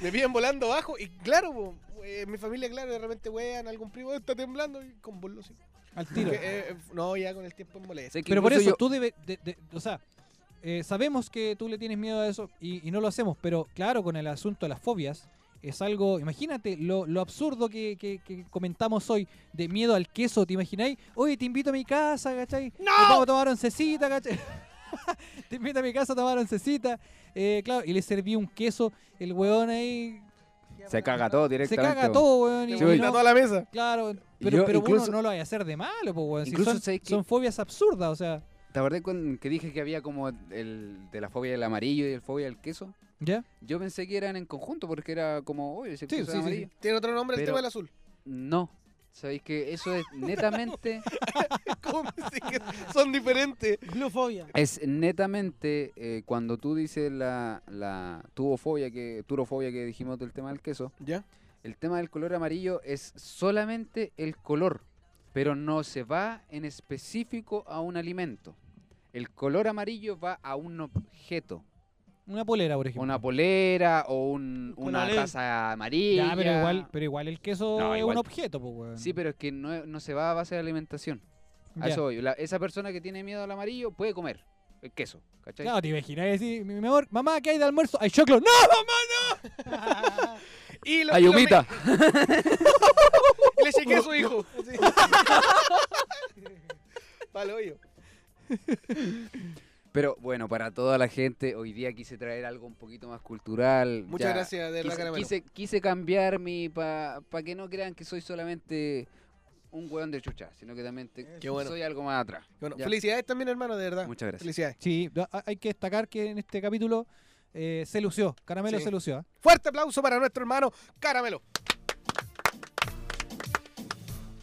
[SPEAKER 1] me piden volando bajo y claro, po, eh, mi familia, claro, de repente wean, algún primo "Eh, está temblando y con bolo sí.
[SPEAKER 2] al tiro.
[SPEAKER 1] Que, eh, eh, no, ya con el tiempo es molesto.
[SPEAKER 3] Sé que
[SPEAKER 2] Pero por eso
[SPEAKER 3] incluso yo-
[SPEAKER 2] tú debes, de- de- o sea, eh, sabemos que tú le tienes miedo a eso y, y no lo hacemos, pero claro, con el asunto de las fobias, es algo, imagínate lo, lo absurdo que, que- que comentamos hoy, de miedo al queso, ¿te imagináis? Oye, te invito a mi casa, ¿cachai? ¡No! vamos a tomar oncecita, ¿cachai? te invito a mi casa a tomar oncecita, eh, claro, y le serví un queso, el weón ahí
[SPEAKER 3] Se caga todo
[SPEAKER 2] se
[SPEAKER 3] directamente.
[SPEAKER 2] caga
[SPEAKER 3] po.
[SPEAKER 2] todo, weón. y-
[SPEAKER 3] Sí,
[SPEAKER 2] y
[SPEAKER 3] voy.
[SPEAKER 1] Está
[SPEAKER 2] no-
[SPEAKER 1] toda la mesa.
[SPEAKER 2] Claro, pero,
[SPEAKER 3] Yo
[SPEAKER 2] pero
[SPEAKER 3] incluso-
[SPEAKER 2] uno no lo vaya a hacer de malo, po, weón. Si
[SPEAKER 3] Incluso
[SPEAKER 2] son,
[SPEAKER 3] sé que-
[SPEAKER 2] son fobias absurdas, o sea.
[SPEAKER 3] ¿Te acordás con- que dije que había como el de la fobia del amarillo y el fobia del queso?
[SPEAKER 2] ¿Ya?
[SPEAKER 3] Yo pensé que eran en conjunto porque era como, oye, ese
[SPEAKER 2] Sí,
[SPEAKER 3] queso
[SPEAKER 2] sí,
[SPEAKER 3] es
[SPEAKER 2] sí,
[SPEAKER 3] amarillo.
[SPEAKER 2] sí.
[SPEAKER 1] Tiene otro nombre el
[SPEAKER 3] Pero-
[SPEAKER 1] tema del azul.
[SPEAKER 3] No. Sabéis que eso es netamente,
[SPEAKER 1] ¿Cómo así que son diferentes?
[SPEAKER 4] Glufobia.
[SPEAKER 3] es netamente eh, cuando tú dices la, la tubofobia que, turofobia que dijimos del tema del queso,
[SPEAKER 1] ¿Ya?
[SPEAKER 3] el tema del color amarillo es solamente el color, pero no se va en específico a un alimento. El color amarillo va a un objeto,
[SPEAKER 2] Una polera, por ejemplo.
[SPEAKER 3] una polera o un-
[SPEAKER 4] Un
[SPEAKER 3] una
[SPEAKER 4] colalé.
[SPEAKER 3] taza amarilla.
[SPEAKER 2] Ya, pero igual, pero igual el queso
[SPEAKER 3] No,
[SPEAKER 2] es
[SPEAKER 3] igual.
[SPEAKER 2] un objeto, po, weón.
[SPEAKER 3] Sí, pero es que no, no se va a base de alimentación. A
[SPEAKER 2] Ya.
[SPEAKER 3] eso voy. La- esa persona que tiene miedo al amarillo puede comer el queso, ¿cachai?
[SPEAKER 2] Claro, te imaginas decir, mi mi amor, mamá, ¿qué hay de almuerzo? Hay choclo. ¡No!
[SPEAKER 1] Y lo, y lo me-
[SPEAKER 3] Ayumita.
[SPEAKER 1] y le chequeé a su hijo. Palo hoyo.
[SPEAKER 3] Pero bueno, para toda la gente, hoy día quise traer algo un poquito más cultural.
[SPEAKER 1] Muchas
[SPEAKER 3] ya
[SPEAKER 1] gracias, de verdad,
[SPEAKER 3] Quise,
[SPEAKER 1] Caramelo.
[SPEAKER 3] quise, quise cambiar mi. para que no crean que soy solamente un hueón de chucha, sino que también te-
[SPEAKER 1] Qué bueno.
[SPEAKER 3] soy algo más atrás.
[SPEAKER 1] Bueno,
[SPEAKER 3] Ya.
[SPEAKER 1] felicidades también, hermano, de verdad.
[SPEAKER 3] Muchas gracias.
[SPEAKER 1] Felicidades.
[SPEAKER 2] Sí, da- hay que destacar que en este capítulo eh, se lució, Caramelo
[SPEAKER 1] Sí.
[SPEAKER 2] se lució. ¿ah?
[SPEAKER 1] Fuerte aplauso para nuestro hermano Caramelo.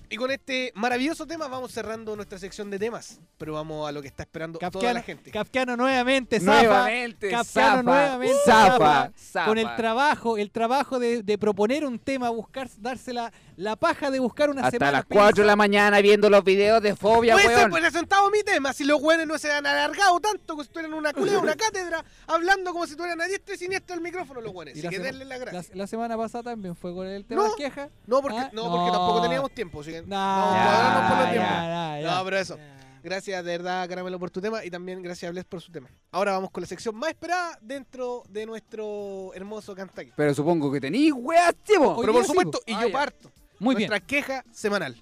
[SPEAKER 1] Y con este maravilloso tema vamos cerrando nuestra sección de temas, pero vamos a lo que está esperando toda la
[SPEAKER 2] Kafkiano,
[SPEAKER 1] gente.
[SPEAKER 2] Kafkiano nuevamente, zafa.
[SPEAKER 3] Nuevamente,
[SPEAKER 2] Kafkiano
[SPEAKER 3] zafa,
[SPEAKER 2] nuevamente
[SPEAKER 3] zafa, zafa.
[SPEAKER 2] Con el trabajo, el trabajo de, de proponer un tema, buscar, darse la, la paja de buscar una
[SPEAKER 3] Hasta
[SPEAKER 2] semana.
[SPEAKER 3] las 4 de la mañana viendo los videos de fobia,
[SPEAKER 1] Puede ser
[SPEAKER 3] hueón.
[SPEAKER 1] Pues, presentado mi tema si los güeyes no se han alargado tanto que si tuvieran una culea, una cátedra, hablando como si tuvieran a diestra y siniestra el micrófono los güeyes.
[SPEAKER 2] Y
[SPEAKER 1] Así
[SPEAKER 2] la
[SPEAKER 1] que
[SPEAKER 2] sema-
[SPEAKER 1] denle la
[SPEAKER 2] La,
[SPEAKER 1] gracia.
[SPEAKER 2] la semana pasada también fue con el tema
[SPEAKER 1] No.
[SPEAKER 2] de queja.
[SPEAKER 1] No, porque,
[SPEAKER 2] Ah,
[SPEAKER 1] no, porque
[SPEAKER 2] no.
[SPEAKER 1] tampoco teníamos tiempo. Así que no,
[SPEAKER 2] No,
[SPEAKER 1] cuadramos por los
[SPEAKER 2] ya,
[SPEAKER 1] tiempos.
[SPEAKER 2] ya, ya.
[SPEAKER 1] No, pero eso. Gracias de verdad, Caramelo, por tu tema y también gracias a Bless por su tema. Ahora vamos con la sección más esperada dentro de nuestro hermoso Kentucky.
[SPEAKER 3] Pero supongo que tení, weas, chivo.
[SPEAKER 2] Hoy
[SPEAKER 1] Pero
[SPEAKER 2] día
[SPEAKER 1] por
[SPEAKER 2] sí,
[SPEAKER 1] supuesto,
[SPEAKER 3] po.
[SPEAKER 1] y
[SPEAKER 3] Ah,
[SPEAKER 1] yo
[SPEAKER 3] ya.
[SPEAKER 1] parto.
[SPEAKER 2] Muy bien.
[SPEAKER 1] nuestra queja semanal.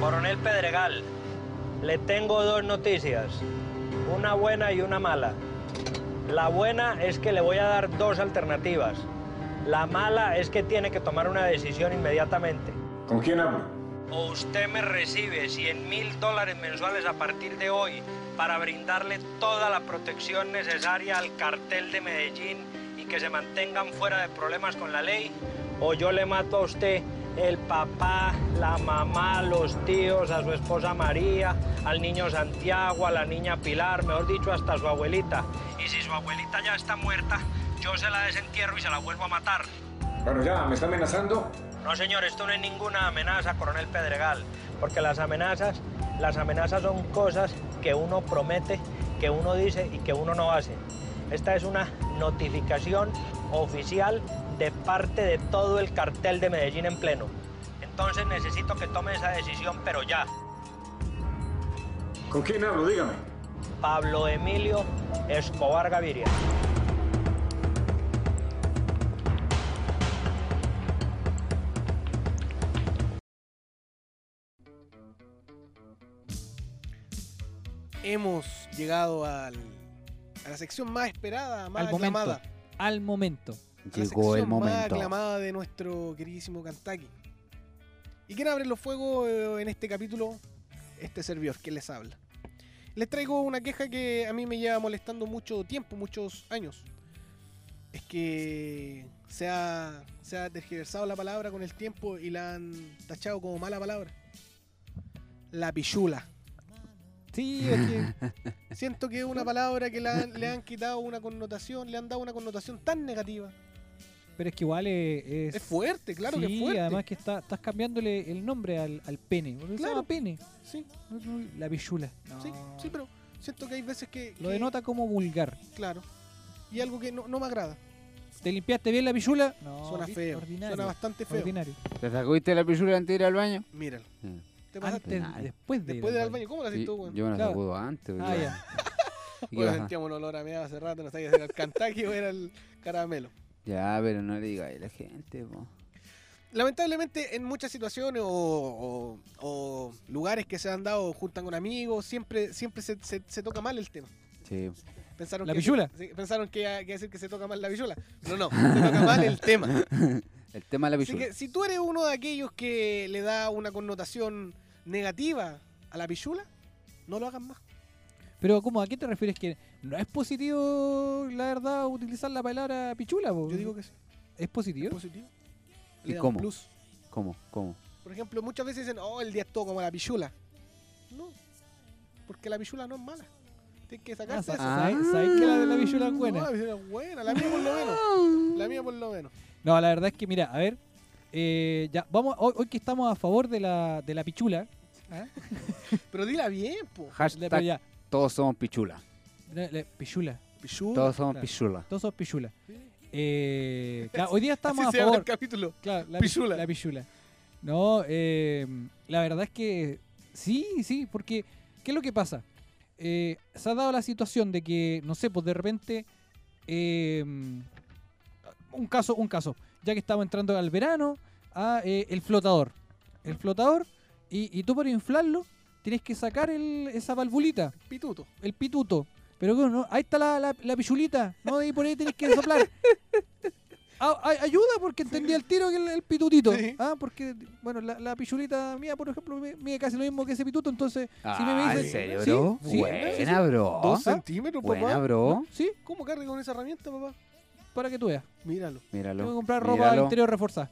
[SPEAKER 8] Coronel Pedregal, le tengo dos noticias, una buena y una mala. La buena es que le voy a dar dos alternativas. La mala es que tiene que tomar una decisión inmediatamente.
[SPEAKER 9] ¿Con quién hablo?
[SPEAKER 8] O usted me recibe 100 mil dólares mensuales a partir de hoy para brindarle toda la protección necesaria al cartel de Medellín y que se mantengan fuera de problemas con la ley, o yo le mato a usted el papá, la mamá, los tíos, a su esposa María, al niño Santiago, a la niña Pilar, mejor dicho, hasta su abuelita. Y si su abuelita ya está muerta, yo se la desentierro y se la vuelvo a matar.
[SPEAKER 9] Bueno, ya, ¿me está amenazando?
[SPEAKER 8] No, señor, esto no es ninguna amenaza, coronel Pedregal, porque las amenazas, las amenazas son cosas que uno promete, que uno dice y que uno no hace. Esta es una notificación oficial de parte de todo el cartel de Medellín en pleno. Entonces necesito que tome esa decisión, pero ya.
[SPEAKER 9] ¿Con quién hablo? Dígame.
[SPEAKER 8] Pablo Emilio Escobar Gaviria.
[SPEAKER 1] Hemos llegado al, a la sección más esperada, más
[SPEAKER 2] Al momento.
[SPEAKER 1] aclamada.
[SPEAKER 2] Al momento.
[SPEAKER 1] a la sección más aclamada de nuestro queridísimo Kentucky. ¿Y quién abre los fuegos eh, en este capítulo? Este servidor, que les habla. Les traigo una queja que a mí me lleva molestando mucho tiempo, muchos años. Es que se ha, se ha tergiversado la palabra con el tiempo y la han tachado como mala palabra. La pichula.
[SPEAKER 2] Sí, es que
[SPEAKER 1] Siento que es una palabra que la han- le han quitado una connotación, le han dado una connotación tan negativa.
[SPEAKER 2] pero es que igual eh, es...
[SPEAKER 1] Es fuerte, claro que
[SPEAKER 2] sí,
[SPEAKER 1] es fuerte.
[SPEAKER 2] además que está, estás cambiándole el nombre al, al pene. porque Se
[SPEAKER 1] Claro.
[SPEAKER 2] llama pene.
[SPEAKER 1] Sí.
[SPEAKER 2] No, no, La pichula.
[SPEAKER 1] Sí, sí, pero siento que hay veces que.
[SPEAKER 2] Lo
[SPEAKER 1] que-
[SPEAKER 2] denota como vulgar.
[SPEAKER 1] Claro. Y algo que no, no me agrada.
[SPEAKER 2] ¿Te limpiaste bien la pichula? No,
[SPEAKER 1] suena
[SPEAKER 2] Oh, viste,
[SPEAKER 1] feo.
[SPEAKER 2] Ordinario.
[SPEAKER 1] Suena bastante feo.
[SPEAKER 2] ordinario.
[SPEAKER 3] ¿Te sacudiste la pichula antes de ir al baño?
[SPEAKER 1] Míralo.
[SPEAKER 3] Sí.
[SPEAKER 1] Te pasaste.
[SPEAKER 2] Antes,
[SPEAKER 3] Ordinario.
[SPEAKER 2] después de. ir
[SPEAKER 1] Después del baño, ¿cómo lo haces
[SPEAKER 3] Sí,
[SPEAKER 1] tú, weón?
[SPEAKER 3] yo me la
[SPEAKER 2] Claro.
[SPEAKER 3] sacudo antes.
[SPEAKER 2] Ah,
[SPEAKER 3] weón.
[SPEAKER 2] ya.
[SPEAKER 3] ¿Y qué
[SPEAKER 1] Bueno,
[SPEAKER 3] pasa?
[SPEAKER 1] sentíamos un olor a meada hace rato, no sabía si era el Kentucky o era el caramelo.
[SPEAKER 3] Ya, pero no le digáis a la gente, po.
[SPEAKER 1] Lamentablemente, en muchas situaciones o, o- o lugares que se han dado juntan con amigos, siempre siempre se, se- se toca mal el tema.
[SPEAKER 3] Sí.
[SPEAKER 1] Pensaron
[SPEAKER 2] ¿La
[SPEAKER 1] que
[SPEAKER 2] pichula?
[SPEAKER 1] sí, pensaron que iba que iba a decir que se toca mal la pichula. No, no, se toca mal el tema.
[SPEAKER 3] El tema de la
[SPEAKER 1] Así
[SPEAKER 3] pichula.
[SPEAKER 1] que si tú eres uno de aquellos que le da una connotación negativa a la pichula, no lo hagas más.
[SPEAKER 2] Pero, ¿cómo? ¿A qué te refieres? Que no es positivo, la verdad, utilizar la palabra pichula. po?
[SPEAKER 1] Yo digo que sí,
[SPEAKER 2] ¿Es positivo?
[SPEAKER 1] es positivo.
[SPEAKER 3] ¿Y
[SPEAKER 1] Le da un
[SPEAKER 3] cómo?
[SPEAKER 1] plus.
[SPEAKER 3] ¿Cómo? ¿Cómo?
[SPEAKER 1] Por ejemplo, muchas veces dicen, oh, el día es todo como la pichula. No, porque la pichula no es mala. Tienes que
[SPEAKER 2] Ah,
[SPEAKER 1] sacarte
[SPEAKER 2] sa-
[SPEAKER 1] eso.
[SPEAKER 2] ¿sabes, sabes que la de la pichula es
[SPEAKER 1] No,
[SPEAKER 2] buena?
[SPEAKER 1] la pichula es buena, la mía por lo menos. La mía por lo menos.
[SPEAKER 2] No, la verdad es que, mira, a ver. eh, ya, vamos, hoy, hoy que estamos a favor de la, de la pichula,
[SPEAKER 1] Pero dila bien, po.
[SPEAKER 2] le-
[SPEAKER 3] Hashtag
[SPEAKER 2] pero ya,
[SPEAKER 3] todos somos pichula.
[SPEAKER 2] le- le- pichula,
[SPEAKER 1] Pichula.
[SPEAKER 3] Todos somos
[SPEAKER 2] claro.
[SPEAKER 3] pichula.
[SPEAKER 2] todos son pichula. Eh, claro, hoy día
[SPEAKER 1] Así
[SPEAKER 2] estamos
[SPEAKER 1] se
[SPEAKER 2] a
[SPEAKER 1] llama
[SPEAKER 2] favor.
[SPEAKER 1] el capítulo.
[SPEAKER 2] Claro, la
[SPEAKER 1] Pichula.
[SPEAKER 2] pi- La pichula. No, eh, la verdad es que sí, sí, porque ¿qué es lo que pasa? Eh, se ha dado la situación de que, no sé, pues de repente, eh, un caso, un caso, ya que estamos entrando al verano, a, eh, el flotador. El flotador, y, y tú por inflarlo, tienes que sacar el- esa valvulita,
[SPEAKER 1] Pituto.
[SPEAKER 2] el pituto. Pero ¿cómo no? ahí está la, la, la pichulita, ¿no? Y por ahí tenés que soplar. Ah, ay- ayuda porque entendí al tiro que el, el pitutito.
[SPEAKER 1] Sí.
[SPEAKER 2] Ah, porque, bueno, la, la pichulita mía, por ejemplo, mi- mide casi lo mismo que ese pituto, entonces, si me- me
[SPEAKER 3] Ah, ¿en
[SPEAKER 2] dice-
[SPEAKER 3] serio,
[SPEAKER 2] ¿Sí?
[SPEAKER 3] bro?
[SPEAKER 2] ¿Sí?
[SPEAKER 3] Buena,
[SPEAKER 2] Ah.
[SPEAKER 3] bro.
[SPEAKER 1] Dos centímetros,
[SPEAKER 3] Buena,
[SPEAKER 1] papá.
[SPEAKER 3] bro.
[SPEAKER 2] ¿Sí?
[SPEAKER 1] ¿Cómo carga con esa herramienta, papá?
[SPEAKER 2] Para que tú veas.
[SPEAKER 1] Míralo.
[SPEAKER 3] Míralo.
[SPEAKER 2] Tengo que comprar ropa
[SPEAKER 3] míralo.
[SPEAKER 2] interior reforzada.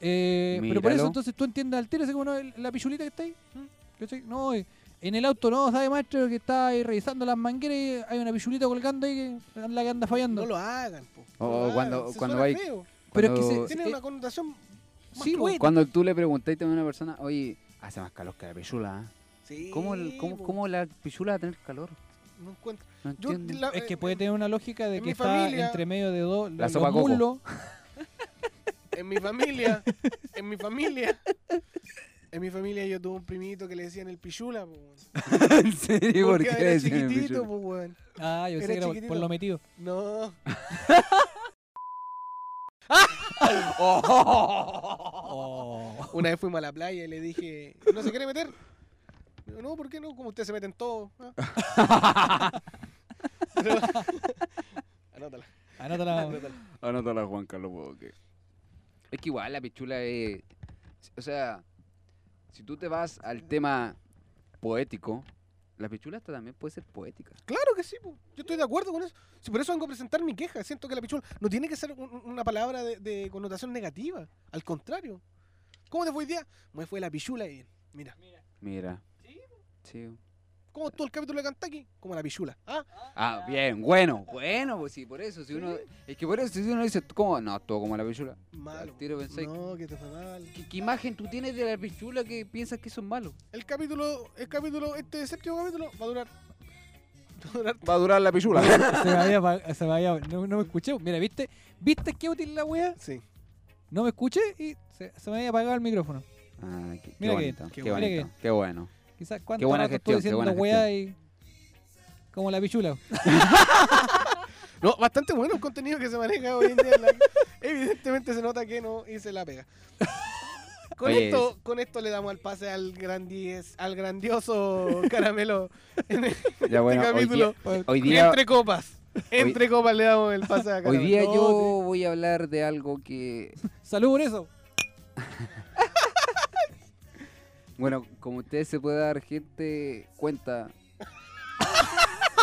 [SPEAKER 2] Eh, pero por eso
[SPEAKER 3] Míralo.
[SPEAKER 2] entonces tú entiendes al tiro, así como no, el- la pichulita que está ahí. ¿m? ¿Cachai? No, eh, en el auto no, sabe maestro que está ahí revisando las mangueras y hay una pichulita colgando ahí que es la que anda fallando.
[SPEAKER 1] No lo hagan, po.
[SPEAKER 3] O-
[SPEAKER 1] No lo
[SPEAKER 2] Oh,
[SPEAKER 3] o
[SPEAKER 1] hagan,
[SPEAKER 3] cuando-
[SPEAKER 1] se
[SPEAKER 3] cuando
[SPEAKER 1] suena
[SPEAKER 3] hay-
[SPEAKER 1] feo.
[SPEAKER 2] pero es
[SPEAKER 3] Cuando-
[SPEAKER 2] que se-
[SPEAKER 1] Tiene
[SPEAKER 2] eh,
[SPEAKER 1] una connotación más
[SPEAKER 2] sí, bo,
[SPEAKER 1] cruel.
[SPEAKER 3] Cuando tú le preguntaste a una persona, oye, hace más calor que la pichula, ¿ah?
[SPEAKER 1] Sí,
[SPEAKER 3] ¿Cómo, el- cómo,
[SPEAKER 1] bo.
[SPEAKER 3] cómo la pichula va a tener calor?
[SPEAKER 1] No encuentro.
[SPEAKER 3] No
[SPEAKER 1] Yo,
[SPEAKER 3] entiendo.
[SPEAKER 1] la- eh,
[SPEAKER 2] es que puede tener una lógica de
[SPEAKER 1] Ah, en
[SPEAKER 2] que
[SPEAKER 1] mi
[SPEAKER 2] está
[SPEAKER 1] familia-
[SPEAKER 2] entre medio de dos
[SPEAKER 3] La
[SPEAKER 2] los
[SPEAKER 3] sopa coco.
[SPEAKER 2] muslos.
[SPEAKER 1] En mi familia, en mi familia, en mi familia yo tuve un primito que le decían el pichula, po, weón.
[SPEAKER 3] ¿En serio? ¿Por
[SPEAKER 1] Porque
[SPEAKER 3] qué le
[SPEAKER 1] era
[SPEAKER 3] decían el
[SPEAKER 1] chiquitito,
[SPEAKER 3] pichula?
[SPEAKER 1] po, weón.
[SPEAKER 2] Ah, yo
[SPEAKER 1] Era
[SPEAKER 2] sé que era por-
[SPEAKER 1] chiquitito.
[SPEAKER 2] por lo metido.
[SPEAKER 1] No.
[SPEAKER 2] Oh.
[SPEAKER 1] Una vez fuimos a la playa y le dije, ¿no se quiere meter? Digo, no, ¿por qué no? Como ustedes se meten todos. ah". Pero- Anótala.
[SPEAKER 2] Anótala.
[SPEAKER 1] anótala.
[SPEAKER 3] Anótala, Juan Carlos Bodoque. Es que igual la pichula es. O sea, si tú te vas al tema poético, la pichula hasta también puede ser poética.
[SPEAKER 1] Claro que sí, po. yo estoy de acuerdo con eso. Si por eso vengo a presentar mi queja. Siento que la pichula no tiene que ser un- un- una palabra de, de connotación negativa. Al contrario. ¿Cómo te fue hoy día? Me fue la pichula bien. Mira.
[SPEAKER 3] Mira. Sí.
[SPEAKER 1] ¿Cómo estuvo el capítulo de Kentucky? Como la pichula. ¿Ah?
[SPEAKER 3] Ah, bien, bueno, bueno, pues sí, por eso. Si uno, es que por eso, si uno dice, ¿cómo? No, todo como la pichula.
[SPEAKER 1] Malo.
[SPEAKER 3] Al tiro pensé
[SPEAKER 1] No, que te fue mal.
[SPEAKER 3] ¿Qué, qué imagen tú tienes de la pichula que piensas que son malos?
[SPEAKER 1] El capítulo, el capítulo, este séptimo capítulo va a durar. Va a durar.
[SPEAKER 3] Va a durar la pichula.
[SPEAKER 2] se me había, apag- se me había- no, no me escuché. Mira, ¿viste? ¿Viste qué útil la wea?
[SPEAKER 1] Sí.
[SPEAKER 2] No me escuché y se, se me había apagado el micrófono.
[SPEAKER 3] Ah, qué, qué
[SPEAKER 2] Mira que-
[SPEAKER 3] bonito,
[SPEAKER 2] qué
[SPEAKER 3] qué,
[SPEAKER 2] bueno.
[SPEAKER 3] bonito, qué bueno.
[SPEAKER 2] Quizás cuánto
[SPEAKER 3] buena
[SPEAKER 2] rato
[SPEAKER 3] gestión, qué
[SPEAKER 2] estuve
[SPEAKER 3] buena
[SPEAKER 2] diciendo weá y. Como la pichula.
[SPEAKER 1] No, bastante bueno el contenido que se maneja hoy en día. en la- Evidentemente se nota que no hice la pega. Con
[SPEAKER 3] Oye,
[SPEAKER 1] esto, con esto le damos el pase al grandies- al grandioso caramelo en este
[SPEAKER 3] Ya bueno, hoy
[SPEAKER 1] capítulo.
[SPEAKER 3] día, hoy día,
[SPEAKER 1] entre copas. Entre copas le damos el pase a
[SPEAKER 3] hoy
[SPEAKER 1] caramelo.
[SPEAKER 3] día
[SPEAKER 1] No,
[SPEAKER 3] yo
[SPEAKER 1] sí.
[SPEAKER 3] voy a hablar de algo que
[SPEAKER 2] Salud por eso.
[SPEAKER 3] Bueno, como ustedes se puede dar gente cuenta,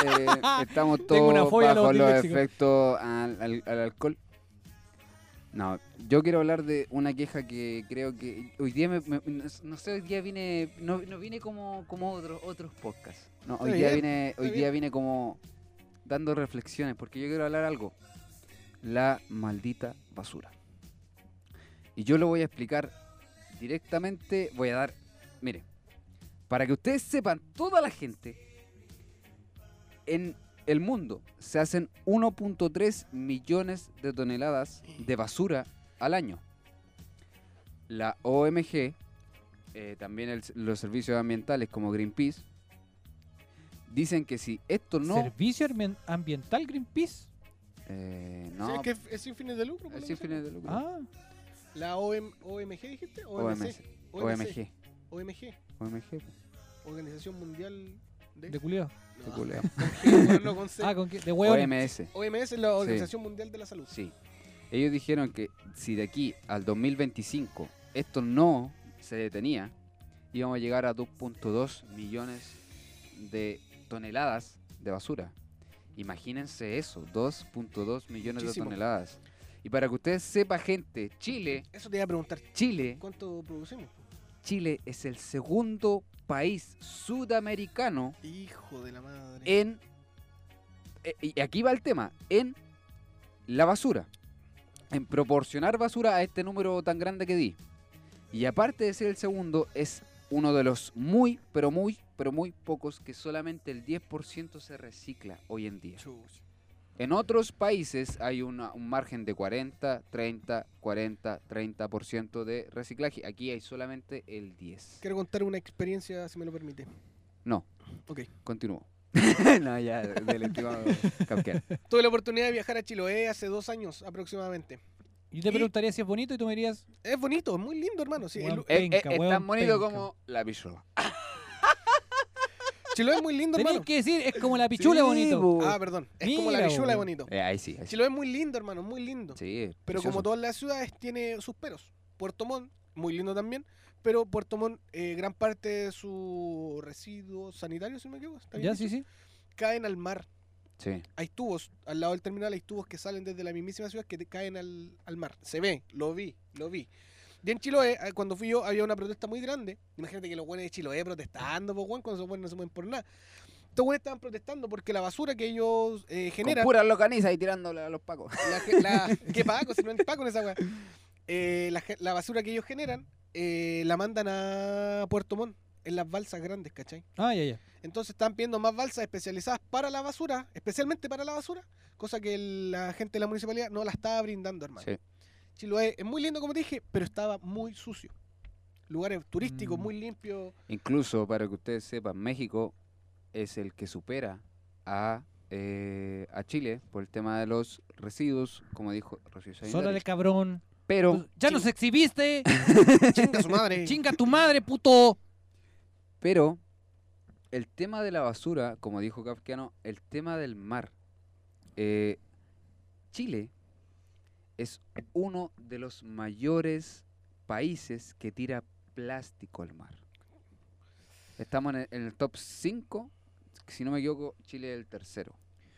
[SPEAKER 3] eh, estamos
[SPEAKER 2] Tengo una
[SPEAKER 3] todos
[SPEAKER 2] fobia a los
[SPEAKER 3] bajo los
[SPEAKER 2] disléxicos.
[SPEAKER 3] efectos al, al- al alcohol. No, yo quiero hablar de una queja que creo que hoy día me, me- no, no sé, hoy día vine no, no vine como como otros otros podcasts. No, hoy
[SPEAKER 1] Está
[SPEAKER 3] día
[SPEAKER 1] bien,
[SPEAKER 3] vine hoy
[SPEAKER 1] está
[SPEAKER 3] día vine como dando reflexiones porque yo quiero hablar algo. La maldita basura. Y yo lo voy a explicar directamente, voy a dar, mire, para que ustedes sepan, toda la gente en el mundo se hacen 1.3 millones de toneladas de basura al año. La OMG, eh, también el- los servicios ambientales como Greenpeace, dicen que si esto no...
[SPEAKER 2] Servicio Armen- ambiental Greenpeace.
[SPEAKER 3] eh,
[SPEAKER 1] O sea,
[SPEAKER 3] no,
[SPEAKER 1] es que es sin fines de lucro. por
[SPEAKER 3] es
[SPEAKER 1] lo
[SPEAKER 3] sin
[SPEAKER 1] que sea.
[SPEAKER 3] fines de lucro.
[SPEAKER 2] Ah,
[SPEAKER 1] La OM OMG dijiste?
[SPEAKER 3] OMC,
[SPEAKER 1] OMC.
[SPEAKER 3] OMG.
[SPEAKER 1] OMG.
[SPEAKER 3] OMG.
[SPEAKER 1] Organización Mundial de...
[SPEAKER 2] de culiao.
[SPEAKER 1] No,
[SPEAKER 3] Te culeo.
[SPEAKER 1] no con C.
[SPEAKER 2] Ah, con qué? De hueón.
[SPEAKER 3] OMS.
[SPEAKER 1] OMS es la Organización Mundial de la Salud.
[SPEAKER 3] Sí. Ellos dijeron que si de aquí al 2025 esto no se detenía, íbamos a llegar a 2.2 millones de toneladas de basura. Imagínense eso, 2.2 millones
[SPEAKER 1] Muchísimo.
[SPEAKER 3] de toneladas. Y para que ustedes sepa, gente, Chile,
[SPEAKER 1] Eso te iba a preguntar,
[SPEAKER 3] Chile,
[SPEAKER 1] ¿cuánto producimos? po?
[SPEAKER 3] Chile es el segundo país sudamericano
[SPEAKER 1] Hijo de la madre.
[SPEAKER 3] en... e- Y aquí va el tema, en la basura. En proporcionar basura a este número tan grande que di. Y aparte de ser el segundo, es uno de los muy, pero muy, pero muy pocos que solamente el 10% se recicla hoy en día.
[SPEAKER 1] Chuch.
[SPEAKER 3] En otros países hay una- un margen de 40, 30, 40, 30% de reciclaje. Aquí hay solamente el 10.
[SPEAKER 1] Quiero contar una experiencia, si me lo permite.
[SPEAKER 3] No.
[SPEAKER 1] Ok.
[SPEAKER 3] Continúo. no, ya, del estimado Cauquel.
[SPEAKER 1] Tuve la oportunidad de viajar a Chiloé hace dos años aproximadamente.
[SPEAKER 2] Yo te
[SPEAKER 1] Y-
[SPEAKER 2] preguntaría si es bonito y tú me dirías.
[SPEAKER 1] Es Eh, bonito, es muy lindo, hermano. Sí, el-
[SPEAKER 2] Weón,
[SPEAKER 3] Es, es-
[SPEAKER 2] penca,
[SPEAKER 3] es
[SPEAKER 2] weón,
[SPEAKER 3] tan bonito
[SPEAKER 2] penca.
[SPEAKER 3] como la pichula.
[SPEAKER 1] Chiloé es muy lindo,
[SPEAKER 2] Tenías
[SPEAKER 1] hermano.
[SPEAKER 2] que decir, es como la pichula bonito.
[SPEAKER 1] Ah, perdón. Es como la
[SPEAKER 2] Mira,
[SPEAKER 1] bichula de
[SPEAKER 2] weón.
[SPEAKER 1] bonito.
[SPEAKER 3] Eh, ahí sí, ahí sí.
[SPEAKER 1] Chiloé es muy lindo, hermano, muy lindo.
[SPEAKER 3] Sí,
[SPEAKER 1] Pero como
[SPEAKER 3] precioso.
[SPEAKER 1] todas las ciudades, tiene sus peros. Puerto Montt, muy lindo también. Pero Puerto Montt, eh, gran parte de sus residuos sanitarios, si no me equivoco, está bien
[SPEAKER 2] Ya,
[SPEAKER 1] dicho,
[SPEAKER 2] sí, sí.
[SPEAKER 1] caen al mar.
[SPEAKER 3] Sí.
[SPEAKER 1] Hay tubos, al lado del terminal hay tubos que salen desde la mismísima ciudad que te caen al, al mar. Se ve, lo vi, lo vi. Y en Chiloé, eh, cuando fui yo, había una protesta muy grande. Imagínate que los buenos de Chiloé protestando, pues, weón, cuando esos buenos no se mueven por nada. Estos buenos estaban protestando porque la basura que ellos eh, generan.
[SPEAKER 3] Con pura locaniza y tirándole a los pacos.
[SPEAKER 1] La, ge- la- ¿Qué pago? Si no es pago en esa weá. Eh, la, ge- la basura que ellos generan eh, la mandan a Puerto Montt en las balsas grandes, ¿cachai?
[SPEAKER 2] Ah, ya, ya.
[SPEAKER 1] Entonces están pidiendo más balsas especializadas para la basura, especialmente para la basura, cosa que el- la gente de la municipalidad no la estaba brindando, hermano.
[SPEAKER 3] Sí.
[SPEAKER 1] Chiloé es muy lindo, como te dije, pero estaba muy sucio. Lugares turísticos,
[SPEAKER 2] Mm.
[SPEAKER 1] muy limpios.
[SPEAKER 3] Incluso, para que ustedes sepan, México es el que supera a, eh, a Chile por el tema de los residuos, como dijo Rocío
[SPEAKER 2] Solo
[SPEAKER 3] Sanitarios.
[SPEAKER 2] el cabrón. Pues,
[SPEAKER 3] Pero,
[SPEAKER 2] ya nos exhibiste.
[SPEAKER 1] Chinga su madre.
[SPEAKER 2] Chinga tu madre, puto.
[SPEAKER 3] pero, el tema de la basura, como dijo Kafkiano, el tema del mar. eh, Chile es uno de los mayores países que tira plástico al mar. Estamos en el, en el top 5, si no me equivoco, Chile es el tercero.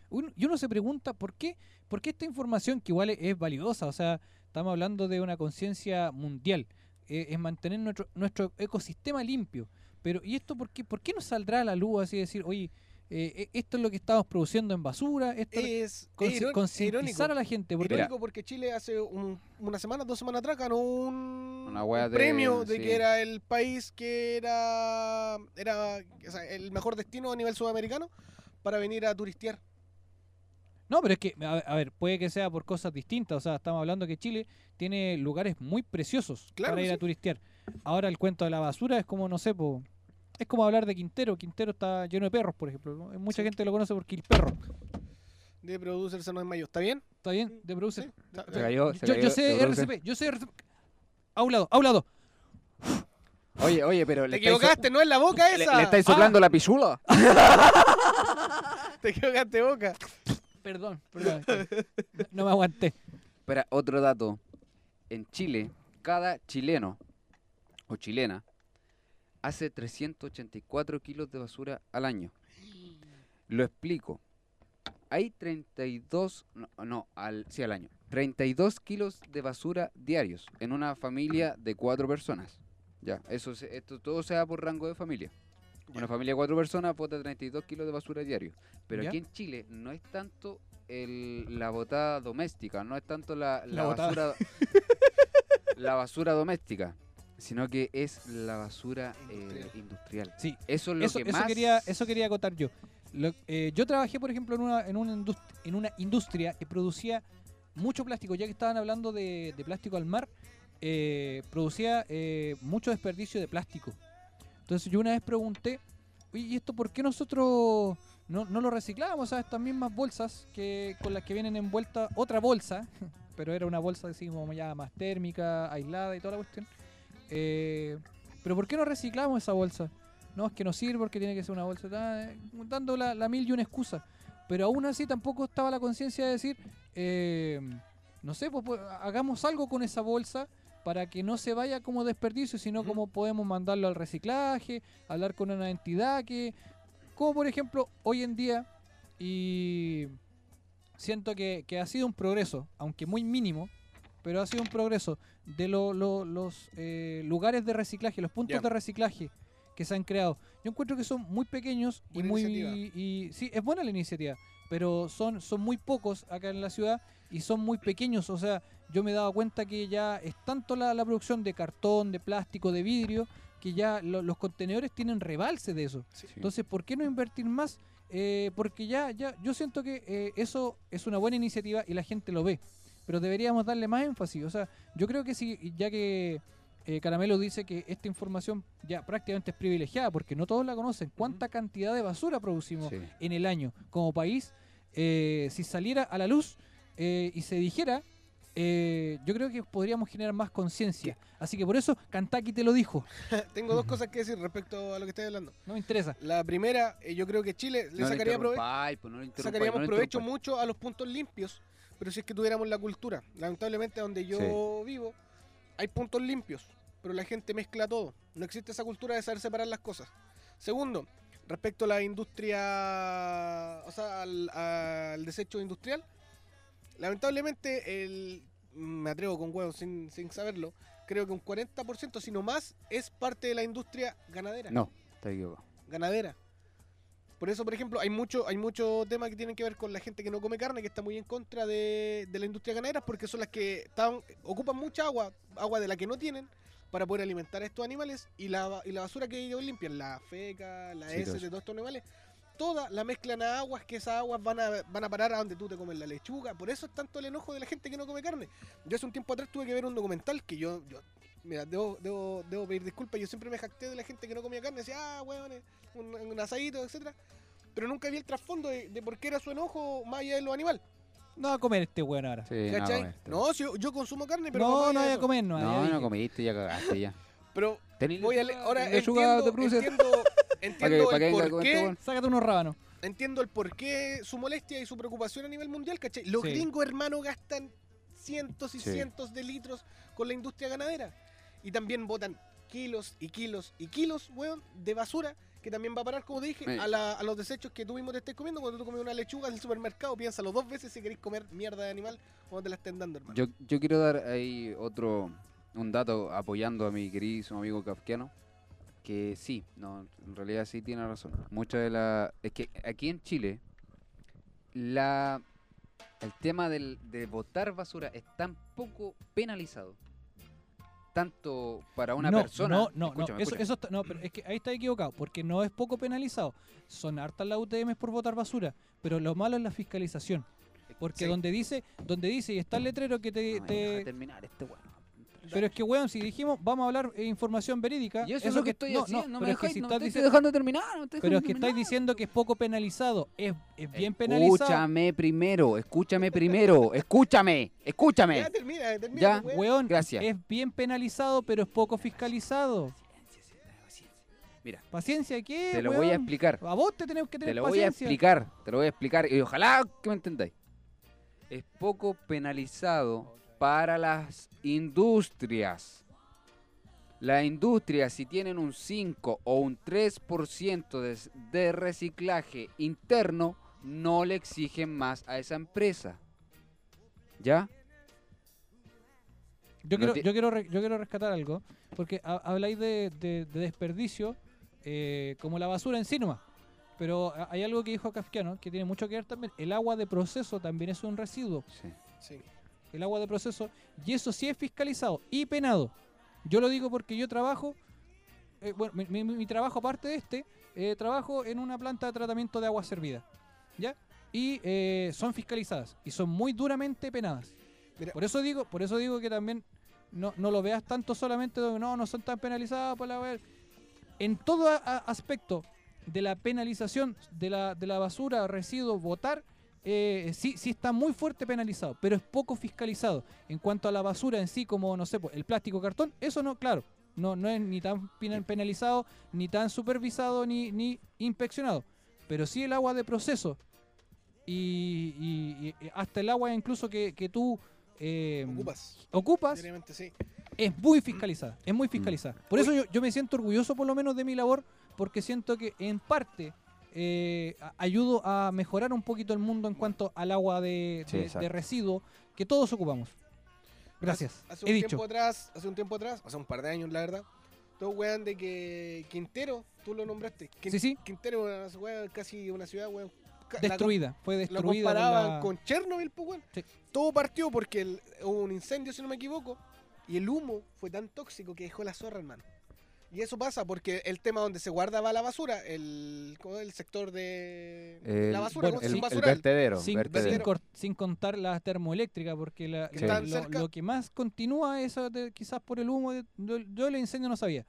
[SPEAKER 2] Uno- y uno se pregunta por qué, por qué esta información que igual es, es valiosa, o sea, estamos hablando de una conciencia mundial, eh, es mantener nuestro, nuestro ecosistema limpio. Pero, ¿y esto por qué, por qué no saldrá a la luz así decir, oye, eh, e- esto es lo que estamos produciendo en basura, esto es
[SPEAKER 1] Es,
[SPEAKER 2] lo-
[SPEAKER 1] es
[SPEAKER 2] conci-
[SPEAKER 1] Eh, irón- irónico.
[SPEAKER 2] concientizar a la gente? Porque
[SPEAKER 1] Irónico porque Chile hace un- una semana, dos semanas atrás ganó un,
[SPEAKER 3] Una wea
[SPEAKER 1] un
[SPEAKER 3] de-
[SPEAKER 1] premio de
[SPEAKER 3] sí.
[SPEAKER 1] que era el país que era, era o sea, el mejor destino a nivel sudamericano para venir a turistear.
[SPEAKER 2] No, pero es que, a, a ver, puede que sea por cosas distintas. O sea, estamos hablando que Chile tiene lugares muy preciosos
[SPEAKER 1] Claro
[SPEAKER 2] para
[SPEAKER 1] que
[SPEAKER 2] ir a
[SPEAKER 1] sí.
[SPEAKER 2] turistear. Ahora el cuento de la basura es como, no sé, po, es como hablar de Quintero. Quintero está lleno de perros, por ejemplo. ¿no? Mucha gente lo conoce porque el perro.
[SPEAKER 1] De producerse no es mayo, ¿está bien?
[SPEAKER 2] ¿Está bien? De producer.
[SPEAKER 1] ¿Está-
[SPEAKER 3] Se cayó, Oh, se
[SPEAKER 2] Eh, Yo,
[SPEAKER 3] cayó,
[SPEAKER 2] yo
[SPEAKER 3] se
[SPEAKER 2] sé
[SPEAKER 3] cayó.
[SPEAKER 2] RCP, yo sé RCP. A un lado, a un lado.
[SPEAKER 3] Oye, oye, pero
[SPEAKER 1] Te
[SPEAKER 3] le estáis, so-
[SPEAKER 1] equivocaste, no es la boca
[SPEAKER 3] le-
[SPEAKER 1] esa.
[SPEAKER 3] le estáis
[SPEAKER 2] Ah.
[SPEAKER 3] soplando la pichula.
[SPEAKER 1] Te equivocaste boca.
[SPEAKER 2] Perdón, perdón. No- No me aguanté.
[SPEAKER 3] Espera, otro dato. En Chile, cada chileno o chilena hace 384 kilos de basura al año. Lo explico. Hay 32, no, no, al, sí, al año, 32 kilos de basura diarios en una familia de cuatro personas. Ya, eso se- esto todo se da por rango de familia. Una familia de cuatro personas bota 32 kilos de basura diario. Pero
[SPEAKER 2] Ya.
[SPEAKER 3] aquí en Chile no es tanto el- la botada doméstica, no es tanto la, la
[SPEAKER 2] La botada.
[SPEAKER 3] basura la basura doméstica, sino que es la basura eh,
[SPEAKER 1] Industrial.
[SPEAKER 3] industrial.
[SPEAKER 2] Sí,
[SPEAKER 3] Eso es lo
[SPEAKER 2] eso,
[SPEAKER 3] que
[SPEAKER 2] eso
[SPEAKER 3] más
[SPEAKER 2] quería eso quería acotar yo Lo- eh, yo trabajé por ejemplo en una en una, indust- en una industria que producía mucho plástico ya que estaban hablando de, de plástico al mar eh, producía eh, mucho desperdicio de plástico entonces yo una vez pregunté "Oye, y esto por qué nosotros no, no lo reciclábamos a estas mismas bolsas que con las que vienen envuelta otra bolsa pero era una bolsa así como ya más térmica aislada y toda la cuestión Eh, pero por qué no reciclamos esa bolsa no, es que no sirve porque tiene que ser una bolsa, ta, eh, dando la, la mil y una excusa. Pero aún así tampoco estaba la conciencia de decir, eh, no sé, pues, pues, hagamos algo con esa bolsa para que no se vaya como desperdicio, sino
[SPEAKER 1] Ujú.
[SPEAKER 2] como podemos mandarlo al reciclaje, hablar con una entidad que, como por ejemplo hoy en día, y siento que, que ha sido un progreso, aunque muy mínimo, pero ha sido un progreso de lo- lo- los eh, lugares de reciclaje, los puntos
[SPEAKER 1] Ya.
[SPEAKER 2] de reciclaje que se han creado. Yo encuentro que son muy pequeños y
[SPEAKER 1] Buena
[SPEAKER 2] muy
[SPEAKER 1] iniciativa.
[SPEAKER 2] y sí, es buena la iniciativa, pero son son muy pocos acá en la ciudad y son muy pequeños, o sea, yo me he dado cuenta que ya es tanto la, la producción de cartón, de plástico, de vidrio, que ya lo- los contenedores tienen rebalse de eso.
[SPEAKER 3] Sí.
[SPEAKER 2] Entonces, ¿por qué no invertir más? Eh, porque ya, ya, yo siento que eh, eso es una buena iniciativa y la gente lo ve. Pero deberíamos darle más énfasis. O sea, yo creo que sí, ya que eh, Caramelo dice que esta información ya prácticamente es privilegiada, porque no todos la conocen. ¿Cuánta cantidad de basura producimos
[SPEAKER 3] Sí.
[SPEAKER 2] en el año como país? Eh, si saliera a la luz eh, y se dijera eh, yo creo que podríamos generar más conciencia. Así que por eso Kantaki te lo dijo.
[SPEAKER 1] Tengo dos cosas que decir respecto a lo que estoy hablando.
[SPEAKER 2] No me interesa.
[SPEAKER 1] La primera, eh, yo creo que Chile le
[SPEAKER 3] No
[SPEAKER 1] sacaría provecho.
[SPEAKER 3] interrumpáis, pues, no le interrumpáis,
[SPEAKER 1] sacaríamos
[SPEAKER 3] no le
[SPEAKER 1] provecho
[SPEAKER 3] interrumpáis.
[SPEAKER 1] mucho a los puntos limpios, pero si es que tuviéramos la cultura. Lamentablemente, donde yo vivo, hay puntos limpios, pero la gente mezcla todo. No existe esa cultura de saber separar las cosas. Segundo, respecto a la industria, o sea, al, al desecho industrial, lamentablemente, el, me atrevo con huevos sin, sin saberlo, creo que un 40%, si no más, es parte de la industria ganadera
[SPEAKER 3] No, está equivocado.
[SPEAKER 1] ganadera. Por eso, por ejemplo, hay mucho, hay mucho tema que tienen que ver con la gente que no come carne, que está muy en contra de, de la industria ganadera, porque son las que están, ocupan mucha agua, agua de la que no tienen, para poder alimentar a estos animales y la, ba- y la basura que ellos limpian, la feca, la
[SPEAKER 3] Sí, todo
[SPEAKER 1] heces de
[SPEAKER 3] eso.
[SPEAKER 1] todos estos animales, todas la mezclan a aguas, que esas aguas van a, van a parar a donde tú te comes la lechuga. Por eso es tanto el enojo de la gente que no come carne. Yo hace un tiempo atrás tuve que ver un documental que yo, yo mira, debo, debo, debo pedir disculpas, yo siempre me jacté de la gente que no comía carne, decía, ah, huevones, un, un asadito, etcétera Pero nunca vi el trasfondo de, de por qué era su enojo más allá de lo animal.
[SPEAKER 2] No va a comer este weón ahora.
[SPEAKER 3] Sí, no,
[SPEAKER 1] ¿Cachai?
[SPEAKER 3] comiste.
[SPEAKER 1] No, si yo, yo consumo carne, pero
[SPEAKER 2] no, no
[SPEAKER 1] voy
[SPEAKER 2] voy
[SPEAKER 1] a
[SPEAKER 2] a
[SPEAKER 1] eso.
[SPEAKER 2] comer, no. ya
[SPEAKER 3] No,
[SPEAKER 2] dije.
[SPEAKER 3] no comiste, ya cagaste ya.
[SPEAKER 1] Pero
[SPEAKER 3] Tenés
[SPEAKER 1] voy a le-
[SPEAKER 3] lechuga,
[SPEAKER 1] ahora
[SPEAKER 3] tenés lechuga,
[SPEAKER 1] entiendo,
[SPEAKER 3] te produce.
[SPEAKER 1] entiendo, entiendo
[SPEAKER 3] para que
[SPEAKER 1] el
[SPEAKER 3] venga
[SPEAKER 1] por
[SPEAKER 3] con
[SPEAKER 1] qué
[SPEAKER 3] este weón.
[SPEAKER 2] Sácate unos rábanos.
[SPEAKER 1] entiendo el porqué, su molestia y su preocupación a nivel mundial, ¿cachai? Los
[SPEAKER 2] Sí.
[SPEAKER 1] gringos, hermano, gastan cientos y
[SPEAKER 3] Sí.
[SPEAKER 1] cientos de litros con la industria ganadera. Y también botan kilos y kilos y kilos, weón, de basura, que también va a parar, como te dije,
[SPEAKER 3] Mira.
[SPEAKER 1] a, la- a los desechos que tú mismo te estés comiendo. Cuando tú comes una lechuga en el supermercado, piénsalo dos veces si querés comer mierda de animal cuando te la estén dando, hermano.
[SPEAKER 3] Yo, yo quiero dar ahí otro un dato apoyando a mi queridísimo amigo kafkiano. Que sí, no, en realidad sí tiene razón. Mucha de la. Es que aquí en Chile, la el tema del, de botar basura es tan poco penalizado. Tanto para una
[SPEAKER 2] no,
[SPEAKER 3] persona.
[SPEAKER 2] No, no,
[SPEAKER 3] escúchame,
[SPEAKER 2] no. Eso,
[SPEAKER 3] escúchame.
[SPEAKER 2] eso está- no, pero es que ahí está equivocado, porque no es poco penalizado. Son hartas las UTMs por botar basura, pero lo malo es la fiscalización.
[SPEAKER 1] Sí.
[SPEAKER 2] Porque donde dice, donde dice y está el letrero que te.
[SPEAKER 3] No me
[SPEAKER 2] te-
[SPEAKER 3] deja terminar este weón.
[SPEAKER 2] pero es que, weón, si dijimos, vamos a hablar eh, información verídica.
[SPEAKER 3] Y eso, es lo que, estoy
[SPEAKER 2] no, no,
[SPEAKER 3] haciendo. No, me
[SPEAKER 2] pero es que
[SPEAKER 3] dejáis,
[SPEAKER 2] si
[SPEAKER 3] no me
[SPEAKER 2] estás
[SPEAKER 3] estáis
[SPEAKER 2] diciendo-
[SPEAKER 3] dejando terminar. No me estáis
[SPEAKER 2] Pero es
[SPEAKER 3] dejando
[SPEAKER 2] que estáis
[SPEAKER 3] terminar.
[SPEAKER 2] diciendo que es poco penalizado. Es, es bien penalizado.
[SPEAKER 3] Escúchame primero, escúchame primero, escúchame, escúchame.
[SPEAKER 1] Ya termina, termina.
[SPEAKER 3] Ya,
[SPEAKER 1] weón.
[SPEAKER 2] Weón,
[SPEAKER 3] Gracias.
[SPEAKER 2] es bien penalizado, pero es poco fiscalizado.
[SPEAKER 3] Mira,
[SPEAKER 2] ¿Paciencia qué?
[SPEAKER 3] te lo voy a
[SPEAKER 2] weón?
[SPEAKER 3] explicar.
[SPEAKER 2] A vos te tenemos que tener
[SPEAKER 3] Te lo voy a
[SPEAKER 2] paciencia.
[SPEAKER 3] explicar, te lo voy a explicar y ojalá que me entendáis. Es poco penalizado para las industrias. Las industrias, si tienen un 5 o un 3% de, s- de reciclaje interno, no le exigen más a esa empresa. ¿Ya?
[SPEAKER 2] Yo,
[SPEAKER 3] No
[SPEAKER 2] quiero,
[SPEAKER 3] ti-
[SPEAKER 2] yo, quiero, re- yo quiero rescatar algo, porque ha- habláis de, de- de desperdicio eh, como la basura en sí nomás. Pero ha- hay algo que dijo Kafkiano que tiene mucho que ver también. El agua de proceso también es un residuo.
[SPEAKER 1] Sí.
[SPEAKER 2] El agua de proceso. Y eso sí es fiscalizado y penado. Yo lo digo porque yo trabajo, eh, bueno, mi, mi- mi trabajo aparte de este, eh, trabajo en una planta de tratamiento de agua servida. ¿Ya? Y eh, son fiscalizadas y son muy duramente penadas.
[SPEAKER 1] Mira.
[SPEAKER 2] Por eso digo, por eso digo que también no, no lo veas tanto solamente de, no, no son tan penalizadas por la web". En todo a- a- aspecto de la penalización de la, de la basura, residuos, votar, eh, sí, sí está muy fuerte penalizado, pero es poco fiscalizado. En cuanto a la basura en sí, como no sé, pues, el plástico cartón, eso no, claro, no, no es ni tan pena- penalizado, ni tan supervisado, ni, ni inspeccionado. Pero sí el agua de proceso. Y, y- y hasta el agua incluso que, que tú eh,
[SPEAKER 1] Ocupas.
[SPEAKER 2] ocupas
[SPEAKER 1] Diariamente, sí.
[SPEAKER 2] es muy fiscalizada, es
[SPEAKER 1] Mm.
[SPEAKER 2] muy fiscalizada. Por eso yo, yo me siento orgulloso por lo menos de mi labor, porque siento que en parte eh, a- ayudo a mejorar un poquito el mundo en cuanto al agua de,
[SPEAKER 3] Sí,
[SPEAKER 2] de- de
[SPEAKER 3] exacto.
[SPEAKER 2] residuo que todos ocupamos. Gracias.
[SPEAKER 1] Hace un
[SPEAKER 2] He
[SPEAKER 1] tiempo
[SPEAKER 2] dicho.
[SPEAKER 1] atrás, hace un tiempo atrás, hace un par de años, la verdad, todos weón de que Quintero, tú lo nombraste. Quin-
[SPEAKER 2] Sí, sí.
[SPEAKER 1] Quintero, weón, weón, casi una ciudad, weón. ca- la com-
[SPEAKER 2] Destruida, fue
[SPEAKER 1] La,
[SPEAKER 2] destruida. con
[SPEAKER 1] comparaban
[SPEAKER 2] la-
[SPEAKER 1] con Chernobyl, pues, weón.
[SPEAKER 2] Sí.
[SPEAKER 1] Todo partió porque el- hubo un incendio, si no me equivoco, y el humo fue tan tóxico que dejó la zorra, hermano. Y eso pasa porque el tema donde se guardaba la basura, el, ¿cómo es? el sector de de la
[SPEAKER 6] El-
[SPEAKER 1] basura,
[SPEAKER 2] bueno,
[SPEAKER 1] ¿cómo se llama?
[SPEAKER 2] el-
[SPEAKER 1] Un
[SPEAKER 6] el
[SPEAKER 1] basural.
[SPEAKER 6] vertedero.
[SPEAKER 2] sin,
[SPEAKER 1] vertedero.
[SPEAKER 2] sin cor- sin contar la termoeléctrica, porque la-
[SPEAKER 1] Que
[SPEAKER 2] lo-
[SPEAKER 1] están
[SPEAKER 2] lo,
[SPEAKER 1] cerca.
[SPEAKER 2] lo que más continúa es eh, de- quizás por el humo, de- yo, yo el incendio no sabía,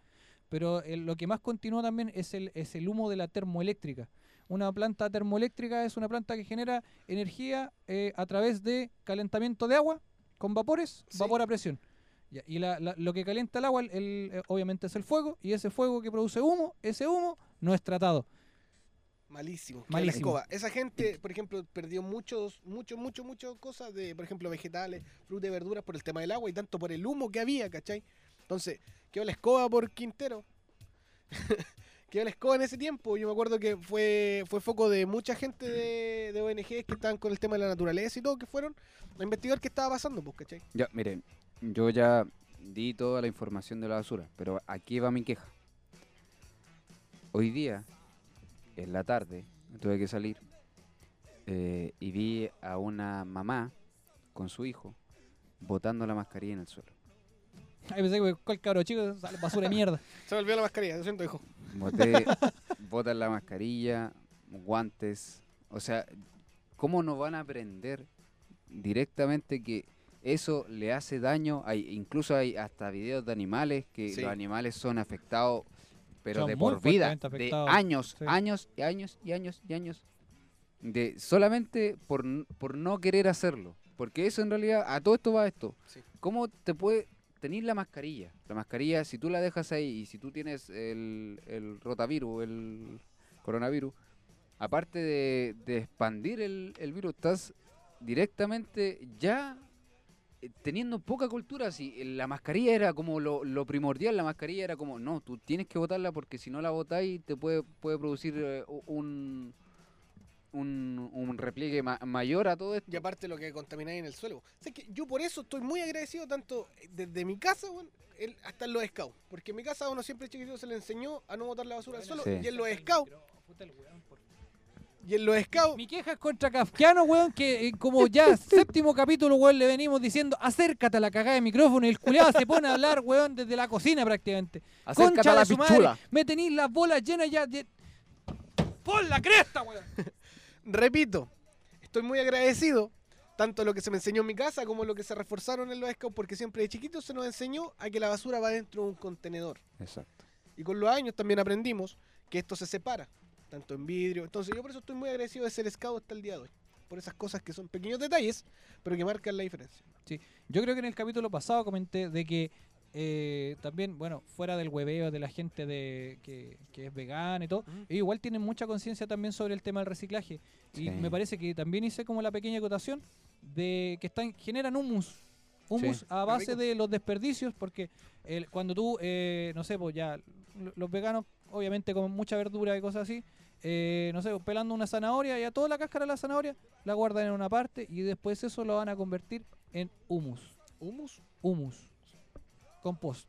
[SPEAKER 2] pero eh, lo que más continúa también es el, es el humo de la termoeléctrica. Una planta termoeléctrica es una planta que genera energía eh, a través de calentamiento de agua con vapores,
[SPEAKER 4] Sí.
[SPEAKER 2] vapor a presión. Ya, y la- la- lo que calienta el agua, el- el, eh, obviamente, es el fuego, y ese fuego que produce humo, ese humo no es tratado.
[SPEAKER 1] Malísimo.
[SPEAKER 2] Malísimo.
[SPEAKER 1] Malísimo. Esa gente, por ejemplo, perdió muchos, mucho, mucho, mucho cosas de, por ejemplo, vegetales, frutas y verduras por el tema del agua y tanto por el humo que había, ¿cachai? Entonces, quedó la escoba por Quintero. quedó la escoba en ese tiempo. Yo me acuerdo que fue, fue foco de mucha gente de, de ONG que estaban con el tema de la naturaleza y todo, que fueron a investigar qué estaba pasando, pues, ¿cachai?
[SPEAKER 3] Ya, miren, yo ya di toda la información de la basura, pero aquí va mi queja. Hoy día, en la tarde, tuve que salir eh, y vi a una mamá con su hijo botando la mascarilla en el suelo.
[SPEAKER 2] Ahí pensé que cuál cabro chico sale basura de mierda.
[SPEAKER 1] Se me olvidó la mascarilla, lo siento, hijo.
[SPEAKER 3] Boté, botan la mascarilla, guantes. O sea, ¿cómo no van a aprender directamente que eso le hace daño? Hay, incluso hay hasta videos de animales que
[SPEAKER 1] Sí.
[SPEAKER 3] los animales son afectados, pero
[SPEAKER 2] Son
[SPEAKER 3] de
[SPEAKER 2] muy
[SPEAKER 3] por vida,
[SPEAKER 2] fuertemente
[SPEAKER 3] de
[SPEAKER 2] afectados,
[SPEAKER 3] años,
[SPEAKER 2] sí.
[SPEAKER 3] años y años y años y años. De, solamente por, n- por no querer hacerlo. Porque eso en realidad, a todo esto va esto.
[SPEAKER 1] Sí.
[SPEAKER 3] ¿Cómo te puede, tenéis la mascarilla. La mascarilla, si tú la dejas ahí y si tú tienes el, el rotavirus, el coronavirus, aparte de, de expandir el, el virus, estás directamente ya eh, teniendo poca cultura. Si eh, la mascarilla era como lo, lo primordial, la mascarilla era como, no, tú tienes que botarla porque si no la botáis te puede, puede producir eh, u- un... Un, un repliegue ma- mayor a todo esto.
[SPEAKER 1] Y aparte lo que contamináis en el suelo. O sea, que yo por eso estoy muy agradecido tanto eh, desde mi casa, weón, el- hasta en los scouts. Porque en mi casa uno siempre chiquitito se le enseñó a no botar la basura al suelo.
[SPEAKER 3] Sí.
[SPEAKER 1] Y en los scouts, y en los scouts,
[SPEAKER 2] Mi queja es contra Kafkiano, weón, que eh, como ya séptimo capítulo, weón, le venimos diciendo, acércate a la cagada de micrófono y el culiado se pone a hablar, weón, desde la cocina prácticamente.
[SPEAKER 3] Acércate
[SPEAKER 2] Concha
[SPEAKER 3] a la
[SPEAKER 2] de su
[SPEAKER 3] pichula.
[SPEAKER 2] madre, me tenéis las bolas llenas ya de... ¡Pon la cresta, weón!
[SPEAKER 1] repito, estoy muy agradecido tanto lo que se me enseñó en mi casa como lo que se reforzaron en los scouts. Porque siempre de chiquito se nos enseñó a que la basura va dentro de un contenedor.
[SPEAKER 3] Exacto.
[SPEAKER 1] Y con los años también aprendimos que esto se separa, tanto en vidrio. Entonces yo por eso estoy muy agradecido de ser scout hasta el día de hoy. Por esas cosas que son pequeños detalles, pero que marcan la diferencia.
[SPEAKER 2] Yo creo que en el capítulo pasado comenté de que eh, también, bueno, fuera del hueveo de la gente de que, que es vegana y todo, ellos igual tienen mucha conciencia también sobre el tema del reciclaje.
[SPEAKER 3] Sí.
[SPEAKER 2] Y me parece que también hice como la pequeña acotación de que están generan humus. Humus
[SPEAKER 3] Sí.
[SPEAKER 2] a base
[SPEAKER 1] rico.
[SPEAKER 2] de los desperdicios, porque el- cuando tú, eh, no sé, pues ya, lo- los veganos, obviamente con mucha verdura y cosas así, eh, no sé, pues, pelando una zanahoria y a toda la cáscara de la zanahoria la guardan en una parte y después eso lo van a convertir en humus.
[SPEAKER 1] ¿Humus?
[SPEAKER 2] Humus. Compost.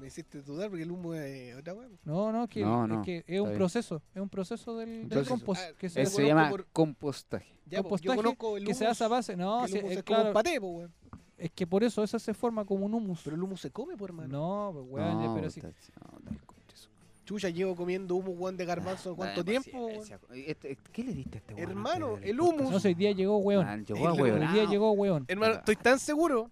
[SPEAKER 1] Me hiciste dudar porque el humo es otra hueá.
[SPEAKER 2] No, no, es que,
[SPEAKER 3] No,
[SPEAKER 2] es,
[SPEAKER 3] no,
[SPEAKER 2] que es un
[SPEAKER 3] bien.
[SPEAKER 2] proceso. Es un proceso del, del
[SPEAKER 3] Entonces,
[SPEAKER 2] compost.
[SPEAKER 1] ah,
[SPEAKER 2] que se,
[SPEAKER 1] Yo
[SPEAKER 3] Eso
[SPEAKER 2] hace,
[SPEAKER 3] se
[SPEAKER 1] conozco
[SPEAKER 3] llama
[SPEAKER 1] por-
[SPEAKER 3] compostaje.
[SPEAKER 1] Ya, po, yo
[SPEAKER 2] Compostaje
[SPEAKER 1] conozco el
[SPEAKER 2] que
[SPEAKER 1] humus.
[SPEAKER 2] se hace a base.
[SPEAKER 1] que
[SPEAKER 2] No,
[SPEAKER 1] el
[SPEAKER 2] sí,
[SPEAKER 1] humus
[SPEAKER 2] es,
[SPEAKER 1] es como
[SPEAKER 2] claro,
[SPEAKER 1] un paté, po, weón.
[SPEAKER 2] es que por eso eso se forma como un humus.
[SPEAKER 1] Pero el humo se come, por hermano.
[SPEAKER 2] no, pues, weón, ya,
[SPEAKER 3] No,
[SPEAKER 2] pero sí.
[SPEAKER 3] puta, no, dale, concha de su
[SPEAKER 1] Chucha, llevo comiendo humo, weón, de garbanzo cuánto
[SPEAKER 3] Dame
[SPEAKER 1] tiempo, weón?
[SPEAKER 3] paciencia. Este- ¿Qué le diste a este weón?
[SPEAKER 1] Hermano,
[SPEAKER 3] antes de
[SPEAKER 1] el
[SPEAKER 3] darle
[SPEAKER 1] humus.
[SPEAKER 2] No sé, hoy día llegó weón.
[SPEAKER 3] Ah, llegó a
[SPEAKER 1] El-
[SPEAKER 3] huevo.
[SPEAKER 2] Hoy día llegó weón.
[SPEAKER 1] Hermano,
[SPEAKER 3] Ah.
[SPEAKER 1] estoy tan seguro.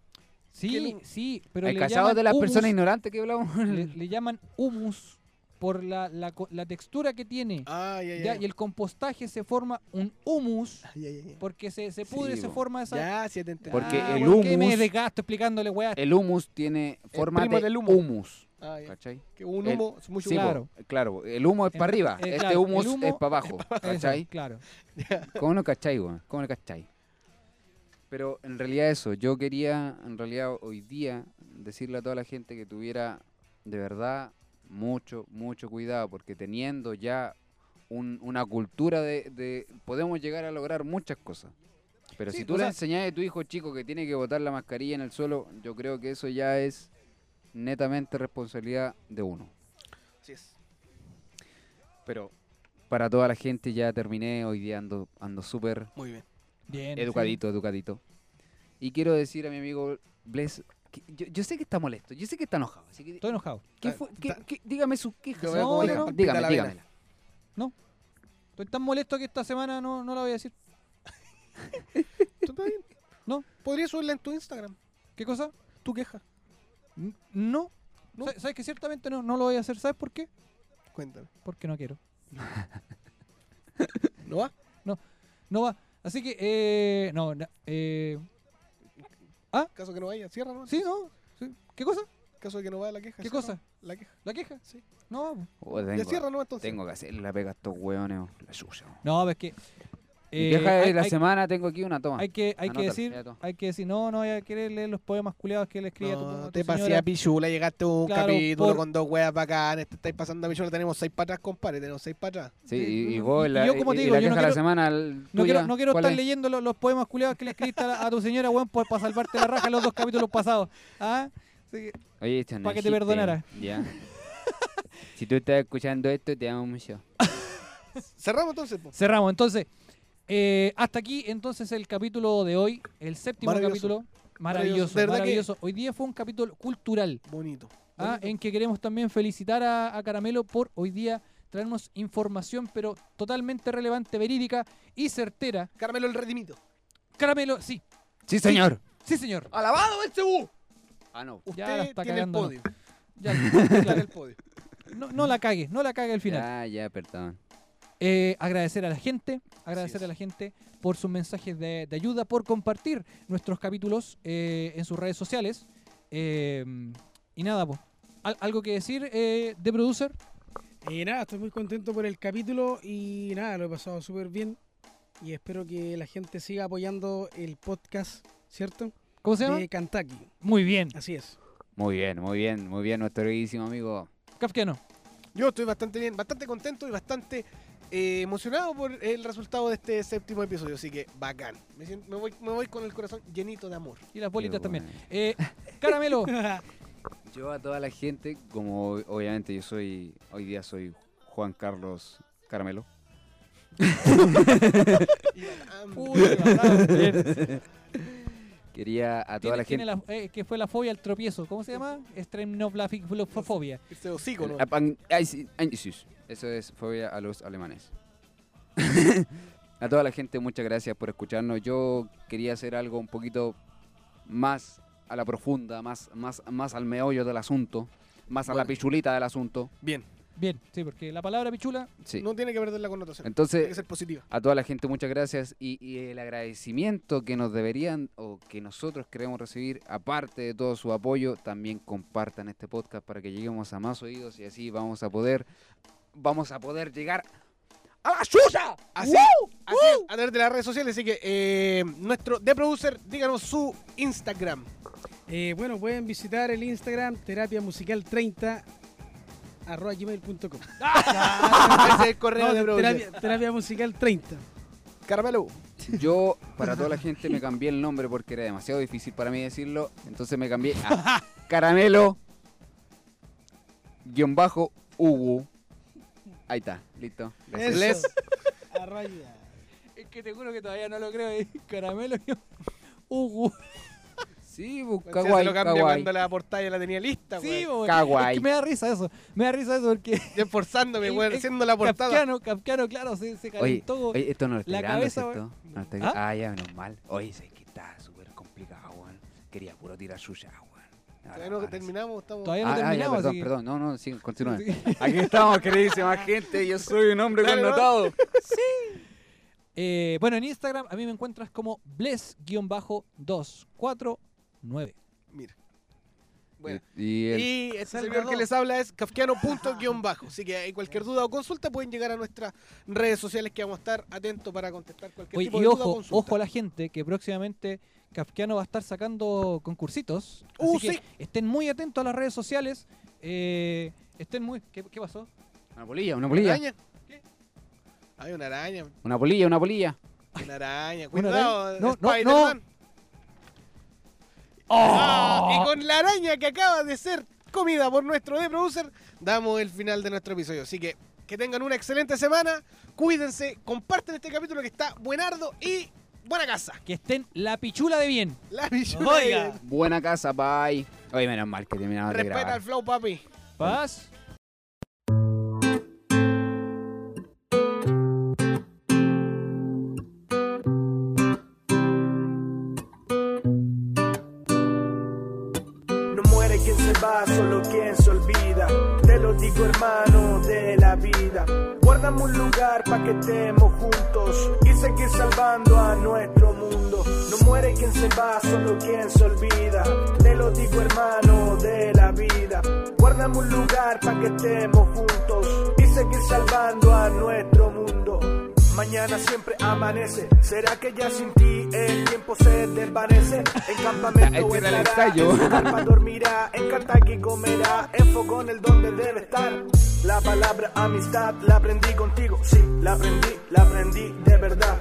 [SPEAKER 2] Sí,
[SPEAKER 1] el-
[SPEAKER 2] sí, pero
[SPEAKER 3] ¿Hay
[SPEAKER 2] le
[SPEAKER 3] cachado
[SPEAKER 2] llaman
[SPEAKER 3] de las
[SPEAKER 2] humus,
[SPEAKER 3] personas ignorantes que hablamos?
[SPEAKER 2] le, le llaman humus por la, la, co- la textura que tiene.
[SPEAKER 3] Ah,
[SPEAKER 1] Ay, ay,
[SPEAKER 2] Ya, y
[SPEAKER 1] ay.
[SPEAKER 2] el compostaje se forma un humus
[SPEAKER 1] Ay, ay, ay.
[SPEAKER 2] porque se, se pudre,
[SPEAKER 3] Sí,
[SPEAKER 2] se
[SPEAKER 3] bo.
[SPEAKER 2] forma esa,
[SPEAKER 1] Ya, sí, te entendí.
[SPEAKER 3] Porque
[SPEAKER 2] Ah,
[SPEAKER 3] el
[SPEAKER 2] weón, que me
[SPEAKER 3] humus-
[SPEAKER 2] desgasto explicándole, weá.
[SPEAKER 3] El humus tiene forma
[SPEAKER 1] primo
[SPEAKER 3] de
[SPEAKER 1] del humo.
[SPEAKER 3] humus.
[SPEAKER 1] Ay, ay.
[SPEAKER 3] ¿Cachai?
[SPEAKER 1] Que un
[SPEAKER 3] el-
[SPEAKER 1] humo es mucho
[SPEAKER 3] Sí,
[SPEAKER 1] humo.
[SPEAKER 2] Claro.
[SPEAKER 3] claro. claro, el humo es
[SPEAKER 2] En-
[SPEAKER 3] para arriba,
[SPEAKER 2] eh,
[SPEAKER 3] este
[SPEAKER 2] claro, el
[SPEAKER 3] humus
[SPEAKER 2] humo
[SPEAKER 3] es para abajo. ¿Cachai?
[SPEAKER 2] Eso, claro.
[SPEAKER 3] ¿Cómo no cachai, weón? ¿Cómo no cachai? Pero en realidad eso, yo quería, en realidad hoy día, decirle a toda la gente que tuviera de verdad mucho, mucho cuidado, porque teniendo ya un- una cultura de, de- podemos llegar a lograr muchas cosas. Pero
[SPEAKER 2] Sí,
[SPEAKER 3] si tú
[SPEAKER 2] o
[SPEAKER 3] le
[SPEAKER 2] sea-
[SPEAKER 3] enseñas a tu hijo chico que tiene que botar la mascarilla en el suelo, yo creo que eso ya es netamente responsabilidad de uno.
[SPEAKER 1] Así es.
[SPEAKER 3] Pero para toda la gente ya terminé, hoy día ando, ando súper
[SPEAKER 1] Muy bien.
[SPEAKER 2] Bien.
[SPEAKER 3] Educadito, educadito. Y quiero decir a mi amigo Bless, que yo, yo sé que está molesto, yo sé que está enojado. Así
[SPEAKER 2] sí.
[SPEAKER 3] que,
[SPEAKER 2] Estoy enojado.
[SPEAKER 3] ¿qué
[SPEAKER 1] Ta-
[SPEAKER 3] fue?
[SPEAKER 1] ta-
[SPEAKER 3] ¿Qué- qué- dígame su queja.
[SPEAKER 1] Yo veo cómo
[SPEAKER 2] No,
[SPEAKER 1] le
[SPEAKER 2] no.
[SPEAKER 1] palpita
[SPEAKER 3] Dígame,
[SPEAKER 1] la vena.
[SPEAKER 3] dígamela.
[SPEAKER 2] Estoy tan molesto que esta semana no, no la voy a decir.
[SPEAKER 1] ¿Está bien?
[SPEAKER 2] No.
[SPEAKER 1] Podría subirla en tu Instagram.
[SPEAKER 2] ¿Qué cosa?
[SPEAKER 1] Tu queja.
[SPEAKER 2] N- No. Sa- ¿Sabes que ciertamente no, no lo voy a hacer? ¿Sabes por qué?
[SPEAKER 1] Cuéntame.
[SPEAKER 2] Porque no quiero.
[SPEAKER 1] ¿No va?
[SPEAKER 2] No va. Así que, eh, no, na- eh, ¿Ah?
[SPEAKER 1] Caso que no vaya, cierra, ¿no?
[SPEAKER 2] ¿Sí, no? ¿Sí? ¿Qué cosa?
[SPEAKER 1] Caso de que no vaya la queja.
[SPEAKER 2] ¿Qué
[SPEAKER 1] cierra,
[SPEAKER 2] cosa?
[SPEAKER 1] La queja.
[SPEAKER 2] ¿La queja?
[SPEAKER 1] Sí.
[SPEAKER 2] No. pues.
[SPEAKER 3] Oh,
[SPEAKER 1] Ya
[SPEAKER 3] tengo,
[SPEAKER 1] cierra, ¿no? Entonces.
[SPEAKER 3] tengo que hacer la pega a estos hueones, oh, la suya. oh.
[SPEAKER 2] No, pues, es que.
[SPEAKER 3] Mi
[SPEAKER 2] eh,
[SPEAKER 3] queja de
[SPEAKER 2] hay-
[SPEAKER 3] la
[SPEAKER 2] hay-
[SPEAKER 3] semana, tengo aquí una toma.
[SPEAKER 2] Hay que, hay que
[SPEAKER 3] Anótalo,
[SPEAKER 2] decir,
[SPEAKER 3] ya tú.
[SPEAKER 2] hay que decir, no, no, hay que leer los poemas culiados que le escribe a tu- a pues, tu,
[SPEAKER 1] te
[SPEAKER 2] señora.
[SPEAKER 1] pasé a Pichula, llegaste un
[SPEAKER 2] Claro,
[SPEAKER 1] capítulo
[SPEAKER 2] por-
[SPEAKER 1] con dos weas bacanas, te estáis pasando a Pichula, tenemos seis para atrás, compadre, tenemos seis para atrás.
[SPEAKER 3] Sí,
[SPEAKER 2] Eh,
[SPEAKER 3] y, y
[SPEAKER 2] no,
[SPEAKER 3] vos,
[SPEAKER 2] y-
[SPEAKER 3] la,
[SPEAKER 2] y yo como
[SPEAKER 3] y-
[SPEAKER 2] te
[SPEAKER 3] y
[SPEAKER 2] digo,
[SPEAKER 3] la
[SPEAKER 2] yo no
[SPEAKER 3] queja de la
[SPEAKER 2] quiero-
[SPEAKER 3] semana.
[SPEAKER 2] No quiero, no quiero estar
[SPEAKER 3] leyendo.
[SPEAKER 2] leyendo lo- los poemas culiados que le escribiste a, la- a tu señora, weón, por, para salvarte la raja los dos capítulos pasados. ¿Ah? Así que-
[SPEAKER 3] Oye, esto no
[SPEAKER 2] Pa' que te
[SPEAKER 3] existe,
[SPEAKER 2] perdonara.
[SPEAKER 3] Ya. si tú estás escuchando esto, te amo mucho.
[SPEAKER 1] Cerramos entonces, pues. po.
[SPEAKER 2] cerramos. Entonces, eh, hasta aquí entonces el capítulo de hoy, el séptimo
[SPEAKER 1] Maravilloso.
[SPEAKER 2] capítulo.
[SPEAKER 1] Maravilloso.
[SPEAKER 2] Maravilloso,
[SPEAKER 1] De verdad que-
[SPEAKER 2] maravilloso. Hoy día fue un capítulo cultural.
[SPEAKER 1] Bonito.
[SPEAKER 2] Ah,
[SPEAKER 1] bonito.
[SPEAKER 2] en que queremos también felicitar a, a Caramelo por hoy día traernos información, pero totalmente relevante, verídica y certera.
[SPEAKER 1] Carmelo el redimido.
[SPEAKER 2] Caramelo, sí,
[SPEAKER 3] Sí, señor.
[SPEAKER 2] sí señor.
[SPEAKER 1] ¡Alabado el CU!
[SPEAKER 3] Ah, no.
[SPEAKER 1] Usted
[SPEAKER 2] Ya la está
[SPEAKER 1] tiene el
[SPEAKER 2] cagando,
[SPEAKER 1] podio. Tiene
[SPEAKER 2] Ya, claro,
[SPEAKER 1] el podio.
[SPEAKER 2] no, no la cague, no la cague al final.
[SPEAKER 3] Ya, ya, perdón.
[SPEAKER 2] Eh, agradecer a la gente,
[SPEAKER 1] Así es.
[SPEAKER 2] agradecer a la gente por sus mensajes de, de ayuda, por compartir nuestros capítulos eh, en sus redes sociales. Eh, y nada, pues. Al- ¿Algo que decir eh, de producer?
[SPEAKER 4] Y nada, estoy muy contento por el capítulo y nada, lo he pasado súper bien. Y espero que la gente siga apoyando el podcast, ¿cierto?
[SPEAKER 2] ¿Cómo se llama?
[SPEAKER 4] De Kentucky.
[SPEAKER 2] Muy bien.
[SPEAKER 4] Así es.
[SPEAKER 3] Muy bien, muy bien, muy bien, nuestro queridísimo amigo.
[SPEAKER 2] Kafkiano.
[SPEAKER 1] Yo estoy bastante bien, bastante contento y bastante eh, emocionado por el resultado de este séptimo episodio, así que bacán. Me, siento- me voy, me voy con el corazón llenito de amor.
[SPEAKER 2] Y las bolitas
[SPEAKER 3] Qué
[SPEAKER 2] también.
[SPEAKER 3] bueno.
[SPEAKER 2] Eh, caramelo.
[SPEAKER 3] Yo a toda la gente, como ob- obviamente yo soy, hoy día soy Juan Carlos Carmelo.
[SPEAKER 1] Y bacán.
[SPEAKER 2] Uy, qué basado.
[SPEAKER 3] Quería a toda
[SPEAKER 2] Tiene- tiene
[SPEAKER 3] la gente...
[SPEAKER 2] la- eh, que fue la fobia al tropiezo. ¿Cómo se llama? Stremnoblafobia.
[SPEAKER 1] Este hocico, ¿no?
[SPEAKER 3] la Ah, pan- ay, sí, ay, sí, sí. Eso es fobia a los alemanes. a toda la gente, muchas gracias por escucharnos. Yo quería hacer algo un poquito más a la profunda, más, más, más al meollo del asunto, más a la pichulita del asunto.
[SPEAKER 1] Bien.
[SPEAKER 2] Bien, sí, porque la palabra pichula.
[SPEAKER 3] Sí.
[SPEAKER 1] No tiene que perder la connotación. Tiene que
[SPEAKER 3] Entonces,
[SPEAKER 1] ser positiva.
[SPEAKER 3] a toda la gente, muchas gracias. Y, y el agradecimiento que nos deberían o que nosotros queremos recibir, aparte de todo su apoyo, también compartan este podcast para que lleguemos a más oídos y así vamos a poder, vamos a poder llegar a la suya.
[SPEAKER 1] Así, así es, a través de las redes sociales, así que eh, nuestro The Producer, díganos su Instagram.
[SPEAKER 4] Eh, bueno, pueden visitar el Instagram terapia musical 30 arroba gmail.com.
[SPEAKER 1] Ese es el correo de Producer.
[SPEAKER 4] terapia, terapia musical 30.
[SPEAKER 1] Carmelo.
[SPEAKER 3] Yo, para toda la gente, me cambié el nombre porque era demasiado difícil para mí decirlo, entonces me cambié a Caramelo guión bajo Ugu. Ahí está, listo. Gracias.
[SPEAKER 1] Les.
[SPEAKER 4] Arroba ya.
[SPEAKER 2] Es que te juro que todavía no lo creo. eh. Caramelo. yo- Ugu.
[SPEAKER 3] Sí, busca
[SPEAKER 1] Se
[SPEAKER 3] guay,
[SPEAKER 1] lo cambia
[SPEAKER 3] kawaii.
[SPEAKER 1] cuando la portada ya la tenía lista,
[SPEAKER 2] Sí,
[SPEAKER 1] weón.
[SPEAKER 2] bo.
[SPEAKER 3] Kawaii.
[SPEAKER 2] Es que me da risa eso. Me da risa eso porque.
[SPEAKER 1] Yo esforzándome,
[SPEAKER 2] El-
[SPEAKER 1] weón,
[SPEAKER 2] el-
[SPEAKER 1] haciendo la portada.
[SPEAKER 2] Kafkiano, Kafkiano, claro, se, se
[SPEAKER 3] Oye,
[SPEAKER 2] calentó.
[SPEAKER 3] oye, esto no lo
[SPEAKER 2] la
[SPEAKER 3] está grabando,
[SPEAKER 2] cabeza,
[SPEAKER 3] ¿cierto? No lo está-
[SPEAKER 2] ¿Ah?
[SPEAKER 3] ¿Ah? ya, menos mal. Oye, sé que está súper complicado, weón. Quería puro tirar suya, weón. Ahora,
[SPEAKER 1] Todavía no
[SPEAKER 3] ahora sí.
[SPEAKER 1] terminamos, estamos.
[SPEAKER 2] Todavía no
[SPEAKER 3] Ah, ah, ya,
[SPEAKER 2] terminamos.
[SPEAKER 3] perdón,
[SPEAKER 2] así que-
[SPEAKER 3] perdón. No, no, sí, continúen.
[SPEAKER 2] Sí.
[SPEAKER 3] Aquí estamos, queridísima gente. Yo soy un hombre
[SPEAKER 1] Dale,
[SPEAKER 3] connotado.
[SPEAKER 2] Eh, bueno, en Instagram a mí me encuentras como bless-249.
[SPEAKER 1] Mira. Bueno.
[SPEAKER 3] Y, y el-
[SPEAKER 1] Y el servidor que les habla es kafkiano.bajo. Así que hay cualquier duda o consulta pueden llegar a nuestras redes sociales que vamos a estar atentos para contestar cualquier
[SPEAKER 2] Oye,
[SPEAKER 1] tipo
[SPEAKER 2] y
[SPEAKER 1] de duda o
[SPEAKER 2] ojo,
[SPEAKER 1] consulta.
[SPEAKER 2] ojo a la gente que próximamente Kafkiano va a estar sacando concursitos.
[SPEAKER 1] Uh,
[SPEAKER 2] así
[SPEAKER 1] sí.
[SPEAKER 2] que estén muy atentos a las redes sociales. eh, estén muy. ¿Qué, qué pasó?
[SPEAKER 3] Una polilla,
[SPEAKER 1] ¿Una
[SPEAKER 3] una polilla.
[SPEAKER 1] araña? Hay una araña,
[SPEAKER 3] Una polilla, una polilla.
[SPEAKER 1] una araña.
[SPEAKER 2] ¿Una
[SPEAKER 1] Cuidado,
[SPEAKER 2] araña? No, no,
[SPEAKER 1] Spider-Man. Ah,
[SPEAKER 2] ¡Oh!
[SPEAKER 1] y con la araña que acaba de ser comida por nuestro de producer, damos el final de nuestro episodio. Así que que tengan una excelente semana, cuídense, comparten este capítulo que está buenardo y buena casa.
[SPEAKER 2] Que estén la pichula de bien.
[SPEAKER 1] La bichuela.
[SPEAKER 2] Oiga.
[SPEAKER 3] Buena casa, bye. Oye, menos mal que terminamos de grabar.
[SPEAKER 1] Respeta el flow, papi.
[SPEAKER 2] Paz.
[SPEAKER 7] No muere
[SPEAKER 10] sabe quién se va, solo quien se olvida. Te lo digo hermano de la vida. Guardamos un lugar para que estemos juntos y seguir salvando a nuestro mundo. No muere quien se va, solo quien se olvida. Te lo digo hermano de la vida. Guardamos un lugar para que estemos juntos y seguir salvando a nuestro mundo. Mañana siempre amanece. ¿Será que ya sin ti el tiempo se desvanece? En campamento
[SPEAKER 3] Este era el
[SPEAKER 10] estará,
[SPEAKER 3] ensayo.
[SPEAKER 10] en su carpa dormirá, en Cartagena y comerá, en fogón el donde debe estar. La palabra amistad la aprendí contigo, sí, la aprendí, la aprendí de verdad.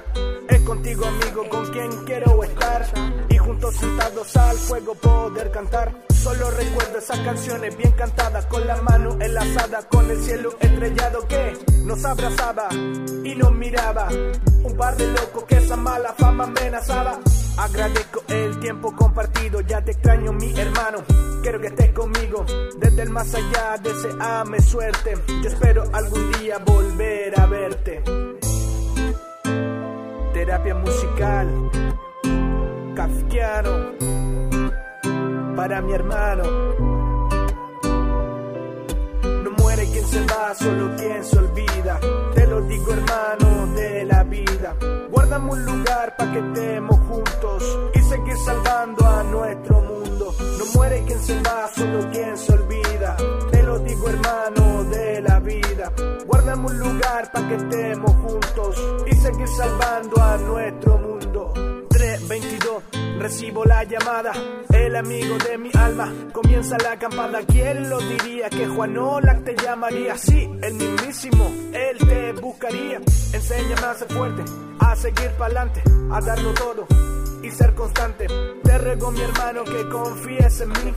[SPEAKER 10] Es contigo amigo con quien quiero estar y juntos sentados al fuego poder cantar. Solo recuerdo esas canciones bien cantadas con las manos enlazadas con el cielo estrellado que nos abrazaba y nos miraba. Un par de locos que esa mala fama amenazaba. Agradezco el tiempo compartido, ya te extraño mi hermano. Quiero que estés conmigo, desde el más allá deseame suerte. Yo espero algún día volver a verte. Terapia musical, kafkiano, para mi hermano. No muere quien se va, solo quien se olvida. Te lo digo hermano de la vida. Guardamos un lugar para que estemos juntos y seguir salvando a nuestro mundo. No muere quien se va, solo quien se olvida. Te lo digo hermano de la vida. Guardamos un lugar para que estemos juntos y seguir salvando a nuestro mundo. 322, recibo la llamada. El amigo de mi alma comienza la acampada. ¿Quién lo diría que Juan Olac te llamaría? Sí, el mismísimo, él te buscaría. Enséñame a ser fuerte, a seguir pa'lante, a darlo todo y ser constante. Te ruego, mi hermano, que confíes en mí,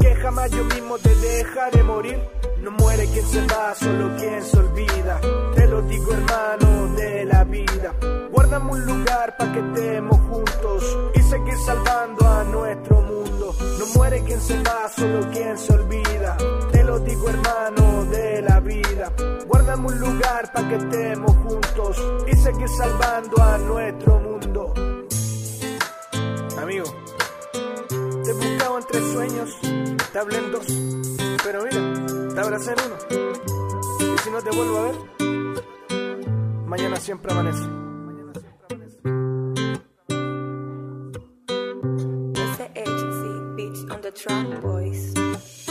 [SPEAKER 10] que jamás yo mismo te dejaré morir. No muere quien se va, solo quien se olvida. Te lo digo, hermano, de la vida. Guardamos un lugar para que estemos juntos y seguir salvando a nuestro mundo. No muere quien se va, solo quien se olvida. Te lo digo, hermano, de la vida. Guardamos un lugar para que estemos juntos y seguir salvando a nuestro mundo. Amigo, te buscaba entre sueños, te hablé en dos, pero mira, te abracé en uno. Y si no te vuelvo a ver, mañana siempre amanece.
[SPEAKER 11] Mr. H, C, bitch on the track, boys.